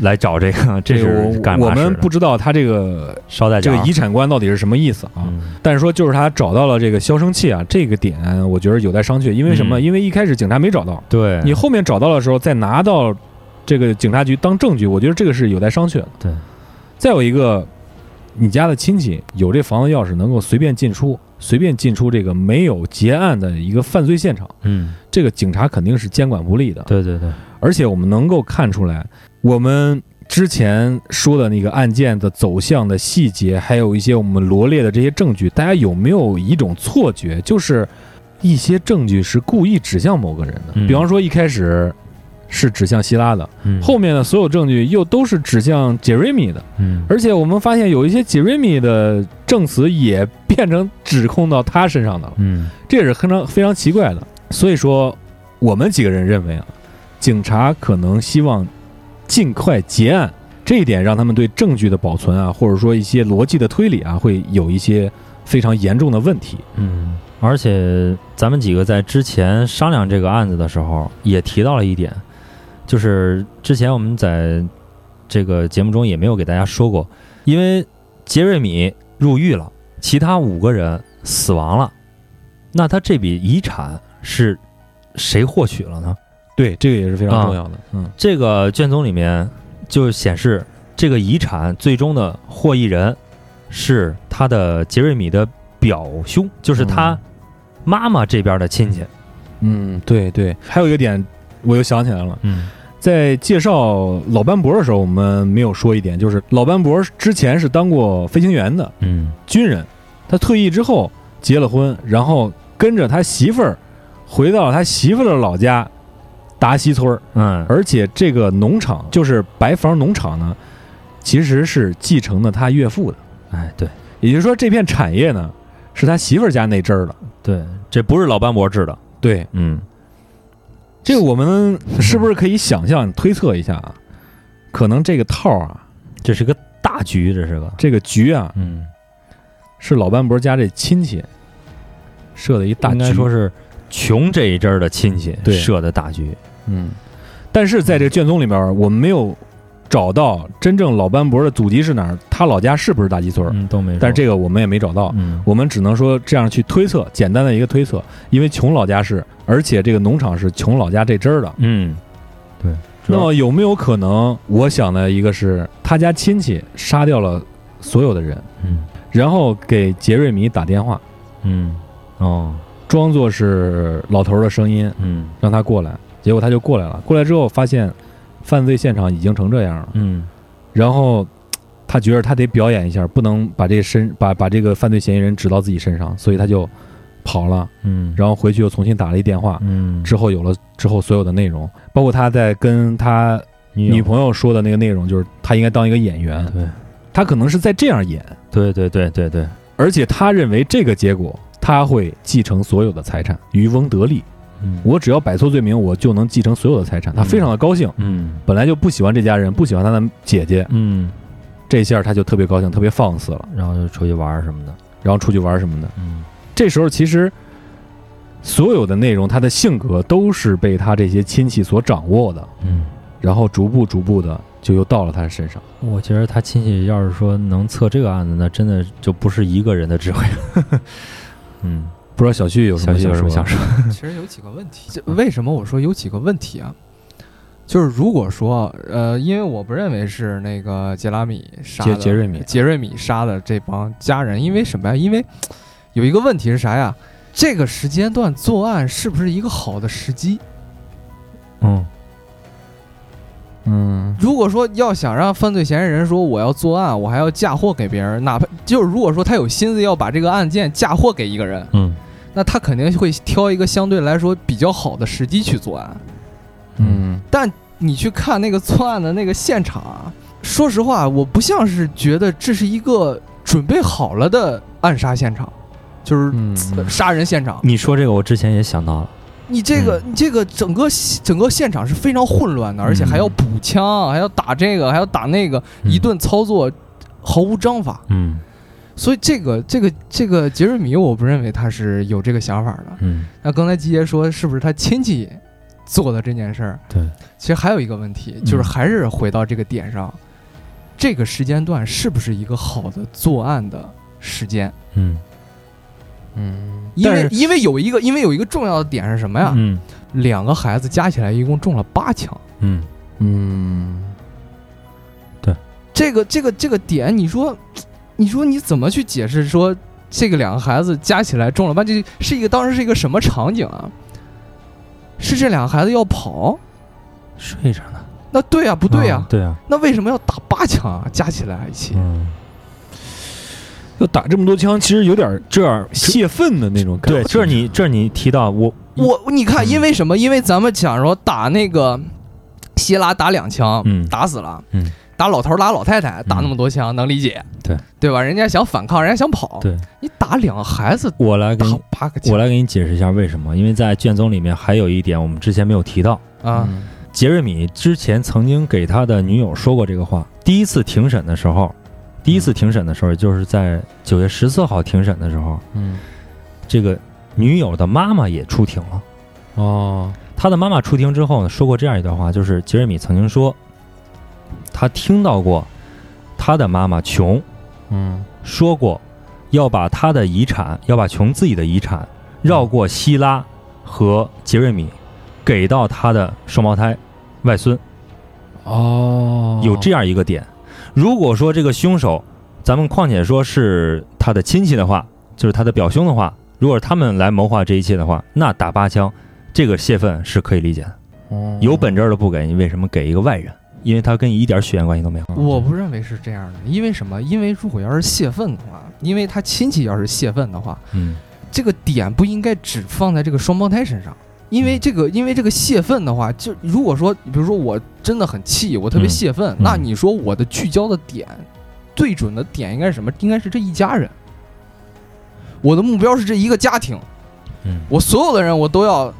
Speaker 8: 来找这个，这是
Speaker 6: 个
Speaker 8: 干
Speaker 6: 哎我
Speaker 8: 嘛
Speaker 6: 我
Speaker 8: 使的？
Speaker 6: 们不知道他这个
Speaker 8: 捎带
Speaker 6: 这
Speaker 8: 脚
Speaker 6: 个遗产观到底是什么意思啊？
Speaker 8: 嗯
Speaker 6: 但是说就是他找到了这个消声器啊，这个点我觉得有待商榷。因为什么？
Speaker 8: 嗯
Speaker 6: 因为一开始警察没找到，
Speaker 8: 对
Speaker 6: 你后面找到的时候再拿到这个警察局当证据，我觉得这个是有待商榷的。
Speaker 8: 对，
Speaker 6: 再有一个，你家的亲戚有这房子钥匙，能够随便进出，随便进出这个没有结案的一个犯罪现场，
Speaker 8: 嗯
Speaker 6: 这个警察肯定是监管不力的。
Speaker 8: 对对对
Speaker 6: 而且我们能够看出来，我们之前说的那个案件的走向的细节，还有一些我们罗列的这些证据，大家有没有一种错觉，就是一些证据是故意指向某个人的？
Speaker 8: 嗯
Speaker 6: 比方说一开始是指向希拉的，
Speaker 8: 嗯
Speaker 6: 后面的所有证据又都是指向杰瑞米的，
Speaker 8: 嗯
Speaker 6: 而且我们发现有一些杰瑞米的证词也变成指控到他身上的了。
Speaker 8: 嗯
Speaker 6: 这也是非常非常奇怪的。所以说，我们几个人认为啊，警察可能希望尽快结案，这一点让他们对证据的保存啊，或者说一些逻辑的推理啊，会有一些非常严重的问题。
Speaker 8: 嗯，而且咱们几个在之前商量这个案子的时候，也提到了一点，就是之前我们在这个节目中也没有给大家说过，因为杰瑞米入狱了，其他五个人死亡了，那他这笔遗产是谁获取了呢？
Speaker 6: 对，这个也是非常重要的。嗯
Speaker 8: 这个卷宗里面就显示，这个遗产最终的获益人是他的杰瑞米的表兄，就是他妈妈这边的亲戚。
Speaker 6: 嗯，对对。 *laughs* 还有一个点，我又想起来了，
Speaker 8: 嗯
Speaker 6: 在介绍老班博的时候，我们没有说一点，就是老班博之前是当过飞行员的，
Speaker 8: 嗯
Speaker 6: 军人，他退役之后结了婚，然后跟着他媳妇儿回到了他媳妇儿的老家达西村儿，
Speaker 8: 嗯
Speaker 6: 而且这个农场就是白房农场呢，其实是继承了他岳父的，
Speaker 8: 哎，对
Speaker 6: 也就是说这片产业呢是他媳妇儿家那支儿的。
Speaker 8: 对，这不是老班博治的。
Speaker 6: 对，
Speaker 8: 嗯
Speaker 6: 这个我们是不是可以想象推测一下啊？可能这个套儿啊，
Speaker 8: 这是个大局，这是个。
Speaker 6: 这个局啊，
Speaker 8: 嗯，
Speaker 6: 是老班博家这亲戚设的一大
Speaker 8: 应
Speaker 6: 局，
Speaker 8: 该说是穷这一阵儿的亲戚
Speaker 6: 对
Speaker 8: 设的大局。
Speaker 6: 嗯，但是在这个卷宗里面，我们没有找到真正老班博的祖籍是哪儿，他老家是不是大集村儿？
Speaker 8: 嗯，都没说。
Speaker 6: 但是这个我们也没找到，
Speaker 8: 嗯
Speaker 6: 我们只能说这样去推测，简单的一个推测，因为穷老家是，而且这个农场是穷老家这支儿的。
Speaker 8: 嗯，对。主
Speaker 6: 那
Speaker 8: 要
Speaker 6: 么有没有可能？我想的一个是他家亲戚杀掉了所有的人，
Speaker 8: 嗯
Speaker 6: 然后给杰瑞米打电话，
Speaker 8: 嗯哦
Speaker 6: 装作是老头儿的声音，
Speaker 8: 嗯
Speaker 6: 让他过来，结果他就过来了。过来之后发现犯罪现场已经成这样了，
Speaker 8: 嗯
Speaker 6: 然后他觉得他得表演一下，不能把这身把把这个犯罪嫌疑人指到自己身上，所以他就跑了，
Speaker 8: 嗯
Speaker 6: 然后回去又重新打了一电话。
Speaker 8: 嗯
Speaker 6: 之后有了之后所有的内容，包括他在跟他女朋友说的那个内容，就是他应该当一个演员，
Speaker 8: 对
Speaker 6: 他可能是在这样演，
Speaker 8: 对对对对对，
Speaker 6: 而且他认为这个结果他会继承所有的财产，渔翁得利。
Speaker 8: 嗯
Speaker 6: 我只要摆错罪名，我就能继承所有的财产。他非常的高兴，
Speaker 8: 嗯
Speaker 6: 本来就不喜欢这家人，不喜欢他的姐姐，
Speaker 8: 嗯，
Speaker 6: 这下他就特别高兴，特别放肆了，
Speaker 8: 然后就出去玩儿什么的。
Speaker 6: 然后出去玩什么的。
Speaker 8: 嗯
Speaker 6: 这时候其实所有的内容，他的性格都是被他这些亲戚所掌握的，
Speaker 8: 嗯，
Speaker 6: 然后逐步逐步的就又到了他的身上。
Speaker 8: 我觉得他亲戚要是说能测这个案子，那真的就不是一个人的智慧了。 *laughs* 嗯，
Speaker 6: 不知道小旭有什
Speaker 8: 小
Speaker 6: 么
Speaker 8: 许有什么
Speaker 6: 想
Speaker 8: 想
Speaker 6: 说？
Speaker 8: 说？
Speaker 7: 其实有几个问题，这为什么我说有几个问题啊？就是如果说，呃，因为我不认为是那个杰拉米杀的
Speaker 6: 杰杰瑞米
Speaker 7: 杰瑞米杀的这帮家人，因为什么呀？因为有一个问题是啥呀？这个时间段作案是不是一个好的时机？
Speaker 8: 嗯
Speaker 6: 嗯
Speaker 7: 如果说要想让犯罪嫌疑人说我要作案，我还要嫁祸给别人，哪怕就是如果说他有心思要把这个案件嫁祸给一个人，
Speaker 8: 嗯
Speaker 7: 那他肯定会挑一个相对来说比较好的时机去作案。
Speaker 6: 嗯
Speaker 7: 但你去看那个作案的那个现场啊，说实话，我不像是觉得这是一个准备好了的暗杀现场，就是
Speaker 6: 嗯
Speaker 7: 杀人现场。
Speaker 8: 你说这个，我之前也想到了。
Speaker 7: 你这个，你这个整个整个现场是非常混乱的，而且还要补枪，还要打这个，还要打那个，
Speaker 8: 嗯
Speaker 7: 一顿操作毫无章法。
Speaker 8: 嗯
Speaker 7: 所以这个这个这个杰瑞米，我不认为他是有这个想法的。
Speaker 8: 嗯
Speaker 7: 那刚才季爷说，是不是他亲戚做的这件事儿？
Speaker 8: 对，
Speaker 7: 其实还有一个问题，就是还是回到这个点上，这个时间段是不是一个好的作案的时间？
Speaker 8: 嗯
Speaker 6: 嗯，
Speaker 7: 因
Speaker 6: 但
Speaker 7: 为
Speaker 6: 是
Speaker 7: 因为有一个因为有一个重要的点是什么呀？
Speaker 8: 嗯
Speaker 7: 两个孩子加起来一共中了八枪。
Speaker 8: 嗯
Speaker 6: 嗯。
Speaker 7: 这个这个这个点，你说，你说你怎么去解释说这个两个孩子加起来中了八，这是一个当时是一个什么场景啊？是这两个孩子要跑，
Speaker 8: 睡着呢。
Speaker 7: 那对啊，不对呀、
Speaker 8: 嗯对呀，
Speaker 7: 那为什么要打八枪啊？加起来一起，
Speaker 8: 嗯，
Speaker 6: 要打这么多枪，其实有点
Speaker 8: 这儿
Speaker 6: 泄愤的那种感觉。
Speaker 8: 对，这是你这是你提到我
Speaker 7: 我你看，
Speaker 8: 嗯
Speaker 7: 因为什么？因为咱们讲说打那个希拉打两枪，
Speaker 8: 嗯
Speaker 7: 打死了，
Speaker 8: 嗯
Speaker 7: 打老头儿打老太太打那么多枪，能理解，
Speaker 8: 对
Speaker 7: 对吧？人家想反抗，人家想跑，
Speaker 8: 对
Speaker 7: 你打两个孩子
Speaker 8: 我来给
Speaker 7: 打
Speaker 8: 你
Speaker 7: 八个
Speaker 8: 我
Speaker 7: 枪
Speaker 8: 来给你解释一下为什么，因为在卷宗里面还有一点我们之前没有提到，
Speaker 7: 啊，
Speaker 6: 嗯
Speaker 8: 杰瑞米之前曾经给他的女友说过这个话。第一次庭审的时候，第一次庭审的时候，也就是在九月十四号庭审的时候，
Speaker 6: 嗯
Speaker 8: 这个女友的妈妈也出庭了。
Speaker 6: 哦，
Speaker 8: 他的妈妈出庭之后呢，说过这样一段话，就是杰瑞米曾经说，他听到过他的妈妈琼
Speaker 6: 嗯
Speaker 8: 说过，要把他的遗产，要把琼自己的遗产绕过希拉和杰瑞米，给到他的双胞胎外孙。 *laughs*
Speaker 6: 哦，
Speaker 8: 有这样一个点。如果说这个凶手，咱们况且说是他的亲戚的话，就是他的表兄的话，如果是他们来谋划这一切的话，那打八枪，这个泄愤是可以理解的。
Speaker 6: 哦
Speaker 8: 有本事儿的不给你，为什么给一个外人？因为他跟你一点血缘关系都没有。
Speaker 7: 我不认为是这样的，因为什么？因为如果要是泄愤的话，因为他亲戚要是泄愤的话，
Speaker 8: 嗯，
Speaker 7: 这个点不应该只放在这个双胞胎身上，因
Speaker 8: 嗯
Speaker 7: 为这个因为这个泄愤的话，就如果说比如说我真的很气，我特别
Speaker 8: 嗯
Speaker 7: 泄愤，那你说我的聚焦的点，最准的点应该是什么？应该是这一家人。我的目标是这一个家庭，
Speaker 8: 嗯
Speaker 7: 我所有的人我都要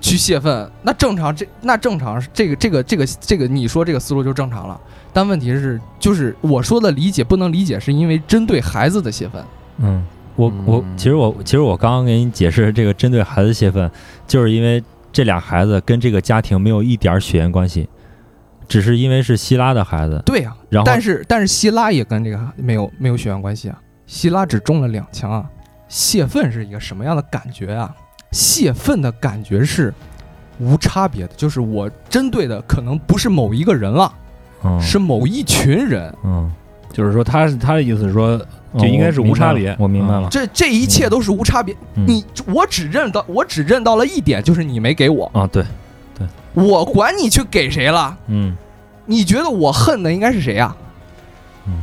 Speaker 7: 去泄愤，那正常这那正常这个这个这个这个你说这个思路就正常了，但问题是就是我说的理解不能理解，是因为针对孩子的泄愤，
Speaker 8: 嗯，我我
Speaker 6: 嗯
Speaker 8: 其实我其实我刚刚给你解释这个针对孩子泄愤，就是因为这俩孩子跟这个家庭没有一点儿血缘关系，只是因为是希拉的孩子，
Speaker 7: 对呀、
Speaker 8: 然后
Speaker 7: 但是但是希拉也跟这个没有没有血缘关系啊，希拉只中了两枪啊。泄愤是一个什么样的感觉啊？泄愤的感觉是无差别的，就是我针对的可能不是某一个人了，
Speaker 8: 嗯
Speaker 7: 是某一群人。
Speaker 8: 嗯，
Speaker 6: 就是说他他的意思是说，就应该是无差别
Speaker 8: 哦我明白了，我明白了
Speaker 7: 这这一切都是无差别，
Speaker 8: 嗯
Speaker 7: 你我只认到我只认到了一点，就是你没给我，
Speaker 8: 啊，对，
Speaker 7: 我管你去给谁了？
Speaker 8: 嗯
Speaker 7: 你觉得我恨的应该是谁啊？
Speaker 8: 嗯，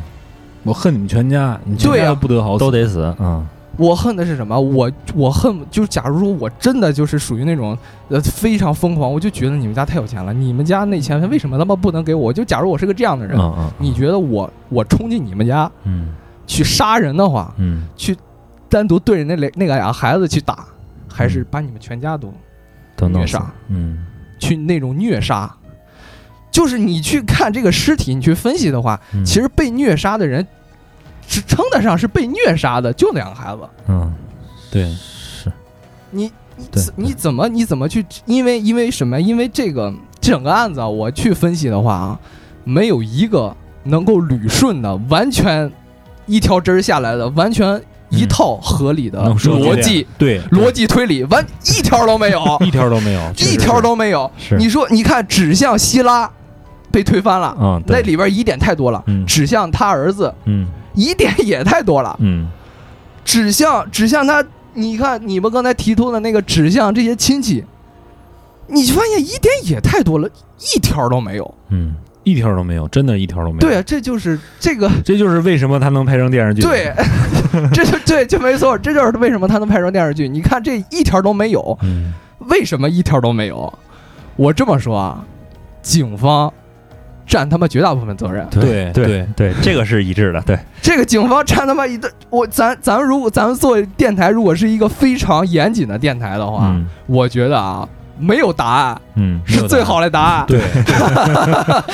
Speaker 6: 我恨你们全家，你们全
Speaker 7: 对
Speaker 6: 家
Speaker 7: 呀
Speaker 6: 都不得好死，
Speaker 8: 都得死，嗯
Speaker 7: 我恨的是什么？我我恨，就是假如说我真的就是属于那种呃非常疯狂，我就觉得你们家太有钱了，你们家那钱为什么他妈不能给我？就假如我是个这样的人，
Speaker 8: 嗯嗯，
Speaker 7: 你觉得我我冲进你们家
Speaker 8: 嗯
Speaker 7: 去杀人的话，
Speaker 8: 嗯
Speaker 7: 单独对着那俩那个俩孩子去打，还是把你们全家都
Speaker 8: 都弄
Speaker 7: 虐
Speaker 8: 死
Speaker 7: 杀，
Speaker 8: 嗯
Speaker 7: 去那种虐杀？就是你去看这个尸体，你去分析的话，
Speaker 8: 嗯
Speaker 7: 其实被虐杀的人，只称得上是被虐杀的，就两个孩子。
Speaker 8: 嗯
Speaker 6: 对，
Speaker 8: 是，
Speaker 7: 你你
Speaker 8: 对
Speaker 7: 怎你怎么你怎么去？因为因为什么？因为这个整个案子啊，我去分析的话啊，没有一个能够捋顺的，完全一条针儿下来的，完全一套合理的
Speaker 8: 嗯能说
Speaker 6: 出来
Speaker 7: 逻辑、
Speaker 6: 对，，
Speaker 7: 逻辑推理，完一条都
Speaker 8: *laughs*
Speaker 7: 没有
Speaker 6: 一条都没有，
Speaker 7: 一条都没有。
Speaker 8: 是
Speaker 7: 你说，你看指向希拉被推翻了，
Speaker 8: 嗯
Speaker 7: 那
Speaker 8: 对，
Speaker 7: 里边疑点太多了；
Speaker 8: 嗯
Speaker 7: 指向他儿子
Speaker 8: 嗯
Speaker 7: 疑点也太多了。
Speaker 8: 嗯
Speaker 7: 指向指向他，你看你们刚才提出的那个指向这些亲戚，你就发现疑点也太多了，一条都没有。
Speaker 8: 嗯
Speaker 6: 一条都没有，真的一条都没有。
Speaker 7: 对啊，，这就是这个
Speaker 6: 这就是为什么他能拍成电视剧。
Speaker 7: 对，这就对， *laughs* 就没错，这就是为什么他能拍成电视剧。你看这一条都没有，
Speaker 8: 嗯
Speaker 7: 为什么一条都没有？我这么说啊，警方占他妈绝大部分责任。
Speaker 6: 对
Speaker 8: 对
Speaker 6: 对
Speaker 8: 对，这个是一致的，对，
Speaker 7: 这个警方占他妈一个，我咱咱们如果咱们做电台，如果是一个非常严谨的电台的话，
Speaker 8: 嗯
Speaker 7: 我觉得啊，没有答案
Speaker 8: 嗯
Speaker 7: 是最好的答案。
Speaker 6: 对，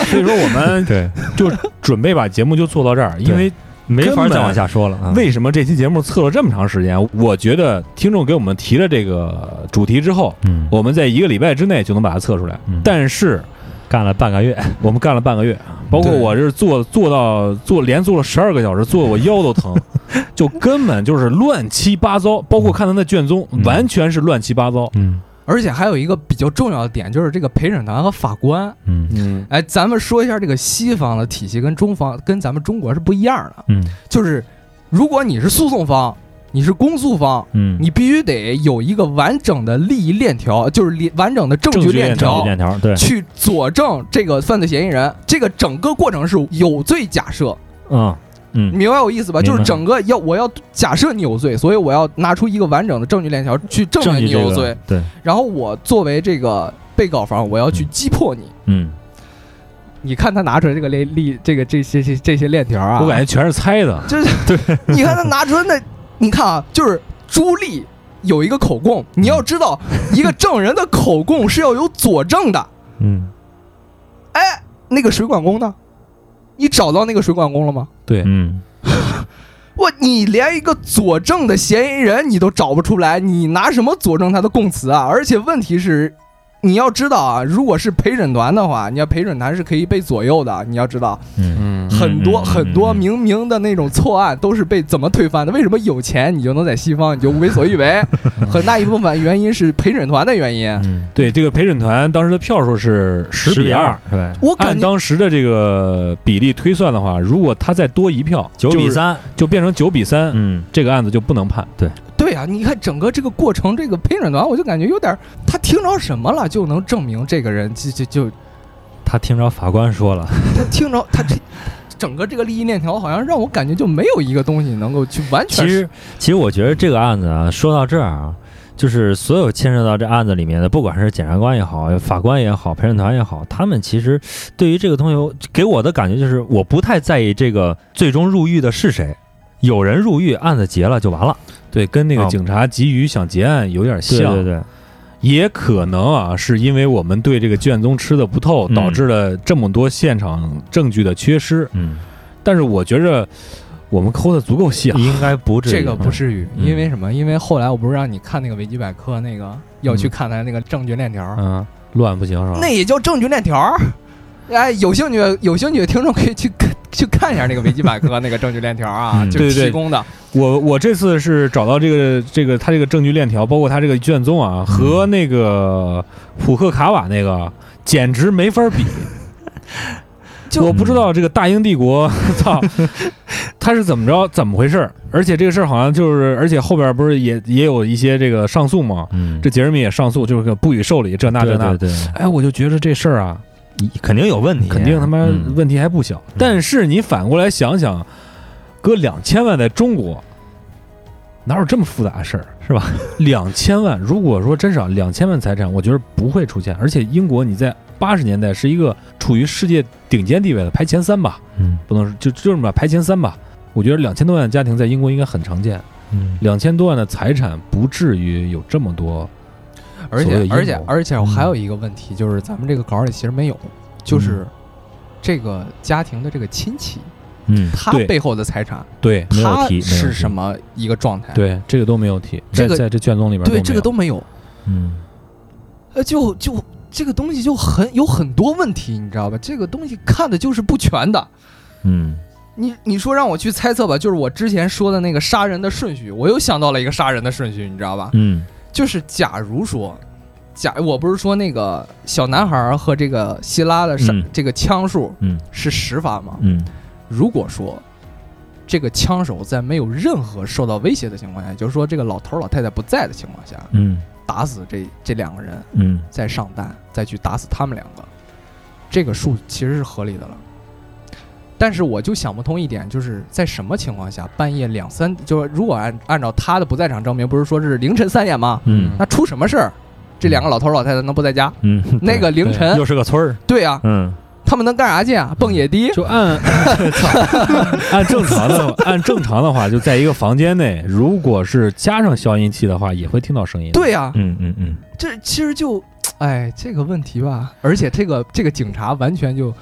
Speaker 6: 所以说我们
Speaker 8: *laughs* 对，
Speaker 6: 就准备把节目就做到这儿，因为
Speaker 8: 没法
Speaker 6: 根本
Speaker 8: 再往下说了啊，
Speaker 6: 为什么这期节目测了这么长时间？我觉得听众给我们提了这个主题之后，
Speaker 8: 嗯
Speaker 6: 我们在一个礼拜之内就能把它测出来。
Speaker 8: 嗯
Speaker 6: 但是
Speaker 8: 干了半个月，嗯
Speaker 6: 我们干了半个月，包括我这做做到做连做了十二个小时，做得我腰都
Speaker 8: *laughs*
Speaker 6: 疼，就根本就是乱七八糟。包括看他的卷宗，
Speaker 8: 嗯
Speaker 6: 完全是乱七八糟。
Speaker 8: 嗯
Speaker 7: 而且还有一个比较重要的点，就是这个陪审团和法官。
Speaker 8: 嗯
Speaker 6: 嗯，
Speaker 7: 哎，咱们说一下这个西方的体系跟中方跟咱们中国是不一样的，
Speaker 8: 嗯
Speaker 7: 就是如果你是诉讼方，你是公诉方，
Speaker 8: 嗯，
Speaker 7: 你必须得有一个完整的利益链条，就是连完整的证
Speaker 6: 证
Speaker 7: 据
Speaker 6: 据链
Speaker 8: 证据
Speaker 7: 条，
Speaker 8: 链条对，
Speaker 7: 去佐证这个犯罪嫌疑人。这个整个过程是有罪假设，
Speaker 8: 嗯嗯
Speaker 7: 明白我意思吧？
Speaker 8: 明
Speaker 7: 就
Speaker 8: 白
Speaker 7: 是整个要我要假设你有罪，所以我要拿出一个完整的证据链条去证
Speaker 8: 证
Speaker 7: 明
Speaker 8: 据
Speaker 7: 你
Speaker 8: 这
Speaker 7: 有罪，
Speaker 8: 个对，
Speaker 7: 然后我作为这个被告方，我要去击破你。
Speaker 8: 嗯
Speaker 7: 你看他拿出来这个链链，这个这些这这些链条啊，
Speaker 6: 我感觉全是猜的，*laughs*
Speaker 8: 嗯
Speaker 7: 就是对，你看他拿出来那，你看啊，就是朱莉有一个口供，你要知道一个证人的口供是要有佐证的。
Speaker 8: 嗯
Speaker 7: 哎，那个水管工呢？你找到那个水管工了吗？
Speaker 8: 嗯
Speaker 7: 我，你连一个佐证的嫌疑人你都找不出来，你拿什么佐证他的供词啊？而且问题是，你要知道啊，如果是陪审团的话，你要陪审团是可以被左右的。你要知道，
Speaker 8: 嗯
Speaker 6: 嗯
Speaker 7: 很多
Speaker 8: 嗯嗯
Speaker 7: 很多
Speaker 8: 嗯
Speaker 7: 明明的那种错案都是被怎么推翻的？为什么有钱你就能在西方你就为所欲
Speaker 6: *laughs*
Speaker 7: 为？很大一部分原因是陪审团的原因。
Speaker 8: 嗯，
Speaker 6: 对，这个陪审团当时的票数是十比二。
Speaker 8: 是吧？
Speaker 7: *laughs* 我感
Speaker 6: 按
Speaker 7: 觉
Speaker 6: 当时的这个比例推算的话，如果他再多一票，
Speaker 8: 九
Speaker 6: 就
Speaker 8: 比
Speaker 6: 是，
Speaker 8: 三，
Speaker 6: 就变成九比三、
Speaker 8: 嗯哦
Speaker 6: 这个案子就不能判。
Speaker 7: 对啊，你看整个这个过程，这个陪审团我就感觉有点儿，他听着什么了就能证明这个人就就就
Speaker 8: 他听着法官说了，
Speaker 7: 他听着他
Speaker 8: 哎
Speaker 7: 这整个这个利益链条，好像让我感觉就没有一个东西能够去完全
Speaker 8: 其实其实我觉得这个案子啊，说到这儿啊。就是所有牵涉到这案子里面的，不管是检察官也好，法官也好，陪审团也好，他们其实对于这个东西，给我的感觉就是，我不太在意这个最终入狱的是谁，有人入狱，案子结了就完了。
Speaker 6: 对，跟那个
Speaker 8: 啊
Speaker 6: 警察急于想结案有点像，
Speaker 8: 对对
Speaker 6: 也可能啊，是因为我们对这个卷宗吃的不透，
Speaker 8: 嗯
Speaker 6: 导致了这么多现场证据的缺失。
Speaker 8: 嗯，
Speaker 6: 但是我觉着我们抠的足够细啊，
Speaker 8: 应该不至于。
Speaker 7: 这个不至于，
Speaker 8: 嗯嗯
Speaker 7: 因为什么？因为后来我不是让你看那个维基百科那个要去看他那个证据链条，
Speaker 6: 嗯，乱不行是吧？
Speaker 7: 那也叫证据链条儿。
Speaker 8: 嗯
Speaker 7: 哎，有兴趣有兴趣的听众可以去 *laughs* 看去看一下那个维基百科那个证据链条啊，
Speaker 8: 嗯
Speaker 7: 就
Speaker 6: 对对
Speaker 7: 提供的。
Speaker 6: 我我这次是找到这个这个他这个证据链条，包括他这个卷宗啊，
Speaker 8: 嗯
Speaker 6: 和那个普克卡瓦那个简直没法
Speaker 8: *laughs*
Speaker 6: 比。我不知道这个大英帝国， *laughs* 操，他是怎么着怎么回事儿？而且这个事儿好像就是，而且后边不是也也有一些这个上诉吗？
Speaker 8: 嗯，
Speaker 6: 这杰瑞米也上诉，就是个不予受理，这那这
Speaker 8: 对
Speaker 6: 那
Speaker 8: 对
Speaker 6: 的。
Speaker 8: 对，
Speaker 6: 哎，我就觉着这事儿啊，
Speaker 8: 肯定有问题，
Speaker 6: 肯定他妈
Speaker 8: 嗯
Speaker 6: 问题还不小。但是你反过来想想，搁两千万在中国，哪有这么复杂的事儿，是吧？两千万，如果说真是啊，两千万财产，我觉得不会出现。而且英国你在八十年代是一个处于世界顶尖地位的，排前三吧，
Speaker 8: 嗯
Speaker 6: 不能说就就这么吧，排前三吧。我觉得两千多万的家庭在英国应该很常见，
Speaker 8: 嗯
Speaker 6: 两千多万的财产不至于有这么多。
Speaker 7: 而
Speaker 6: 所谓
Speaker 7: 且
Speaker 6: 阴谋
Speaker 7: 而且而
Speaker 8: 嗯
Speaker 7: 且我还有一个问题，就是咱们这个稿里其实没有，就是这个家庭的这个亲戚，
Speaker 8: 嗯，
Speaker 7: 他
Speaker 6: 对
Speaker 7: 背后的财产，
Speaker 6: 对
Speaker 8: 没有
Speaker 7: 他
Speaker 8: 提没有
Speaker 7: 是
Speaker 8: 提
Speaker 7: 什么一个状态？
Speaker 6: 对，这个都没有提，
Speaker 7: 这个
Speaker 6: 在在这卷宗里边
Speaker 7: 对，
Speaker 6: 没
Speaker 7: 这个
Speaker 6: 有
Speaker 7: 都没有。
Speaker 8: 嗯
Speaker 7: 呃，就就这个东西就很有很多问题，你知道吧？这个东西看的就是不全的。
Speaker 8: 嗯
Speaker 7: 你你说让我去猜测吧，就是我之前说的那个杀人的顺序，我又想到了一个杀人的顺序，你知道吧？
Speaker 8: 嗯
Speaker 7: 就是假如说，假我不是说那个小男孩儿和这个希拉的杀、
Speaker 8: 嗯
Speaker 7: 这个枪数
Speaker 8: 嗯
Speaker 7: 是十发吗？
Speaker 8: 嗯
Speaker 7: 如果说这个枪手在没有任何受到威胁的情况下，也就是说这个老头儿老太太不在的情况下，
Speaker 8: 嗯
Speaker 7: 打死这这两个人，
Speaker 8: 嗯
Speaker 7: 再上弹，再去打死他们两个，这个数其实是合理的了。但是我就想不通一点，就是在什么情况下半夜两三，就是如果按按照他的不在场证明，不是说是凌晨三点吗？
Speaker 8: 嗯
Speaker 7: 那出什么事儿，这两个老头老太太能不在家？
Speaker 8: 嗯，
Speaker 7: 那个凌晨，
Speaker 8: 又是个村儿，
Speaker 7: 对啊，
Speaker 8: 嗯
Speaker 7: 他们能干啥去啊？蹦野迪？
Speaker 6: 就按 *laughs* 按正常 *laughs* 的按正常的话，就在一个房间内，如果是加上消音器的话，也会听到声音。，
Speaker 7: 对啊，
Speaker 8: 嗯嗯嗯，
Speaker 7: 这其实就，哎，这个问题吧，而且这个这个警察完全就，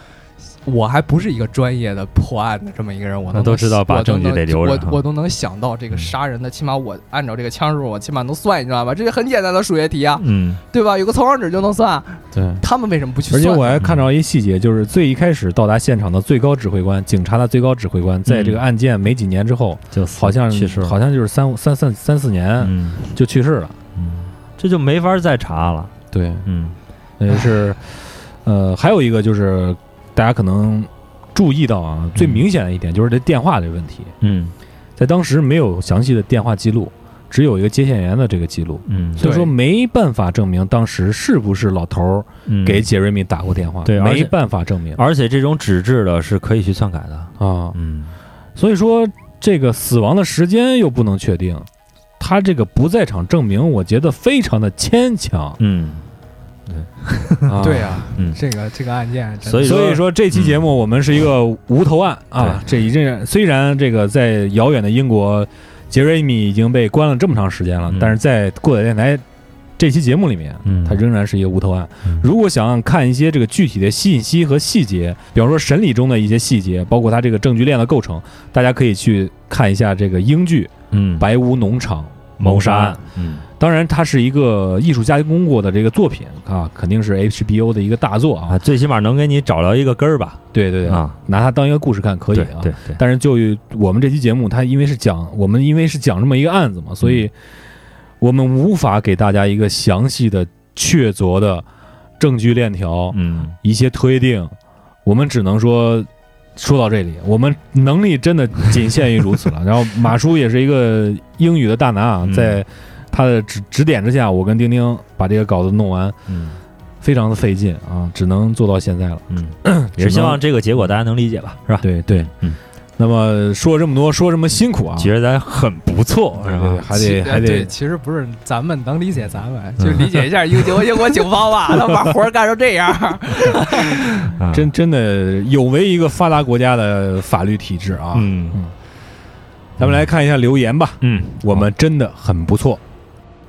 Speaker 7: 我还不是一个专业的破案的这么一个人，我
Speaker 8: 那
Speaker 7: 能
Speaker 8: 都知道把
Speaker 7: 我都
Speaker 8: 证据
Speaker 7: 能
Speaker 8: 得留着
Speaker 7: 我
Speaker 8: 哈嗯
Speaker 7: 我都能想到这个杀人的，起码我按照这个枪数，我起码能算，你知道吧？这是很简单的数学题啊，
Speaker 8: 嗯
Speaker 7: 对吧？有个草稿纸就能算，
Speaker 6: 对
Speaker 7: 他们为什么不去
Speaker 6: 而
Speaker 7: 算
Speaker 6: 且
Speaker 7: 呢？
Speaker 6: 我还看到一细节，就是最一开始到达现场的最高指挥官，警察的最高指挥官，在这个案件没几年之后，
Speaker 8: 就
Speaker 6: 好像
Speaker 8: 去世，
Speaker 6: 好像就是三五三三三四年
Speaker 8: 嗯
Speaker 6: 就去世了。
Speaker 8: 嗯，这就没法再查了，
Speaker 6: 对，
Speaker 8: 嗯
Speaker 6: 那就是，呃，还有一个就是大家可能注意到啊，最明显的一点就是这电话这个问题。
Speaker 8: 嗯
Speaker 6: 在当时没有详细的电话记录，只有一个接线员的这个记录，
Speaker 8: 嗯
Speaker 6: 所以说
Speaker 5: 对
Speaker 6: 没办法证明当时是不是老头儿
Speaker 8: 嗯
Speaker 6: 给杰瑞米打过电话，
Speaker 8: 对而
Speaker 6: 没
Speaker 8: 且啊
Speaker 6: 办法证明
Speaker 8: 而且这种纸质的是可以去篡改的。
Speaker 6: 啊。
Speaker 8: 嗯，。
Speaker 6: 所以说这个死亡的时间又不能确定，他这个不在场证明，我觉得非常的牵强
Speaker 8: *laughs* 嗯，
Speaker 6: 啊
Speaker 2: 对呀、
Speaker 8: 嗯
Speaker 2: 这个这个案件真的，
Speaker 8: 所以嗯
Speaker 6: 所以说这期节目我们是一个无头案啊
Speaker 8: 对，
Speaker 6: 这一阵虽然这个在遥远的英国，杰瑞米已经被关了这么长时间了，
Speaker 8: 嗯
Speaker 6: 但是在过载电台这期节目里面，
Speaker 8: 嗯
Speaker 6: 它仍然是一个无头案
Speaker 8: 嗯。
Speaker 6: 如果想看一些这个具体的信息和细节，比方说审理中的一些细节，包括它这个证据链的构成，大家可以去看一下这个英剧
Speaker 8: 嗯
Speaker 6: 《白屋农场谋杀案》。，
Speaker 8: 嗯
Speaker 6: 当然，它是一个艺术加工过的这个作品啊，肯定是 HBO 的一个大作啊
Speaker 8: 啊，。最起码能给你找着一个根儿吧？
Speaker 6: 对对对，
Speaker 8: 啊，
Speaker 6: 拿它当一个故事看可以
Speaker 8: 对
Speaker 6: 啊。
Speaker 8: 对对，
Speaker 6: 但是就我们这期节目，它因为是讲我们因为是讲这么一个案子
Speaker 8: 嗯
Speaker 6: 嘛，所以我们无法给大家一个详细的、确凿的证据链条、
Speaker 8: 嗯
Speaker 6: 一些推定，我们只能说。说到这里，我们能力真的仅限于如此
Speaker 8: *laughs*
Speaker 6: 了。然后马叔也是一个英语的大拿啊，
Speaker 8: 嗯
Speaker 6: 在他的指指点之下，我跟丁丁把这个稿子弄完，
Speaker 8: 嗯
Speaker 6: 非常的费劲啊，只能做到现在了。 *clears throat*
Speaker 8: 嗯，也是希望这个结果大家能理解吧，是吧？
Speaker 6: 对对，
Speaker 8: 嗯。
Speaker 6: 那么说这么多，说这么辛苦啊，
Speaker 8: 觉得很不错，是
Speaker 6: 对
Speaker 8: 吧
Speaker 6: 对？还得
Speaker 2: 其
Speaker 6: 还
Speaker 2: 对，
Speaker 6: 得
Speaker 2: 其实不是咱们能理解咱们，就
Speaker 8: 嗯
Speaker 2: 理解一下英国
Speaker 8: *laughs*
Speaker 2: 英国警方吧，他把活儿干成这样，
Speaker 8: 啊
Speaker 6: 真真的有违一个发达国家的法律体制啊。
Speaker 8: 嗯
Speaker 6: 咱们来看一下留言吧，
Speaker 8: 嗯，
Speaker 6: 我们真的很不错。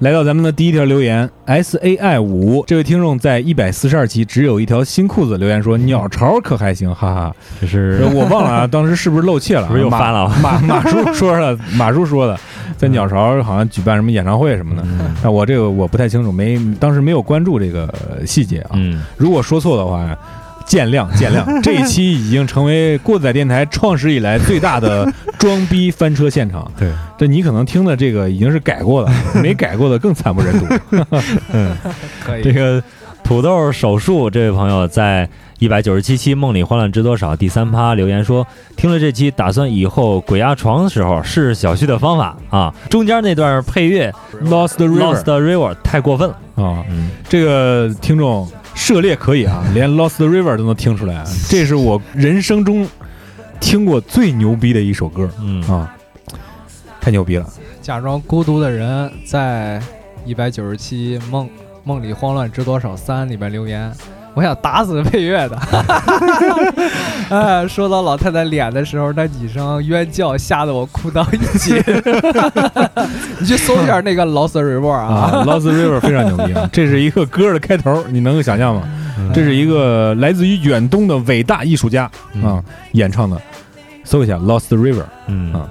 Speaker 6: 来到咱们的第一条留言，S A I 五这位听众在一百四十二期只有一条新裤子留言说：“鸟巢可还行，哈哈。
Speaker 8: 嗯这”是
Speaker 6: 我忘了啊，当时是不是漏气了啊？
Speaker 8: 是不是又
Speaker 6: 马
Speaker 8: 翻了啊？
Speaker 6: 马马叔说了， *laughs* 马叔说的，在鸟巢好像举办什么演唱会什么的。
Speaker 8: 嗯
Speaker 6: 但我这个我不太清楚，没当时没有关注这个呃细节啊。
Speaker 8: 嗯，
Speaker 6: 如果说错的话，见谅见谅。这一期已经成为过载电台创始以来最大的装逼翻车现场。
Speaker 8: 对，
Speaker 6: 这你可能听的这个已经是改过的，没改过的更惨不忍睹。
Speaker 2: 可
Speaker 8: 这
Speaker 2: 以，
Speaker 8: 个土豆手术这位朋友在一百九十七期《梦里欢乐知多少》第三趴留言说，听了这期，打算以后鬼压床的时候试试小旭的方法啊。中间那段配乐
Speaker 6: Lost
Speaker 8: 《
Speaker 6: River
Speaker 8: *laughs* Lost River》太过分了，
Speaker 6: 啊，
Speaker 8: 嗯，
Speaker 6: 这个听众涉猎可以啊，连 Lost River 都能听出来，啊这是我人生中听过最牛逼的一首歌
Speaker 8: 嗯
Speaker 6: 啊，太牛逼了。
Speaker 2: 假装孤独的人在一百九十七梦梦里慌乱知多少三里边留言，我想打死配乐的。 *laughs* 哎，说到老太太脸的时候，那几声冤叫吓得我裤裆一紧。 *laughs* 你去搜一下那个《老死 r e 啊，
Speaker 6: 啊，Lost River 非常牛逼啊！这是一个歌的开头，你能够想象吗？这是一个来自于远东的伟大艺术家啊演唱的，搜一下 Lost River。
Speaker 8: 嗯
Speaker 6: 啊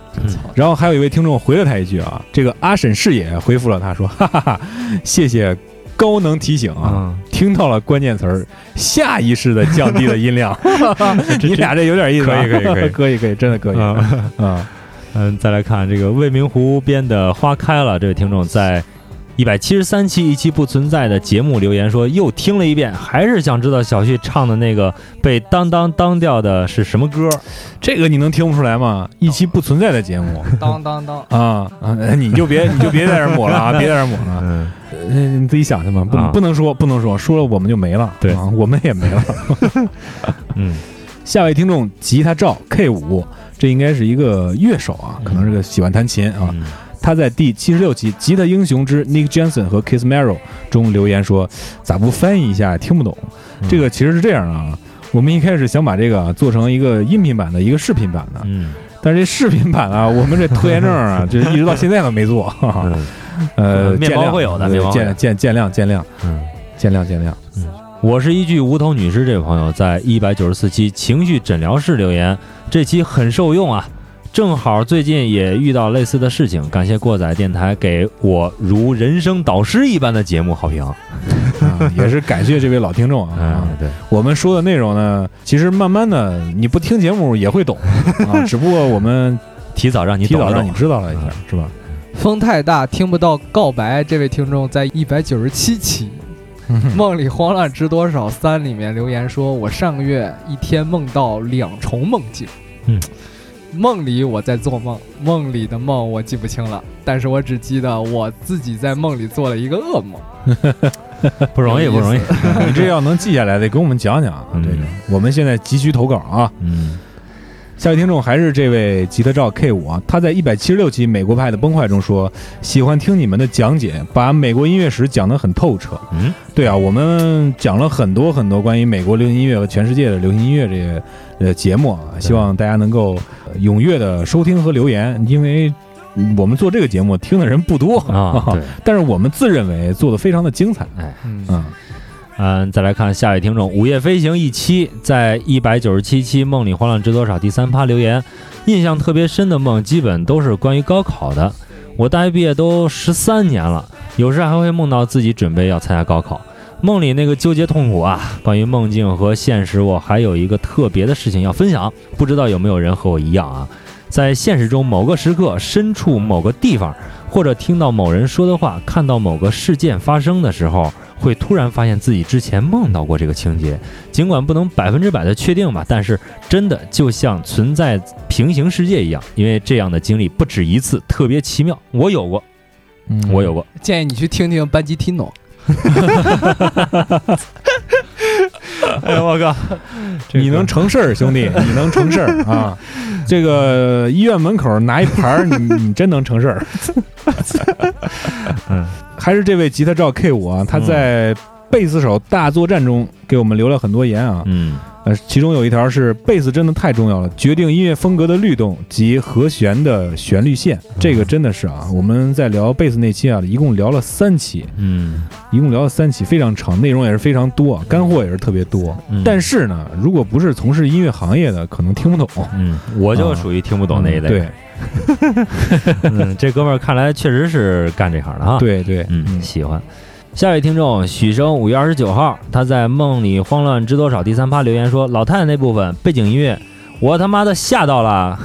Speaker 6: 然后还有一位听众回了他一句啊，这个阿沈视野回复了他说：“哈哈哈，谢谢高能提醒啊，
Speaker 8: 啊，
Speaker 6: 听到了关键词儿，下意识的降低了音
Speaker 8: *laughs*
Speaker 6: 量。你俩这有点意思啊，
Speaker 8: 可以可以可以
Speaker 6: 可以可以，真的可以
Speaker 8: 啊
Speaker 6: 啊！
Speaker 8: 嗯，再来看这个未名湖边的花开了，这位听众在。一百七十三期一期不存在的节目留言说，又听了一遍，还是想知道小旭唱的那个被当当当掉的是什么歌。
Speaker 6: 这个你能听不出来吗？一期不存在的节目。”
Speaker 2: 当当当，
Speaker 6: 啊啊！你就
Speaker 8: *laughs*
Speaker 6: 别你就别在这儿抹了啊，别在这儿抹了，
Speaker 8: 哦嗯，
Speaker 6: 呃你自己想去吧，不、
Speaker 8: 啊
Speaker 6: 不能说不能说，说了我们就没了，
Speaker 8: 对
Speaker 6: 啊，我们也没了。
Speaker 8: *laughs* 嗯
Speaker 6: 下位听众吉他赵 K 五，这应该是一个乐手啊，可能是个喜欢弹琴啊。
Speaker 8: 嗯
Speaker 6: 他在第七十六集《吉他英雄之 Nick Johnson 和 Kiss Mero》中留言说：“咋不翻译一下？听不懂。”
Speaker 8: 嗯
Speaker 6: 这个其实是这样的啊，我们一开始想把这个啊做成一个音频版的，一个视频版的，
Speaker 8: 嗯
Speaker 6: 但是这视频版
Speaker 8: *laughs*
Speaker 6: 啊，我们这拖延症啊，就是一直到现在都没做。哈哈
Speaker 8: 嗯
Speaker 6: 呃，
Speaker 8: 面
Speaker 6: 见
Speaker 8: 包
Speaker 6: 谅
Speaker 8: 会有的
Speaker 6: 呃
Speaker 8: 面包会有
Speaker 6: 见见见谅，见谅，
Speaker 8: 嗯，
Speaker 6: 见谅，见谅。
Speaker 8: 我是一具无头女尸。这位朋友在一百九十四期情绪诊疗室留言，这期很受用啊。正好最近也遇到类似的事情，感谢过载电台给我如人生导师一般的节目好评。
Speaker 6: 啊，也是感谢这位老听众啊。啊
Speaker 8: *laughs* 嗯，对，
Speaker 6: 我们说的内容呢，其实慢慢的你不听节目也
Speaker 8: *laughs*
Speaker 6: 会懂啊，只不过我们
Speaker 8: 提早让你
Speaker 6: 提
Speaker 8: 懂
Speaker 6: 早
Speaker 8: 了
Speaker 6: 让你
Speaker 8: 懂。
Speaker 6: 知道了一下，是吧？
Speaker 2: 风太大听不到告白。这位听众在一百九十七期
Speaker 8: 嗯
Speaker 2: 《梦里慌乱知多少三》里面留言说：“我上个月一天梦到两重梦境，
Speaker 8: 嗯，
Speaker 2: 梦里我在做梦，梦里的梦我记不清了，但是我只记得我自己在梦里做了一个噩梦。
Speaker 8: 不容易，
Speaker 2: 有意
Speaker 8: 不
Speaker 2: 思
Speaker 8: 容易。
Speaker 6: *laughs* 你这要能记下来，得给我们讲讲啊。
Speaker 8: 嗯
Speaker 6: 这个，我们现在急需投稿啊。
Speaker 8: 嗯，
Speaker 6: 下位听众还是这位吉他照 K 五啊，他在一百七十六期《美国派的崩坏》中说，喜欢听你们的讲解，把美国音乐史讲得很透彻。
Speaker 8: 嗯，
Speaker 6: 对啊，我们讲了很多很多关于美国流行音乐和全世界的流行音乐这些呃节目啊，希望大家能够呃踊跃的收听和留言，因为我们做这个节目听的人不多 *laughs*
Speaker 8: 啊，对，哎
Speaker 6: 但是我们自认为做的非常的精彩。
Speaker 2: 嗯
Speaker 6: 嗯，
Speaker 8: 嗯，再来看下一位听众，《午夜飞行》一期在一百九十七期《梦里慌乱知多少》第三趴留言，印象特别深的梦基本都是关于高考的。我大学毕业都十三年了，有时还会梦到自己准备要参加高考，梦里那个纠结痛苦啊。关于梦境和现实，我还有一个特别的事情要分享，不知道有没有人和我一样啊？在现实中某个时刻，身处某个地方，或者听到某人说的话，看到某个事件发生的时候。会突然发现自己之前梦到过这个情节，尽管不能百分之百的确定吧，但是真的就像存在平行世界一样，因为这样的经历不止一次，特别奇妙。我有过，
Speaker 6: 嗯
Speaker 8: 我有过，
Speaker 2: 建议你去听听班吉提诺，
Speaker 8: 哎我靠，
Speaker 6: 你能成事儿，兄
Speaker 8: *laughs*
Speaker 6: 弟，你能成事儿啊！这个医院门口拿一牌
Speaker 8: *laughs*
Speaker 6: 儿，你你真能成事儿。
Speaker 8: 嗯，
Speaker 6: 还是这位吉他照 K 五啊，他在贝斯手大作战中给我们留了很多言啊。
Speaker 8: 嗯
Speaker 6: 呃，其中有一条是贝斯真的太重要了，决定音乐风格的律动及和弦的旋律线，
Speaker 8: 嗯
Speaker 6: 这个真的是啊。我们在聊贝斯那期啊，一共聊了三期，
Speaker 8: 嗯
Speaker 6: 一共聊了三期，非常长，内容也是非常多，干货也是特别多。
Speaker 8: 嗯
Speaker 6: 但是呢，如果不是从事音乐行业的，可能听不懂。
Speaker 8: 嗯，我就属于听不懂那一类。
Speaker 6: 对
Speaker 8: 嗯，这哥们儿看来确实是干这行的哈。
Speaker 6: 对对，
Speaker 8: 嗯，喜欢。下一位听众许生五月二十九号，他在《梦里慌乱知多少》第三趴留言说：“老太太那部分背景音乐，我他妈的吓到了。”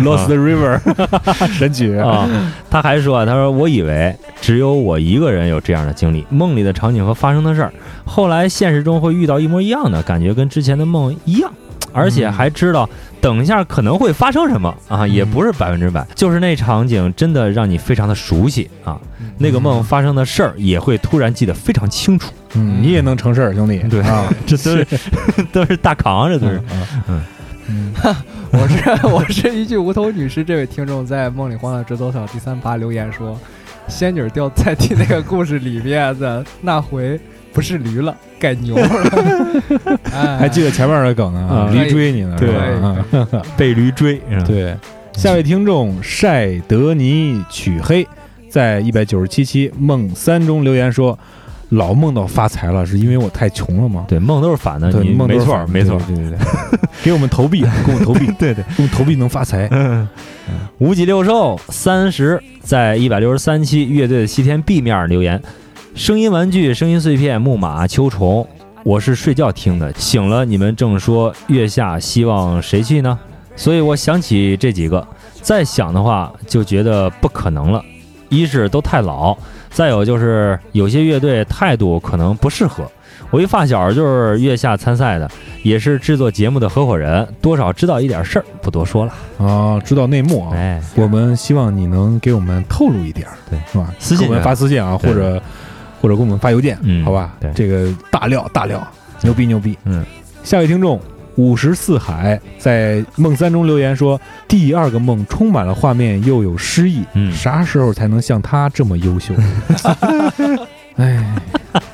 Speaker 6: Lost River *laughs* 神曲
Speaker 8: 啊、 *laughs* 他还说啊，他说我以为只有我一个人有这样的经历，梦里的场景和发生的事儿，后来现实中会遇到一模一样的感觉，跟之前的梦一样，而
Speaker 6: 嗯
Speaker 8: 且还知道等一下可能会发生什么啊，也不是百分之百，就是那场景真的让你非常的熟悉啊，
Speaker 6: 嗯
Speaker 8: 那个梦发生的事儿也会突然记得非常清楚，
Speaker 6: 嗯，你也能成事儿，兄弟。
Speaker 8: 对
Speaker 6: *laughs* 啊，
Speaker 8: 这 *laughs* 都是都是大扛，这都是，
Speaker 6: 嗯嗯，
Speaker 2: *laughs* 我是我是一具无头女尸。这位听众在《梦里荒岛之多少》第三趴留言说，仙女掉菜地那个故事里面的那回不是驴了，改牛了。 *laughs* 哎
Speaker 6: 还记得前面的梗呢啊，
Speaker 8: 嗯
Speaker 6: 驴追你呢，
Speaker 8: 对
Speaker 6: 是吧嗯
Speaker 8: 被驴追，是吧
Speaker 6: *laughs* 对。下位听众晒德尼曲黑在一百九十七期梦三中留言说，老梦到发财了，是因为我太穷了吗？
Speaker 8: 对，梦都是反的，
Speaker 6: 对
Speaker 8: 你
Speaker 6: 梦都
Speaker 8: 没
Speaker 6: 是
Speaker 8: 错
Speaker 6: 反
Speaker 8: 儿，没错儿，
Speaker 6: 对对对，对 *laughs* 给我们投币，给我们投币， *laughs* 对对，我们投币能发财。
Speaker 8: 五脊六兽三十在一百六十三期乐队的西天 B 面留言：声音玩具、声音碎片、木马、秋虫，我是睡觉听的，醒了你们正说月下希望谁去呢？所以我想起这几个，再想的话就觉得不可能了。一是都太老，再有就是有些乐队态度可能不适合。我一发小就是月下参赛的，也是制作节目的合伙人，多少知道一点事儿，不多说了。
Speaker 6: 啊，知道内幕啊。
Speaker 8: 哎，
Speaker 6: 我们希望你能给我们透露一点儿，
Speaker 8: 对，
Speaker 6: 是吧？
Speaker 8: 私信
Speaker 6: 给我们发私信啊，
Speaker 8: 对
Speaker 6: 或者或者给我们发邮件，
Speaker 8: 嗯
Speaker 6: 好吧？
Speaker 8: 对
Speaker 6: 这个大料大料，牛逼牛逼。
Speaker 8: 嗯，
Speaker 6: 下位听众五十四海在梦三中留言说，第二个梦充满了画面，又有诗意，
Speaker 8: 嗯
Speaker 6: 啥时候才能像他这么优秀？ *laughs* 哎，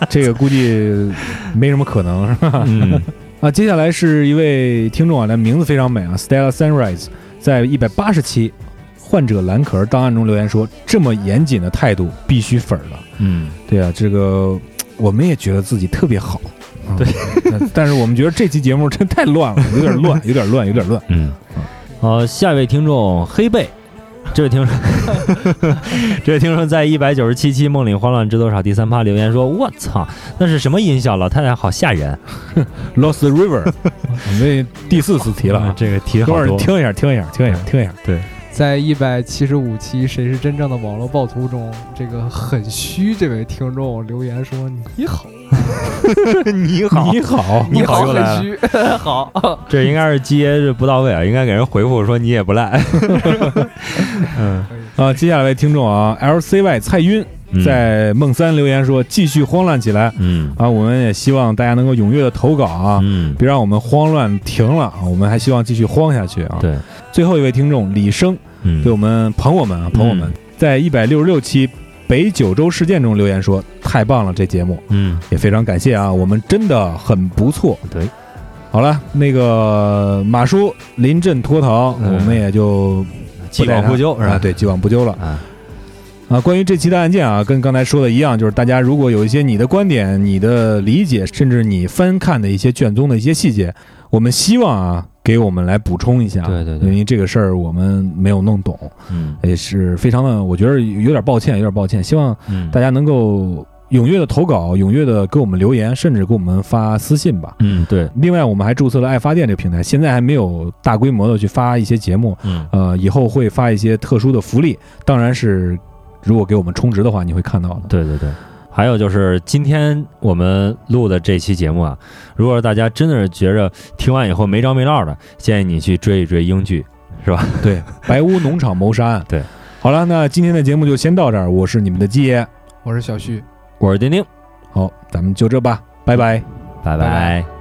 Speaker 6: 这个估计没什么可能，是吧？
Speaker 8: 嗯，
Speaker 6: 啊，接下来是一位听众啊，那名字非常美啊，Stella Sunrise，在一百八十期患者蓝壳档案中留言说：“这么严谨的态度，必须粉儿了。
Speaker 8: 嗯”
Speaker 6: 对啊，这个我们也觉得自己特别好，啊、对，但是我们觉得这期节目真太乱了，有点乱，有点乱，有点乱。
Speaker 8: 嗯，好，下一位听众黑贝，这位听众， *laughs* 这位听众在一百九十七期《梦里慌乱知多少》第三趴留言说：“我操，那是什么音效？老太太好吓人。
Speaker 6: Lost River，我们这第四次提了啊，
Speaker 8: 这个题
Speaker 6: 多少
Speaker 8: 好
Speaker 6: 人
Speaker 8: 多，
Speaker 6: 听一下，听一下，听一下，听一下。
Speaker 8: 对，
Speaker 2: 在一百七十五期《谁是真正的网络暴徒》中，这个很虚这位听众留言说：“你好，
Speaker 8: 你好，
Speaker 6: 你 *laughs* 好，
Speaker 2: 你
Speaker 8: 好
Speaker 2: 好，
Speaker 8: 哦又来
Speaker 2: 很
Speaker 8: 了
Speaker 2: 虚，好。”
Speaker 8: 这应该是接着不到位啊，应该给人回复说你也不赖。嗯，
Speaker 6: 啊，接下来位听众啊，LCY 蔡晕在梦三留言说：“继续慌乱起来
Speaker 1: 嗯
Speaker 6: 啊！”我们也希望大家能够踊跃的投稿啊，
Speaker 1: 嗯，
Speaker 6: 别让我们慌乱停了啊！我们还希望继续慌下去啊！
Speaker 8: 对，
Speaker 6: 最后一位听众李生
Speaker 1: 嗯
Speaker 6: 对我们捧我们
Speaker 8: 嗯
Speaker 6: 啊，捧我们，在一百六十六期北九州事件中留言说：“太棒了，这节目
Speaker 1: 嗯，
Speaker 6: 也非常感谢啊，我们真的很不错。”
Speaker 8: 对。
Speaker 6: 好了，那个马叔临阵脱逃，
Speaker 8: 嗯
Speaker 6: 我们也就
Speaker 8: 既往不咎是吧？
Speaker 6: 啊，对，既往不咎了。
Speaker 8: 啊，
Speaker 6: 啊，关于这期的案件啊，跟刚才说的一样，就是大家如果有一些你的观点、你的理解，甚至你翻看的一些卷宗的一些细节，我们希望啊，给我们来补充一下。啊
Speaker 8: 对对对
Speaker 6: 因为这个事儿我们没有弄懂，
Speaker 1: 嗯
Speaker 6: 也是非常的，我觉得有点抱歉，有点抱歉。希望
Speaker 1: 嗯，
Speaker 6: 大家能够踊跃的投稿，踊跃的给我们留言，甚至给我们发私信吧。
Speaker 1: 嗯
Speaker 8: 对，
Speaker 6: 另外，我们还注册了爱发电这个平台，现在还没有大规模的去发一些节目，
Speaker 1: 嗯
Speaker 6: 呃，以后会发一些特殊的福利，当然是如果给我们充值的话，你会看到的。
Speaker 8: 对对对。还有就是今天我们录的这期节目啊，如果大家真的是觉着听完以后没着没落的，建议你去追一追英剧。
Speaker 6: 对，白屋农场谋杀案。
Speaker 8: 对，
Speaker 6: 好了，那今天的节目就先到这儿，我是你们的鸡爷，
Speaker 7: 我是小旭。
Speaker 8: 我是丁丁，
Speaker 6: 好，咱们就这吧，拜拜。
Speaker 8: 拜
Speaker 7: 拜拜